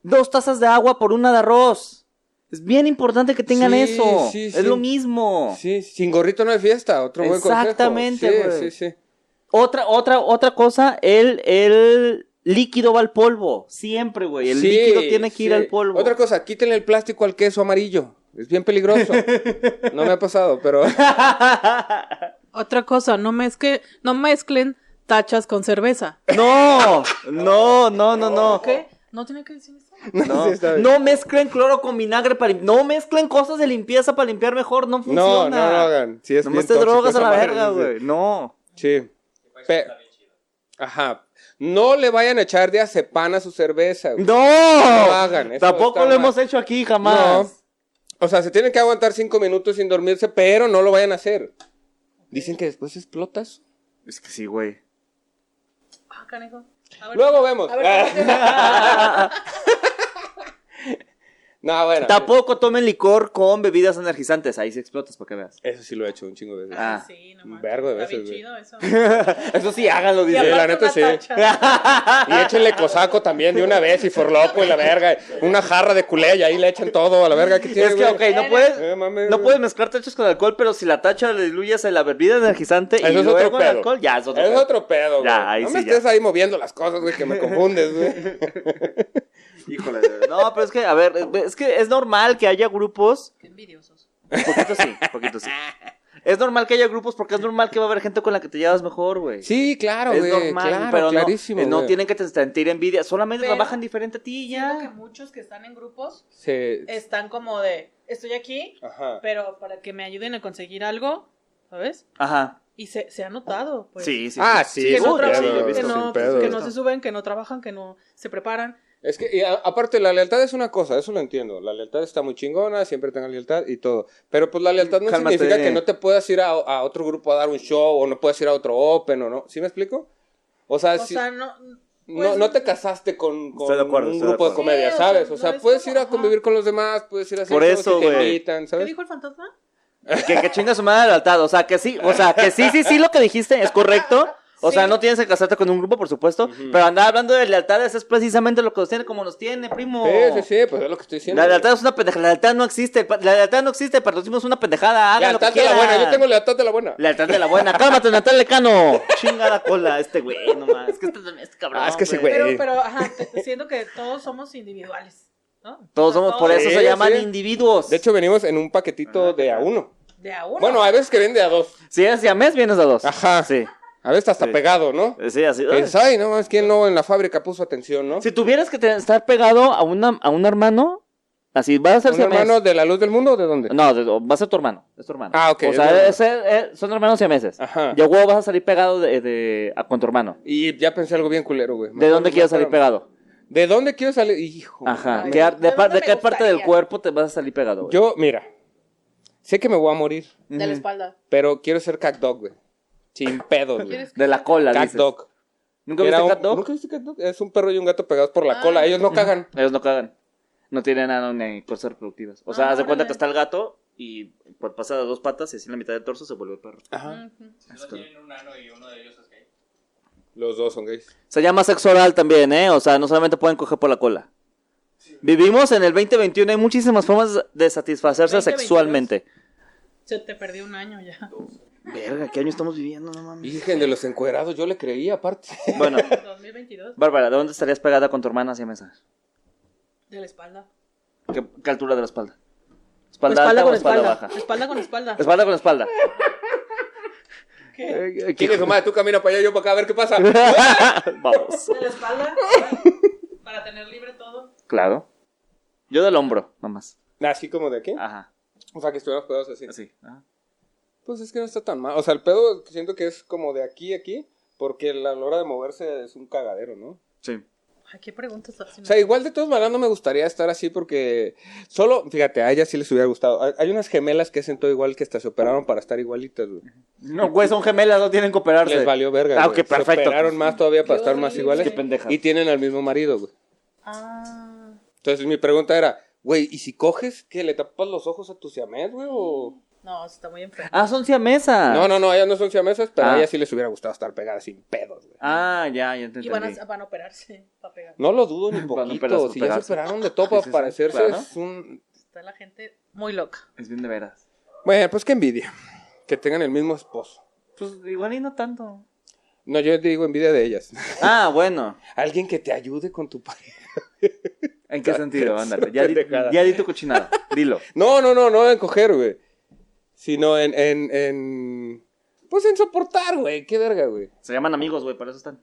[SPEAKER 2] Dos tazas de agua por una de arroz. Es bien importante que tengan
[SPEAKER 1] Sí,
[SPEAKER 2] eso.
[SPEAKER 1] sí,
[SPEAKER 2] es
[SPEAKER 1] sí.
[SPEAKER 2] lo mismo.
[SPEAKER 1] Sí, sin gorrito no hay fiesta, otro buen consejo.
[SPEAKER 2] Exactamente,
[SPEAKER 1] sí, sí,
[SPEAKER 2] güey.
[SPEAKER 1] sí.
[SPEAKER 2] Otra, otra, otra cosa, el, el líquido va al polvo. Siempre, güey. El
[SPEAKER 1] Sí,
[SPEAKER 2] líquido tiene que ir
[SPEAKER 1] sí.
[SPEAKER 2] al polvo.
[SPEAKER 1] Otra cosa, quítenle el plástico al queso amarillo. Es bien peligroso. No me ha pasado, pero.
[SPEAKER 4] Otra cosa, no, mezcle, no mezclen tachas con cerveza.
[SPEAKER 2] No, no, no, no, no.
[SPEAKER 1] Oh.
[SPEAKER 4] ¿Qué? ¿No tiene que decir eso?
[SPEAKER 2] No,
[SPEAKER 1] Sí, está bien.
[SPEAKER 2] no mezclen cloro con vinagre para lim- no mezclen cosas de limpieza para limpiar mejor,
[SPEAKER 1] no,
[SPEAKER 2] no
[SPEAKER 1] no
[SPEAKER 2] funciona.
[SPEAKER 1] lo hagan. Sí, es bien
[SPEAKER 2] Nomás te
[SPEAKER 1] tóxico
[SPEAKER 2] drogas a
[SPEAKER 1] esa
[SPEAKER 2] la
[SPEAKER 1] madre,
[SPEAKER 2] verga,
[SPEAKER 1] sí,
[SPEAKER 2] güey. No.
[SPEAKER 1] Sí. Pe- Ajá. No le vayan a echar de acepán a su cerveza. güey.
[SPEAKER 2] No.
[SPEAKER 1] lo hagan, eso
[SPEAKER 2] Tampoco
[SPEAKER 1] está
[SPEAKER 2] lo
[SPEAKER 1] mal.
[SPEAKER 2] hemos hecho aquí jamás.
[SPEAKER 1] O sea, se tienen que aguantar cinco minutos sin dormirse, pero no lo vayan a hacer. Dicen que después explotas.
[SPEAKER 2] Es que sí, güey.
[SPEAKER 3] Ah, canijo. A ver,
[SPEAKER 1] Luego vemos.
[SPEAKER 3] A ver, ¿cómo te-
[SPEAKER 1] No, bueno.
[SPEAKER 2] Tampoco tomen licor con bebidas energizantes. Ahí sí explotas para que veas.
[SPEAKER 1] Eso sí lo he hecho un chingo de veces.
[SPEAKER 2] Ah.
[SPEAKER 4] Sí, no
[SPEAKER 1] Un
[SPEAKER 4] manches,
[SPEAKER 1] vergo de
[SPEAKER 4] está bien
[SPEAKER 1] veces, güey.
[SPEAKER 4] chido eso.
[SPEAKER 2] Eso sí, háganlo,
[SPEAKER 1] Sí,
[SPEAKER 2] dice.
[SPEAKER 1] la
[SPEAKER 3] aparte
[SPEAKER 1] neta
[SPEAKER 3] una
[SPEAKER 1] sí.
[SPEAKER 3] tacha.
[SPEAKER 1] Y échenle cosaco también de una vez y forloco y la verga. Una jarra de culé y ahí le echen todo a la verga. ¿Qué tiene,
[SPEAKER 2] Es que,
[SPEAKER 1] güey?
[SPEAKER 2] ok, no puedes,
[SPEAKER 1] Eh, mames,
[SPEAKER 2] no
[SPEAKER 1] güey.
[SPEAKER 2] puedes mezclar tachos con alcohol, pero si la tacha le diluyes en la bebida energizante y
[SPEAKER 1] Eso es
[SPEAKER 2] luego
[SPEAKER 1] otro
[SPEAKER 2] el
[SPEAKER 1] pedo.
[SPEAKER 2] alcohol, ya es otro
[SPEAKER 1] Es
[SPEAKER 2] pedo.
[SPEAKER 1] otro pedo, güey.
[SPEAKER 2] Ya, ahí
[SPEAKER 1] no
[SPEAKER 2] sí,
[SPEAKER 1] me
[SPEAKER 2] ya.
[SPEAKER 1] estés ahí moviendo las cosas, güey, que me confundes, güey.
[SPEAKER 2] Híjole, de verdad. no, pero es que, a ver, eh, es que es normal que haya grupos.
[SPEAKER 3] Qué envidiosos.
[SPEAKER 2] Poquito sí, poquito sí. Es normal que haya grupos porque es normal que va a haber gente con la que te llevas mejor, güey.
[SPEAKER 1] Sí, claro,
[SPEAKER 2] es
[SPEAKER 1] güey.
[SPEAKER 2] normal,
[SPEAKER 1] claro,
[SPEAKER 2] pero no,
[SPEAKER 1] clarísimo.
[SPEAKER 2] eh, no,
[SPEAKER 1] güey.
[SPEAKER 2] tienen que te- sentir envidia, solamente
[SPEAKER 4] Pero-
[SPEAKER 2] trabajan diferente a ti
[SPEAKER 4] Siento que
[SPEAKER 2] ya.
[SPEAKER 4] muchos que están en grupos
[SPEAKER 1] Se-
[SPEAKER 4] están como de, estoy aquí,
[SPEAKER 1] Ajá.
[SPEAKER 4] pero para que me ayuden a conseguir algo, ¿sabes?
[SPEAKER 2] Ajá.
[SPEAKER 4] Y se, se ha notado, pues.
[SPEAKER 2] sí, sí.
[SPEAKER 1] ah,
[SPEAKER 4] Que,
[SPEAKER 1] sí,
[SPEAKER 4] no
[SPEAKER 1] güey,
[SPEAKER 2] otra-
[SPEAKER 4] trabajan,
[SPEAKER 2] sí, yo he
[SPEAKER 1] claro,
[SPEAKER 4] que,
[SPEAKER 2] visto,
[SPEAKER 1] sin
[SPEAKER 4] no, pues,
[SPEAKER 1] pedos.
[SPEAKER 4] que no se suben, que no trabajan, que no se preparan.
[SPEAKER 1] Es que, y a- aparte, la lealtad es una cosa, eso lo entiendo. La lealtad está muy chingona, siempre tengan lealtad y todo. Pero pues la lealtad no
[SPEAKER 2] Cálmate.
[SPEAKER 1] significa que no te puedas ir a, a otro grupo a dar un show o no puedas ir a otro open o no. ¿Sí me explico? O
[SPEAKER 2] Ah,
[SPEAKER 1] sea,
[SPEAKER 4] O
[SPEAKER 1] si-
[SPEAKER 4] sea, no...
[SPEAKER 1] no,
[SPEAKER 4] pues-
[SPEAKER 1] no te casaste con, con
[SPEAKER 2] Estoy de acuerdo,
[SPEAKER 1] un
[SPEAKER 2] estoy de
[SPEAKER 1] grupo de
[SPEAKER 2] acuerdo.
[SPEAKER 1] comedia,
[SPEAKER 4] Sí, o
[SPEAKER 1] ¿sabes?
[SPEAKER 4] sea,
[SPEAKER 1] O
[SPEAKER 4] no
[SPEAKER 1] sea,
[SPEAKER 4] es
[SPEAKER 1] puedes
[SPEAKER 4] como-
[SPEAKER 1] ir a
[SPEAKER 4] ajá.
[SPEAKER 1] convivir con los demás, puedes ir a hacer
[SPEAKER 2] Por
[SPEAKER 1] shows
[SPEAKER 2] eso,
[SPEAKER 1] y te
[SPEAKER 2] güey.
[SPEAKER 1] invitan,
[SPEAKER 4] ¿Qué
[SPEAKER 1] ¿sabes?
[SPEAKER 4] dijo el fantasma?
[SPEAKER 2] Que, que chinga su madre al altar. O sea, que sí, o sea, que sí, sí, sí, lo que dijiste es correcto. O sea,
[SPEAKER 4] Sí.
[SPEAKER 2] no tienes que casarte con un grupo, por supuesto. Pero andar hablando de lealtades es precisamente lo que nos tiene como nos tiene, primo.
[SPEAKER 1] Sí, sí, sí, pues es lo que estoy diciendo.
[SPEAKER 2] La
[SPEAKER 1] güey.
[SPEAKER 2] lealtad es una pendejada. La lealtad no existe. el pa- La lealtad no existe. El patriotismo es una pendejada. Hagan
[SPEAKER 1] Lealtad
[SPEAKER 2] lo que
[SPEAKER 1] de la
[SPEAKER 2] quieran.
[SPEAKER 1] buena, yo tengo lealtad de la buena.
[SPEAKER 2] Lealtad de la buena. Cálmate, Natal Lecano. Chingada cola, este güey, nomás. Es que este, este cabrón.
[SPEAKER 1] Ah, es que ese güey.
[SPEAKER 4] Pero, pero, ajá, te- siento que todos somos individuales, ¿no?
[SPEAKER 2] Todos somos, por eso
[SPEAKER 1] Sí,
[SPEAKER 2] se llaman
[SPEAKER 1] sí.
[SPEAKER 2] individuos.
[SPEAKER 1] De hecho, venimos en un paquetito
[SPEAKER 2] Ajá.
[SPEAKER 1] de a uno.
[SPEAKER 4] De a uno.
[SPEAKER 1] Bueno, a veces que vende a dos.
[SPEAKER 2] si eres siamés, vienes a dos.
[SPEAKER 1] Ajá.
[SPEAKER 2] Sí.
[SPEAKER 1] A veces hasta
[SPEAKER 2] Sí.
[SPEAKER 1] pegado, ¿no?
[SPEAKER 2] Sí, así.
[SPEAKER 1] Que dices, ay, no, es que no en la fábrica puso atención, ¿no?
[SPEAKER 2] Si tuvieras que te- estar pegado a, una, a un hermano, así, vas a ser
[SPEAKER 1] ¿Un
[SPEAKER 2] siamés.
[SPEAKER 1] hermano de la luz del mundo o de dónde?
[SPEAKER 2] No, de- o va a ser tu hermano. Es tu hermano.
[SPEAKER 1] Ah, ok,
[SPEAKER 2] O
[SPEAKER 1] es
[SPEAKER 2] sea,
[SPEAKER 1] tu hermano.
[SPEAKER 2] es- es- son hermanos siameses.
[SPEAKER 1] Ajá.
[SPEAKER 2] Y a huevo vas a salir pegado de, de- a- con tu hermano.
[SPEAKER 1] Y ya pensé algo bien culero, güey.
[SPEAKER 2] ¿De dónde quieres salir pegado?
[SPEAKER 1] ¿De dónde quiero salir? Hijo.
[SPEAKER 2] Ajá.
[SPEAKER 4] Ay,
[SPEAKER 2] ¿Qué ar-
[SPEAKER 4] ¿de
[SPEAKER 2] ¿De, par-
[SPEAKER 4] dónde
[SPEAKER 2] de
[SPEAKER 4] me
[SPEAKER 2] qué parte del
[SPEAKER 4] gustaría?
[SPEAKER 2] cuerpo te vas a salir pegado, güey?
[SPEAKER 1] Yo, mira, sé que me voy a morir,
[SPEAKER 4] De la
[SPEAKER 2] Ujú.
[SPEAKER 4] espalda.
[SPEAKER 1] pero quiero ser cat dog, güey. Sin pedos, güey.
[SPEAKER 4] ¿Quieres
[SPEAKER 2] De la cola,
[SPEAKER 1] Cat
[SPEAKER 2] dices.
[SPEAKER 1] dog.
[SPEAKER 2] ¿Nunca
[SPEAKER 1] Era
[SPEAKER 2] viste
[SPEAKER 1] un-
[SPEAKER 2] cat dog?
[SPEAKER 1] ¿Nunca viste cat dog? Es un perro y un gato pegados por la
[SPEAKER 4] Ah.
[SPEAKER 1] cola. Ellos no cagan.
[SPEAKER 2] Ellos no cagan. No tienen ano ni cosas reproductivas. O sea,
[SPEAKER 4] Ah,
[SPEAKER 2] haz de cuenta
[SPEAKER 4] órale.
[SPEAKER 2] que está el gato y pues, pasa de dos patas y así en la mitad del torso se vuelve perro.
[SPEAKER 1] Ajá.
[SPEAKER 4] Ujú.
[SPEAKER 6] No tienen un ano y uno de ellos es gay.
[SPEAKER 1] Los dos son gays.
[SPEAKER 2] Se llama sexo oral también, ¿eh? O sea, no solamente pueden coger por la cola. Vivimos en el 2021, hay muchísimas formas de satisfacerse
[SPEAKER 4] 2022.
[SPEAKER 2] sexualmente.
[SPEAKER 4] Se te perdió un año ya.
[SPEAKER 2] Verga, ¿qué año estamos viviendo? No mames.
[SPEAKER 1] Virgen de los encuerados, yo le creía, aparte.
[SPEAKER 2] Bueno,
[SPEAKER 4] 2022.
[SPEAKER 2] Bárbara, ¿de dónde estarías pegada con tu hermana hacia mesa?
[SPEAKER 4] De la espalda.
[SPEAKER 2] ¿Qué, qué altura de la espalda?
[SPEAKER 4] Espalda,
[SPEAKER 2] ¿Espalda, alta
[SPEAKER 4] con
[SPEAKER 2] o espalda,
[SPEAKER 4] espalda.
[SPEAKER 2] baja?
[SPEAKER 4] Espalda con espalda.
[SPEAKER 2] Espalda con espalda.
[SPEAKER 4] ¿Qué?
[SPEAKER 2] Eh, eh,
[SPEAKER 1] ¿Quién es su madre? Tú camina para allá, yo para acá, a ver qué pasa.
[SPEAKER 2] Vamos.
[SPEAKER 3] De la espalda.
[SPEAKER 4] Para tener libre todo.
[SPEAKER 2] Claro. Yo del hombro, nomás.
[SPEAKER 1] Así como de aquí.
[SPEAKER 2] Ajá.
[SPEAKER 1] O sea, que estuviéramos pegados así.
[SPEAKER 2] Así. ajá.
[SPEAKER 1] Pues es que no está tan mal. O sea, el pedo siento que es como de aquí a aquí, porque la a la hora de moverse es un cagadero, ¿no?
[SPEAKER 2] Sí.
[SPEAKER 4] Ay, qué preguntas
[SPEAKER 1] O
[SPEAKER 4] hacen.
[SPEAKER 1] sea, igual de todas maneras no me gustaría estar así porque solo, fíjate, a ellas sí les hubiera gustado. Hay- Hay unas gemelas que hacen todo igual que hasta se operaron para estar igualitas, güey.
[SPEAKER 2] No, güey, son gemelas, no tienen que operarse.
[SPEAKER 1] Les valió verga,
[SPEAKER 2] Ah,
[SPEAKER 1] güey.
[SPEAKER 2] ok, perfecto.
[SPEAKER 1] Se operaron más todavía para
[SPEAKER 4] Qué
[SPEAKER 1] estar más
[SPEAKER 4] horrible.
[SPEAKER 1] iguales.
[SPEAKER 4] Qué
[SPEAKER 2] pendejas.
[SPEAKER 1] Y tienen al mismo marido, güey.
[SPEAKER 4] Ah.
[SPEAKER 1] Entonces mi pregunta era, güey, ¿y si coges que le tapas los ojos a tu siamés, güey? O...
[SPEAKER 4] No, está muy enfermo.
[SPEAKER 2] Ah, son siamesas.
[SPEAKER 1] No, no, no, ellas no son siamesas, pero
[SPEAKER 2] Ah.
[SPEAKER 1] a ellas sí les hubiera gustado estar pegadas sin pedos, güey.
[SPEAKER 2] Ah, ya, ya te
[SPEAKER 4] Y van
[SPEAKER 2] entendí.
[SPEAKER 4] a, van a operarse para pegar.
[SPEAKER 1] No lo dudo ni
[SPEAKER 2] Cuando
[SPEAKER 1] poquito.
[SPEAKER 2] pelas-
[SPEAKER 1] si ya se
[SPEAKER 2] pegarse.
[SPEAKER 1] operaron de todo
[SPEAKER 2] Sí, sí,
[SPEAKER 1] para
[SPEAKER 2] sí,
[SPEAKER 1] parecerse,
[SPEAKER 2] claro.
[SPEAKER 1] es un...
[SPEAKER 4] Está la gente muy loca.
[SPEAKER 2] Es bien de veras.
[SPEAKER 1] Bueno, pues qué envidia. Que tengan el mismo esposo.
[SPEAKER 2] Pues igual y no tanto.
[SPEAKER 1] No, yo te digo envidia de ellas.
[SPEAKER 2] Ah, bueno.
[SPEAKER 1] Alguien que te ayude con tu pareja.
[SPEAKER 2] ¿En qué sentido? Ándale. Ya di,
[SPEAKER 1] pendejada.
[SPEAKER 2] ya di tu cochinada. Dilo.
[SPEAKER 1] No, no, no, no en coger, güey. Sino en, en, en... Pues en soportar, güey. Qué verga, güey.
[SPEAKER 2] Se llaman amigos, güey, para eso están.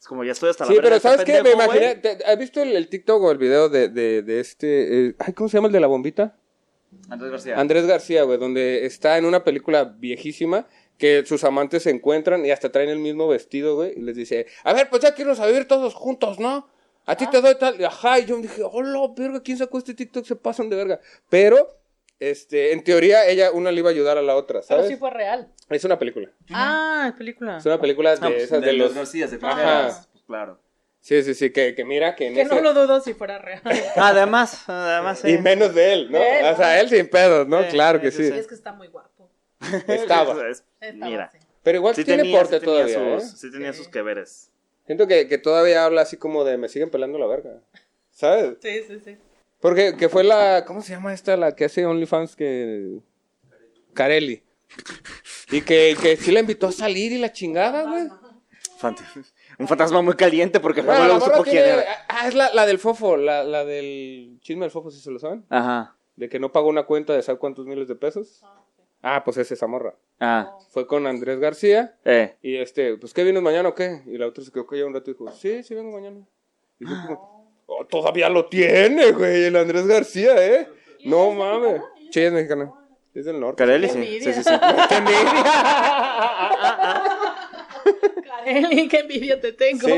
[SPEAKER 2] Es como ya estoy hasta la
[SPEAKER 1] Sí,
[SPEAKER 2] verga
[SPEAKER 1] pero
[SPEAKER 2] de este
[SPEAKER 1] ¿sabes qué? Me
[SPEAKER 2] pendejo,
[SPEAKER 1] imaginé...
[SPEAKER 2] güey.
[SPEAKER 1] te- ¿Has visto el, el TikTok o el video de, de, de este... eh, ay, ¿cómo se llama el de la bombita?
[SPEAKER 2] Andrés García.
[SPEAKER 1] Andrés García, güey, donde está en una película viejísima que sus amantes se encuentran y hasta traen el mismo vestido, güey, y les dice, a ver, pues ya quiero a vivir todos juntos, ¿no? A ti te doy tal, y ajá, y yo dije, hola, verga, ¿quién sacó este TikTok? Se pasan de verga. Pero, este, en teoría, ella, una le iba a ayudar a la otra,
[SPEAKER 4] Pero
[SPEAKER 1] ¿sabes?
[SPEAKER 4] sí fue real.
[SPEAKER 1] Es una película,
[SPEAKER 4] Ah, es película.
[SPEAKER 1] es una película
[SPEAKER 2] Ah,
[SPEAKER 1] de
[SPEAKER 2] pues,
[SPEAKER 1] esas de
[SPEAKER 2] Andrés
[SPEAKER 1] los...
[SPEAKER 2] García, se
[SPEAKER 4] Ajá.
[SPEAKER 2] trabaja. Pues claro.
[SPEAKER 1] Sí, sí, sí, que, que mira que en
[SPEAKER 4] Que no
[SPEAKER 1] ese-
[SPEAKER 4] lo dudo si fuera real.
[SPEAKER 2] Además, además.
[SPEAKER 1] Y
[SPEAKER 2] eh.
[SPEAKER 1] menos de él, ¿no?
[SPEAKER 4] De él,
[SPEAKER 1] o sea, él sin pedos, ¿no?
[SPEAKER 2] Sí,
[SPEAKER 1] claro que
[SPEAKER 2] sí,
[SPEAKER 1] sí.
[SPEAKER 4] Y es que está muy guapo.
[SPEAKER 1] Estaba.
[SPEAKER 2] Es- es-
[SPEAKER 4] Estaba
[SPEAKER 2] Mira.
[SPEAKER 4] así.
[SPEAKER 1] Pero igual
[SPEAKER 2] Sí
[SPEAKER 1] tiene
[SPEAKER 2] tenía,
[SPEAKER 1] porte
[SPEAKER 2] sí tenía
[SPEAKER 1] todavía, ¿eh?
[SPEAKER 2] sus, sí tenía
[SPEAKER 4] Sí.
[SPEAKER 2] sus que veres.
[SPEAKER 1] Siento que, que todavía habla así como de me siguen pelando la verga. ¿Sabes?
[SPEAKER 4] Sí, sí, sí.
[SPEAKER 1] Porque que fue la. ¿Cómo se llama esta? La que hace OnlyFans que. Carelli. Y que, que sí la invitó a salir y la chingada, güey.
[SPEAKER 2] Fant- un fantasma muy caliente porque
[SPEAKER 1] Bueno,
[SPEAKER 2] luego
[SPEAKER 1] la
[SPEAKER 2] supo
[SPEAKER 1] morra
[SPEAKER 2] quién
[SPEAKER 1] tiene-
[SPEAKER 2] era.
[SPEAKER 1] Ah, es la, la del fofo, la, la del chisme del fofo, si se lo saben.
[SPEAKER 2] Ajá.
[SPEAKER 1] De que no pagó una cuenta de saber cuántos miles de pesos. Ah, pues es esa morra.
[SPEAKER 2] Ah.
[SPEAKER 1] Fue con Andrés García.
[SPEAKER 2] Eh.
[SPEAKER 1] Y este, pues ¿qué vienes mañana o qué? Y la otra se quedó callada un rato y dijo, sí, sí vengo mañana. Y yo como,
[SPEAKER 4] Ah.
[SPEAKER 1] "Oh, todavía lo tiene, güey, el Andrés García, ¿eh? No mames.
[SPEAKER 3] ah,
[SPEAKER 1] Sí, es mexicana. Es del norte.
[SPEAKER 2] Carelli,
[SPEAKER 4] Qué
[SPEAKER 2] sí.
[SPEAKER 4] envidia.
[SPEAKER 2] Sí, sí, sí. ¡Qué envidia!
[SPEAKER 3] ah,
[SPEAKER 4] Kareli, qué envidia te tengo.
[SPEAKER 1] Sí,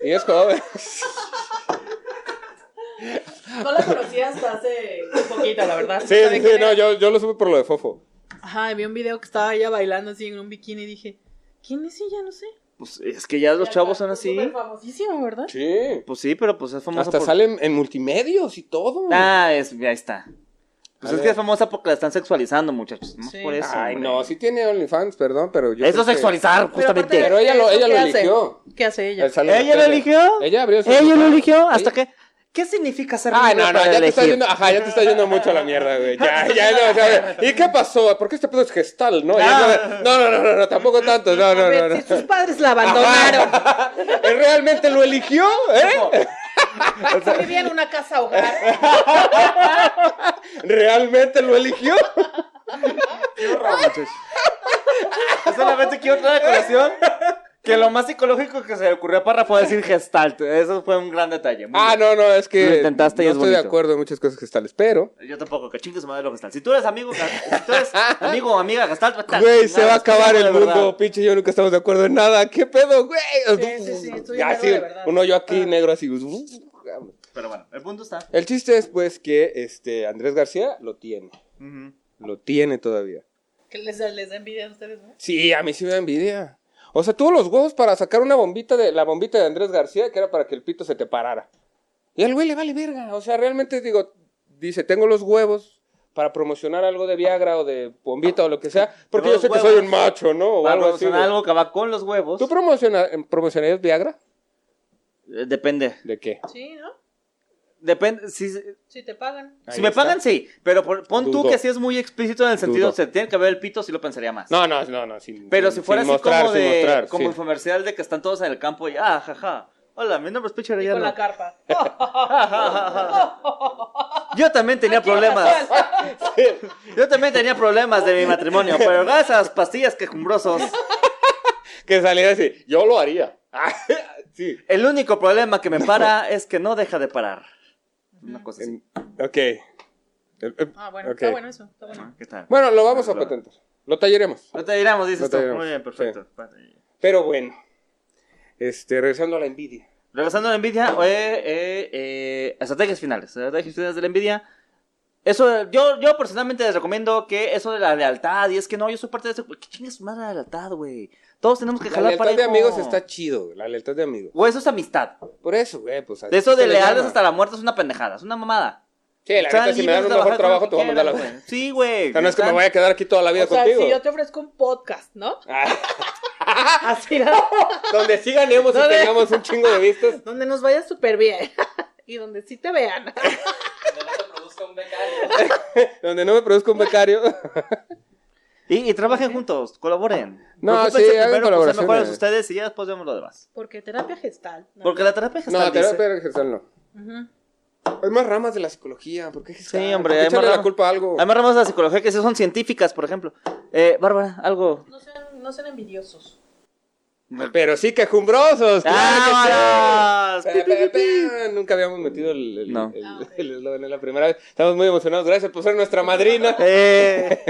[SPEAKER 1] y es joven.
[SPEAKER 3] No la conocí hasta hace un poquito, la verdad.
[SPEAKER 1] Sí, sí, sí, no, yo, yo lo supe por lo de Fofo.
[SPEAKER 4] Ajá, y vi un video que estaba ella bailando así en un bikini y dije, ¿quién es ella? No sé.
[SPEAKER 2] Pues es que ya los chavos son así.
[SPEAKER 3] Súper famosísimo.
[SPEAKER 4] Famosísimo, ¿verdad?
[SPEAKER 1] Sí.
[SPEAKER 2] Pues sí, pero pues es famosa
[SPEAKER 1] Hasta
[SPEAKER 2] por...
[SPEAKER 1] salen en multimedios y todo.
[SPEAKER 2] Ah, es, ahí está. Pues
[SPEAKER 1] A
[SPEAKER 2] es
[SPEAKER 1] ver.
[SPEAKER 2] que es famosa porque la están sexualizando, muchachos. No
[SPEAKER 4] Sí.
[SPEAKER 2] por eso.
[SPEAKER 1] Ay,
[SPEAKER 2] hombre.
[SPEAKER 1] no, sí tiene OnlyFans, perdón, pero yo...
[SPEAKER 2] Eso es
[SPEAKER 1] creo que-
[SPEAKER 2] sexualizar, justamente.
[SPEAKER 1] Pero ella lo, ella lo
[SPEAKER 4] ¿Qué hace?
[SPEAKER 1] eligió.
[SPEAKER 4] ¿Qué hace ella?
[SPEAKER 1] Él sale en la
[SPEAKER 2] ¿Ella lo
[SPEAKER 1] tele.
[SPEAKER 2] eligió?
[SPEAKER 1] Ella abrió su-
[SPEAKER 2] ¿Ella lo eligió? ¿Hasta
[SPEAKER 1] Ella-
[SPEAKER 2] qué? ¿Qué significa ser
[SPEAKER 1] Ah,
[SPEAKER 2] libre
[SPEAKER 1] no, no,
[SPEAKER 2] para
[SPEAKER 1] ya te está
[SPEAKER 2] elegir?
[SPEAKER 1] yendo, ajá, ya te está yendo mucho a la mierda, güey. Ya, ya, no, o sea, ¿y qué pasó? ¿Por qué este pedo es gestal, no? Ya, no, no, no, no, no, tampoco tanto, no,
[SPEAKER 4] A
[SPEAKER 1] no, no,
[SPEAKER 4] ver,
[SPEAKER 1] no.
[SPEAKER 4] Si sus padres la abandonaron,
[SPEAKER 1] Él realmente lo eligió, ¿eh?
[SPEAKER 4] si vivía en una casa hogar,
[SPEAKER 1] ¿Realmente lo eligió?
[SPEAKER 2] Yo solamente quiero otra decoración que lo más psicológico que se le ocurrió a Parra fue decir gestalt. Eso fue un gran detalle. Muy
[SPEAKER 1] Ah, no,
[SPEAKER 2] bien.
[SPEAKER 1] no, es que
[SPEAKER 2] Lo intentaste y
[SPEAKER 1] no
[SPEAKER 2] es
[SPEAKER 1] estoy de
[SPEAKER 2] bonito.
[SPEAKER 1] acuerdo en muchas cosas gestales, pero,
[SPEAKER 2] Yo tampoco, que chingue su madre lo gestalt. Si tú eres amigo, si tú eres amigo o amiga pues, gestalt, vete a
[SPEAKER 1] güey,
[SPEAKER 2] chingar,
[SPEAKER 1] se va a acabar
[SPEAKER 2] de
[SPEAKER 1] el
[SPEAKER 2] verdad.
[SPEAKER 1] mundo, pinche yo nunca estamos de acuerdo en nada, ¿qué pedo, güey?
[SPEAKER 4] Sí, sí, sí, estoy
[SPEAKER 1] Ya,
[SPEAKER 4] negro
[SPEAKER 1] sí,
[SPEAKER 4] de verdad.
[SPEAKER 1] un hoyo aquí
[SPEAKER 4] Ah.
[SPEAKER 1] negro así. uh,
[SPEAKER 2] Pero bueno, el punto está.
[SPEAKER 1] El chiste es, pues, que este Andrés García lo tiene,
[SPEAKER 2] Ujú.
[SPEAKER 1] lo tiene todavía.
[SPEAKER 4] que les, les da envidia a ustedes, ¿no?
[SPEAKER 1] Sí, a mí sí me da envidia. O sea, tuvo los huevos para sacar una bombita de la bombita de Andrés García, que era para que el pito se te parara. Y al güey le vale verga. O sea, realmente digo, dice, tengo los huevos para promocionar algo de Viagra o de bombita o lo que sea, porque
[SPEAKER 2] Tengo
[SPEAKER 1] yo sé
[SPEAKER 2] los
[SPEAKER 1] que soy
[SPEAKER 2] huevos
[SPEAKER 1] un macho, ¿no? O
[SPEAKER 2] Para
[SPEAKER 1] algo así.
[SPEAKER 2] promocionar
[SPEAKER 1] güey.
[SPEAKER 2] algo que va con los huevos.
[SPEAKER 1] ¿Tú promociona- promocionarías Viagra?
[SPEAKER 2] Eh, Depende.
[SPEAKER 1] ¿De qué?
[SPEAKER 4] Sí, ¿no?
[SPEAKER 2] Depende. Si, si
[SPEAKER 4] Si te pagan.
[SPEAKER 1] Ahí
[SPEAKER 2] me
[SPEAKER 1] está.
[SPEAKER 2] pagan, sí. Pero por- pon tú
[SPEAKER 1] Dudo.
[SPEAKER 2] que sí es muy explícito en el sentido,
[SPEAKER 1] Dudo.
[SPEAKER 2] se tiene que ver el pito, sí lo pensaría más.
[SPEAKER 1] No, no, no, no. Sin,
[SPEAKER 2] Pero
[SPEAKER 1] sin-
[SPEAKER 2] si fuera
[SPEAKER 1] sin
[SPEAKER 2] así
[SPEAKER 1] mostrar,
[SPEAKER 2] como
[SPEAKER 1] sin
[SPEAKER 2] de
[SPEAKER 1] mostrar,
[SPEAKER 2] como
[SPEAKER 1] sí.
[SPEAKER 2] comercial de que están todos en el campo y ah, jaja. Hola, mi nombre es Pecho
[SPEAKER 4] Y con
[SPEAKER 2] Arellano.
[SPEAKER 4] la carpa.
[SPEAKER 2] Ja, ja, ja, ja. Yo también tenía problemas.
[SPEAKER 4] pues.
[SPEAKER 2] Yo también tenía problemas de mi matrimonio, pero gracias a las pastillas quejumbrosos,
[SPEAKER 1] Que saliera así, yo lo haría. sí.
[SPEAKER 2] el único problema que me para es que no deja de parar. Una cosa así.
[SPEAKER 1] En- ok. Eh, eh,
[SPEAKER 4] Ah, bueno,
[SPEAKER 1] ok.
[SPEAKER 4] está bueno eso, está bueno.
[SPEAKER 2] ¿Qué tal?
[SPEAKER 1] Bueno, lo vamos a
[SPEAKER 2] Bueno, lo-
[SPEAKER 1] patentar. Lo talleremos.
[SPEAKER 2] No te diremos, dices
[SPEAKER 1] No te
[SPEAKER 2] tú.
[SPEAKER 1] diremos.
[SPEAKER 2] Muy bien, perfecto.
[SPEAKER 1] Pero bueno, este, regresando a la envidia.
[SPEAKER 2] Regresando a la envidia, eh, eh, eh, estrategias finales. Estrategias finales de la envidia. Eso, yo, yo personalmente les recomiendo que eso de la lealtad, y es que no, yo soy parte de eso. ¿Qué chingas madre la lealtad, güey? Todos tenemos que
[SPEAKER 1] La
[SPEAKER 2] jalar
[SPEAKER 1] lealtad
[SPEAKER 2] parejo.
[SPEAKER 1] de amigos está chido, güey, la lealtad de amigos.
[SPEAKER 2] O eso es amistad.
[SPEAKER 1] Por eso, güey, pues. así
[SPEAKER 2] De eso
[SPEAKER 1] se
[SPEAKER 2] de
[SPEAKER 1] le
[SPEAKER 2] leales
[SPEAKER 1] llama.
[SPEAKER 2] hasta la muerte es una pendejada, es una mamada.
[SPEAKER 1] Sí, la neta, si me dan un mejor trabajo, te voy a mandar la verga.
[SPEAKER 2] Sí, güey.
[SPEAKER 1] O sea, no es que me
[SPEAKER 2] Están-
[SPEAKER 1] vaya a quedar aquí toda la vida
[SPEAKER 4] O sea,
[SPEAKER 1] contigo.
[SPEAKER 4] si yo te ofrezco un podcast, ¿no?
[SPEAKER 1] Ah,
[SPEAKER 4] Así, ¿no?
[SPEAKER 1] donde sí ganemos y
[SPEAKER 4] No, de-
[SPEAKER 1] tengamos un chingo de vistas.
[SPEAKER 4] donde nos vaya súper bien y donde sí te vean.
[SPEAKER 6] Donde no se produzca un becario.
[SPEAKER 1] Donde no me produzca un becario.
[SPEAKER 2] Y, y trabajen juntos, colaboren.
[SPEAKER 1] No,
[SPEAKER 2] Preocúpense
[SPEAKER 1] sí, hagan
[SPEAKER 2] primero por ser
[SPEAKER 1] colaboraciones.
[SPEAKER 2] mejores ustedes y ya después vemos lo demás.
[SPEAKER 4] Porque terapia gestal. ¿no?
[SPEAKER 2] Porque la terapia
[SPEAKER 1] No,
[SPEAKER 2] gestal dice-
[SPEAKER 1] terapia gestal no.
[SPEAKER 4] Ujú.
[SPEAKER 1] Hay más ramas de la psicología. ¿Por qué gestal?
[SPEAKER 2] Sí, hombre,
[SPEAKER 1] ¿Por qué
[SPEAKER 2] hay
[SPEAKER 1] echarle
[SPEAKER 2] más
[SPEAKER 1] la
[SPEAKER 2] ramas.
[SPEAKER 1] culpa a algo?
[SPEAKER 2] Hay más ramas de la psicología que sí son científicas, por ejemplo. Eh, Bárbara, algo.
[SPEAKER 3] No sean, no sean envidiosos.
[SPEAKER 1] Pero sí quejumbrosos. ¡Ah,
[SPEAKER 2] ¡Vámonos! Pi, pi, pi, pi.
[SPEAKER 1] Nunca habíamos metido el el-
[SPEAKER 2] No.
[SPEAKER 1] el-
[SPEAKER 3] Ah, ok.
[SPEAKER 1] el eslogan, es la primera vez. Estamos muy emocionados. Gracias por ser nuestra madrina.
[SPEAKER 2] Eh.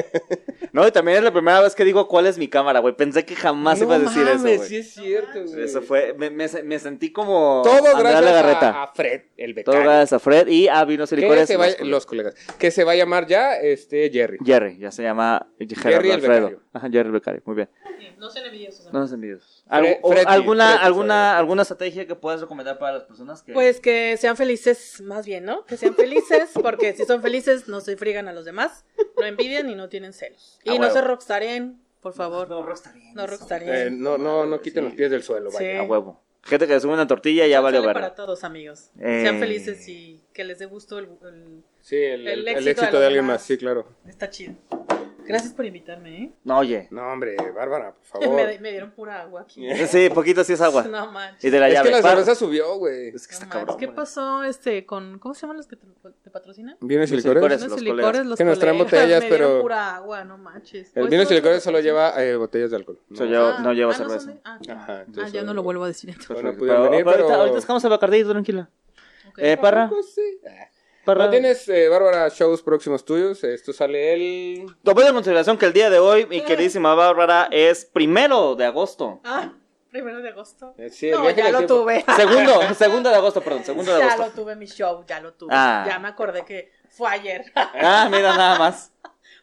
[SPEAKER 2] No, y también es la primera vez que digo cuál es mi cámara, güey. Pensé que jamás
[SPEAKER 1] no
[SPEAKER 2] iba a decir
[SPEAKER 1] mames,
[SPEAKER 2] eso,
[SPEAKER 1] Sí
[SPEAKER 2] güey.
[SPEAKER 1] es cierto, güey.
[SPEAKER 2] Eso fue, me, me- me sentí como
[SPEAKER 1] Todo
[SPEAKER 2] Andrea
[SPEAKER 1] gracias
[SPEAKER 2] Legarreta.
[SPEAKER 1] a, a Fred, el
[SPEAKER 2] Todo
[SPEAKER 1] becario.
[SPEAKER 2] gracias a Fred y a Vinos y
[SPEAKER 1] que
[SPEAKER 2] Licores.
[SPEAKER 1] se va,
[SPEAKER 2] Los-
[SPEAKER 1] los colegas. Que se va a llamar ya este Jerry.
[SPEAKER 2] Jerry, ya se llama Gerardo
[SPEAKER 1] Jerry el
[SPEAKER 2] Alfredo.
[SPEAKER 1] becario.
[SPEAKER 2] Ajá, Jerry el becario, muy bien.
[SPEAKER 3] Sí, No sean envidiosos.
[SPEAKER 2] No
[SPEAKER 3] amigos.
[SPEAKER 2] nos envidios. Algo- o-
[SPEAKER 1] Freddy,
[SPEAKER 2] ¿Alguna,
[SPEAKER 1] Freddy,
[SPEAKER 2] alguna,
[SPEAKER 1] Freddy.
[SPEAKER 2] alguna estrategia que puedas recomendar para las personas que...
[SPEAKER 4] Pues que sean felices, más bien, ¿no? Que sean felices, porque si son felices no se friegan a los demás, no envidian y no tienen celos. Y
[SPEAKER 2] Ah,
[SPEAKER 4] no
[SPEAKER 2] huevo. Ah,
[SPEAKER 4] se rockstareen, por favor.
[SPEAKER 2] No, rockstarines.
[SPEAKER 4] No, rockstarines.
[SPEAKER 1] Eh, no, no, no quiten los pies del suelo,
[SPEAKER 4] Sí.
[SPEAKER 1] vaya.
[SPEAKER 2] A huevo. Gente que sube una tortilla ya valió
[SPEAKER 4] Sale
[SPEAKER 2] ver.
[SPEAKER 4] eh, para todos, amigos.
[SPEAKER 2] Eh.
[SPEAKER 4] Sean felices y que les dé gusto el- el-
[SPEAKER 1] Sí, el,
[SPEAKER 4] El
[SPEAKER 1] el- el
[SPEAKER 4] éxito
[SPEAKER 1] éxito,
[SPEAKER 4] de los
[SPEAKER 1] de alguien
[SPEAKER 4] demás.
[SPEAKER 1] más, sí, claro.
[SPEAKER 4] Está chido. Gracias por invitarme, ¿eh?
[SPEAKER 2] No, oye.
[SPEAKER 1] No, hombre, Bárbara, por favor.
[SPEAKER 4] Me, me dieron pura agua aquí.
[SPEAKER 2] Sí, poquito sí es agua.
[SPEAKER 4] No manches.
[SPEAKER 2] Y de la
[SPEAKER 1] Es
[SPEAKER 2] llave.
[SPEAKER 1] que la
[SPEAKER 2] Par-
[SPEAKER 1] cerveza subió, güey.
[SPEAKER 2] Es que está
[SPEAKER 4] No
[SPEAKER 2] cabrón.
[SPEAKER 4] manches. ¿Qué
[SPEAKER 2] güey.
[SPEAKER 4] pasó este con cómo se llaman los que te, te patrocinan?
[SPEAKER 1] ¿Vienes y
[SPEAKER 2] Los
[SPEAKER 1] licores?
[SPEAKER 2] licores. Pues,
[SPEAKER 4] Vinos
[SPEAKER 2] los
[SPEAKER 4] y
[SPEAKER 2] colegas.
[SPEAKER 4] licores, los
[SPEAKER 1] Que nos traen
[SPEAKER 4] colegas.
[SPEAKER 1] botellas,
[SPEAKER 4] Me dieron
[SPEAKER 1] pero-
[SPEAKER 4] pura agua, no manches.
[SPEAKER 1] El
[SPEAKER 4] Pues,
[SPEAKER 1] vino y
[SPEAKER 4] ¿cómo
[SPEAKER 1] licores
[SPEAKER 4] se
[SPEAKER 1] solo
[SPEAKER 4] patrocina?
[SPEAKER 1] lleva eh, botellas de alcohol.
[SPEAKER 2] So, yo-
[SPEAKER 4] Ah,
[SPEAKER 2] no lleva
[SPEAKER 4] ah, son
[SPEAKER 2] cerveza.
[SPEAKER 4] de- ah,
[SPEAKER 1] Ajá,
[SPEAKER 4] ah,
[SPEAKER 1] entonces, eh,
[SPEAKER 4] ya no lo vuelvo a decir entonces.
[SPEAKER 1] Bueno,
[SPEAKER 2] Perfecto.
[SPEAKER 1] Pues, pudieron
[SPEAKER 2] Pero-
[SPEAKER 1] venir,
[SPEAKER 2] pero ahorita,
[SPEAKER 1] pero-
[SPEAKER 2] ahorita dejamos el Bacardí, tranquila.
[SPEAKER 4] Ok.
[SPEAKER 2] Eh, Parra,
[SPEAKER 1] Tampoco, sí.
[SPEAKER 2] Parra.
[SPEAKER 1] ¿No tienes, eh, Bárbara, shows próximos tuyos? Esto sale el...
[SPEAKER 2] Tomando en consideración que el día de hoy, mi queridísima Bárbara, es primero de agosto.
[SPEAKER 4] Ah, primero de agosto.
[SPEAKER 1] eh, Sí, el
[SPEAKER 4] no,
[SPEAKER 1] viaje en
[SPEAKER 4] ya
[SPEAKER 1] el
[SPEAKER 4] lo
[SPEAKER 1] tiempo.
[SPEAKER 4] tuve.
[SPEAKER 2] Segundo, segundo de agosto, perdón, segundo de
[SPEAKER 4] ya
[SPEAKER 2] agosto.
[SPEAKER 4] lo tuve mi show, ya lo tuve.
[SPEAKER 2] Ah.
[SPEAKER 4] Ya me acordé que fue ayer.
[SPEAKER 2] Ah, mira, nada más.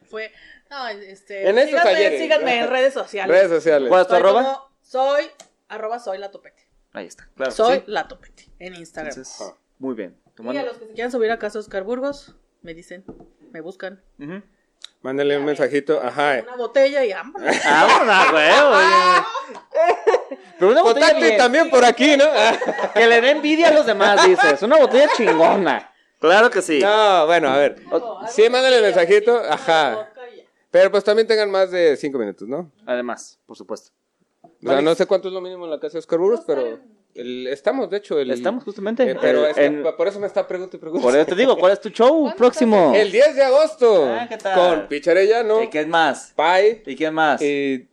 [SPEAKER 4] fue no, este
[SPEAKER 1] En estos
[SPEAKER 4] síganme,
[SPEAKER 1] ayeres.
[SPEAKER 4] síganme en redes sociales.
[SPEAKER 1] Redes sociales.
[SPEAKER 2] ¿Cuál es tu
[SPEAKER 4] Soy
[SPEAKER 2] arroba?
[SPEAKER 4] como- soy arroba soy la topete.
[SPEAKER 2] Ahí está, claro.
[SPEAKER 4] Soy
[SPEAKER 2] sí.
[SPEAKER 4] la topete en Instagram.
[SPEAKER 2] Entonces, muy bien.
[SPEAKER 4] y
[SPEAKER 2] Tomando.
[SPEAKER 4] a los que se quieran subir a casa Oscar Burgos, me dicen, me buscan
[SPEAKER 2] Ujú.
[SPEAKER 1] Mándale un mensajito. Ajá.
[SPEAKER 4] una botella y vámonos.
[SPEAKER 2] Vámonos, güey, oye. Pero una botella
[SPEAKER 1] Contate
[SPEAKER 2] que,
[SPEAKER 1] Pues también por aquí, ¿no? Ah,
[SPEAKER 2] que le dé envidia a los demás, dices. Una botella chingona. Claro que sí.
[SPEAKER 1] No, bueno, a ver. Oh, Sí, mándale el mensajito. Ajá. Pero pues también tengan más de cinco minutos, ¿no?
[SPEAKER 2] Además, por supuesto.
[SPEAKER 1] O sea, no sé cuánto es lo mínimo en la casa de Oscar Burgos, pero el- estamos, de hecho, el...
[SPEAKER 2] Estamos justamente.
[SPEAKER 1] eh, pero
[SPEAKER 2] eh,
[SPEAKER 1] esta-
[SPEAKER 2] en-
[SPEAKER 1] por eso me está preguntando y preguntando.
[SPEAKER 2] Por eso te digo, ¿cuál es tu show próximo?
[SPEAKER 1] El 10 de agosto.
[SPEAKER 2] Ah, ¿qué tal?
[SPEAKER 1] Con Picharellano,
[SPEAKER 2] ¿Y quién más?
[SPEAKER 1] Pai
[SPEAKER 2] ¿Y quién más?
[SPEAKER 1] y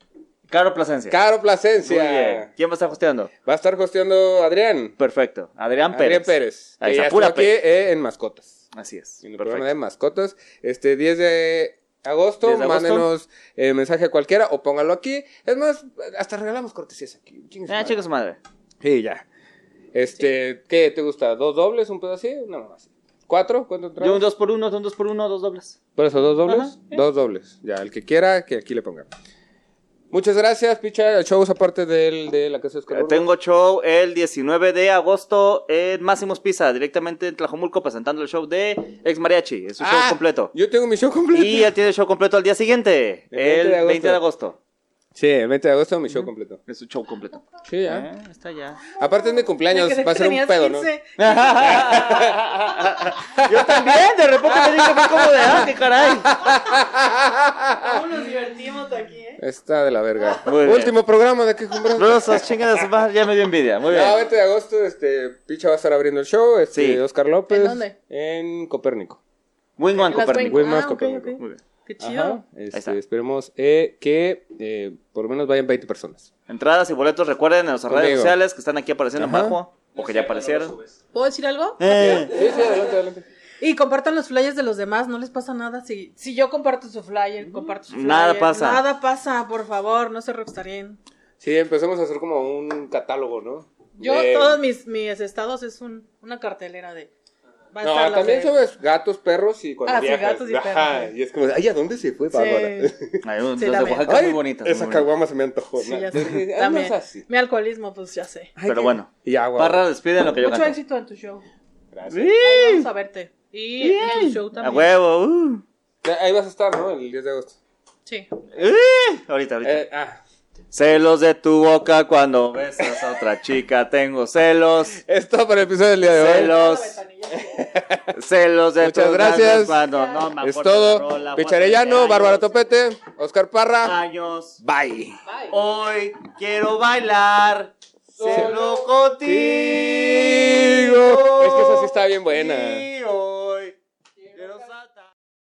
[SPEAKER 2] Caro Plasencia.
[SPEAKER 1] Eh, Caro
[SPEAKER 2] Muy bien.
[SPEAKER 1] Plasencia.
[SPEAKER 2] ¿Quién va a estar hosteando?
[SPEAKER 1] Va a estar hosteando Adrián.
[SPEAKER 2] Perfecto. Adrián Pérez.
[SPEAKER 1] Adrián Pérez.
[SPEAKER 2] Ahí
[SPEAKER 1] que
[SPEAKER 2] está,
[SPEAKER 1] ya
[SPEAKER 2] pura
[SPEAKER 1] estuvo aquí eh, en Mascotas.
[SPEAKER 2] Así es.
[SPEAKER 1] En el
[SPEAKER 2] Perfecto.
[SPEAKER 1] programa de Mascotas. Este 10 de agosto,
[SPEAKER 2] 10 de agosto.
[SPEAKER 1] mándenos eh, mensaje a cualquiera o póngalo aquí. Es más, hasta regalamos cortesías aquí. Chingue su
[SPEAKER 2] Ah,
[SPEAKER 1] madre.
[SPEAKER 2] chica su madre.
[SPEAKER 1] Sí, ya. Este, ¿qué te gusta? ¿Dos dobles? ¿Un pedo así? Una mamá así. ¿Cuatro? ¿Cuánto
[SPEAKER 2] Yo un
[SPEAKER 1] entramos?
[SPEAKER 2] 2 por 1 un 2 por 1 dos dobles.
[SPEAKER 1] ¿Por eso dos dobles?
[SPEAKER 2] Ajá, sí.
[SPEAKER 1] Dos dobles. Ya, el que quiera, que aquí le ponga. Muchas gracias, picha. Shows aparte del, de la casa de Oscar.
[SPEAKER 2] Eh,
[SPEAKER 1] Burgos.
[SPEAKER 2] Tengo show el 19 de agosto en Máximos Pisa, directamente en Tlajomulco, presentando el show de Ex Mariachi. Es un
[SPEAKER 1] Ah,
[SPEAKER 2] show completo.
[SPEAKER 1] Yo tengo mi show completo.
[SPEAKER 2] Y él tiene el show completo al día siguiente,
[SPEAKER 1] El 20
[SPEAKER 2] el
[SPEAKER 1] de agosto.
[SPEAKER 2] 20 de agosto.
[SPEAKER 1] Sí, el 20 de agosto mi show completo.
[SPEAKER 2] Es un show completo.
[SPEAKER 1] Sí, ya.
[SPEAKER 2] Eh, está ya.
[SPEAKER 1] Aparte es mi cumpleaños,
[SPEAKER 4] Me quedé
[SPEAKER 1] va a
[SPEAKER 4] que
[SPEAKER 1] ser un
[SPEAKER 4] tenías
[SPEAKER 1] pedo,
[SPEAKER 4] 15.
[SPEAKER 2] Yo también, de repente me dije, fue como de, ah, qué caray.
[SPEAKER 4] ¿Cómo nos divertimos aquí, eh?
[SPEAKER 1] ¿no? Está de la verga.
[SPEAKER 2] Muy bien.
[SPEAKER 1] Último programa de que
[SPEAKER 2] Rosas, chingas de su madre, ya me dio envidia. Muy bien.
[SPEAKER 1] No, 20 de agosto, este, Picha va a estar abriendo el show, este,
[SPEAKER 2] Sí.
[SPEAKER 1] Oscar López.
[SPEAKER 4] ¿En dónde?
[SPEAKER 1] En Copérnico.
[SPEAKER 2] Wing One,
[SPEAKER 4] Las
[SPEAKER 2] Copernico.
[SPEAKER 4] veinte.
[SPEAKER 1] Güey, más
[SPEAKER 4] Ah, ok,
[SPEAKER 1] Copérnico.
[SPEAKER 4] ok.
[SPEAKER 2] Muy bien.
[SPEAKER 4] Qué
[SPEAKER 1] Ajá,
[SPEAKER 4] chido.
[SPEAKER 1] este,
[SPEAKER 2] está.
[SPEAKER 1] esperemos eh, que eh, por lo menos vayan 20 personas.
[SPEAKER 2] Entradas y boletos, recuerden en nuestras redes
[SPEAKER 1] Conmigo.
[SPEAKER 2] sociales que están aquí apareciendo
[SPEAKER 1] Ajá.
[SPEAKER 2] abajo, o que ya
[SPEAKER 6] No lo
[SPEAKER 2] aparecieron.
[SPEAKER 6] subes.
[SPEAKER 4] ¿Puedo decir algo?
[SPEAKER 2] Eh.
[SPEAKER 1] Sí, sí, adelante, adelante.
[SPEAKER 4] Y compartan los flyers de los demás, no les pasa nada si, si yo comparto su flyer, comparto su flyer.
[SPEAKER 2] Nada pasa.
[SPEAKER 4] Nada pasa, por favor, no se rockstarien.
[SPEAKER 1] Sí, empezamos a hacer como un catálogo, ¿no?
[SPEAKER 4] Yo,
[SPEAKER 1] De-
[SPEAKER 4] todos mis, mis estados es un, una cartelera de. Va a
[SPEAKER 1] No,
[SPEAKER 4] estar la
[SPEAKER 1] también
[SPEAKER 4] de-
[SPEAKER 1] subes gatos, perros y cuando
[SPEAKER 4] Ah, sí,
[SPEAKER 1] viajas.
[SPEAKER 4] gatos y perros,
[SPEAKER 1] Ajá,
[SPEAKER 4] sí.
[SPEAKER 1] y es como, ay, ¿a dónde se fue Bárbara?
[SPEAKER 4] Sí,
[SPEAKER 2] Hay un,
[SPEAKER 4] Sí,
[SPEAKER 2] dos de
[SPEAKER 4] también.
[SPEAKER 2] Oaxaca
[SPEAKER 1] Ay,
[SPEAKER 2] muy bonitas.
[SPEAKER 1] Esa
[SPEAKER 2] muy bonitas.
[SPEAKER 1] caguama se me antojó.
[SPEAKER 4] sí,
[SPEAKER 1] ¿no?
[SPEAKER 4] ya
[SPEAKER 1] Ay,
[SPEAKER 4] sé.
[SPEAKER 1] no
[SPEAKER 4] También.
[SPEAKER 1] es así.
[SPEAKER 4] Mi alcoholismo, pues ya sé.
[SPEAKER 1] Ay,
[SPEAKER 2] Pero
[SPEAKER 1] qué-
[SPEAKER 2] bueno.
[SPEAKER 1] Y agua.
[SPEAKER 2] Barra, despiden lo que yo
[SPEAKER 4] Mucho
[SPEAKER 2] canto.
[SPEAKER 4] éxito en tu show.
[SPEAKER 1] Gracias.
[SPEAKER 2] Sí.
[SPEAKER 4] Ay, vamos a verte. Y en su show
[SPEAKER 2] A
[SPEAKER 4] también.
[SPEAKER 2] huevo. uh.
[SPEAKER 1] Ya, Ahí vas a estar, ¿no? El 10 de agosto.
[SPEAKER 4] Sí.
[SPEAKER 2] Eh, Ahorita, ahorita.
[SPEAKER 1] Eh, ah,
[SPEAKER 2] Celos de tu boca cuando besas a otra chica. Tengo celos.
[SPEAKER 1] es todo para el episodio del día de hoy.
[SPEAKER 2] Celos. Celos de
[SPEAKER 1] Muchas
[SPEAKER 2] tus
[SPEAKER 1] gracias.
[SPEAKER 2] ganas Cuando no me
[SPEAKER 1] Es
[SPEAKER 2] acuerdo la rola,
[SPEAKER 1] todo.
[SPEAKER 2] fue
[SPEAKER 1] Picharellano,
[SPEAKER 2] hace
[SPEAKER 1] Bárbara
[SPEAKER 2] años,
[SPEAKER 1] Topete, Oscar Parra.
[SPEAKER 2] Años.
[SPEAKER 1] Bye.
[SPEAKER 3] Bye.
[SPEAKER 2] Hoy quiero bailar. Solo contigo.
[SPEAKER 1] Es que esa sí está bien buena.
[SPEAKER 2] Contigo.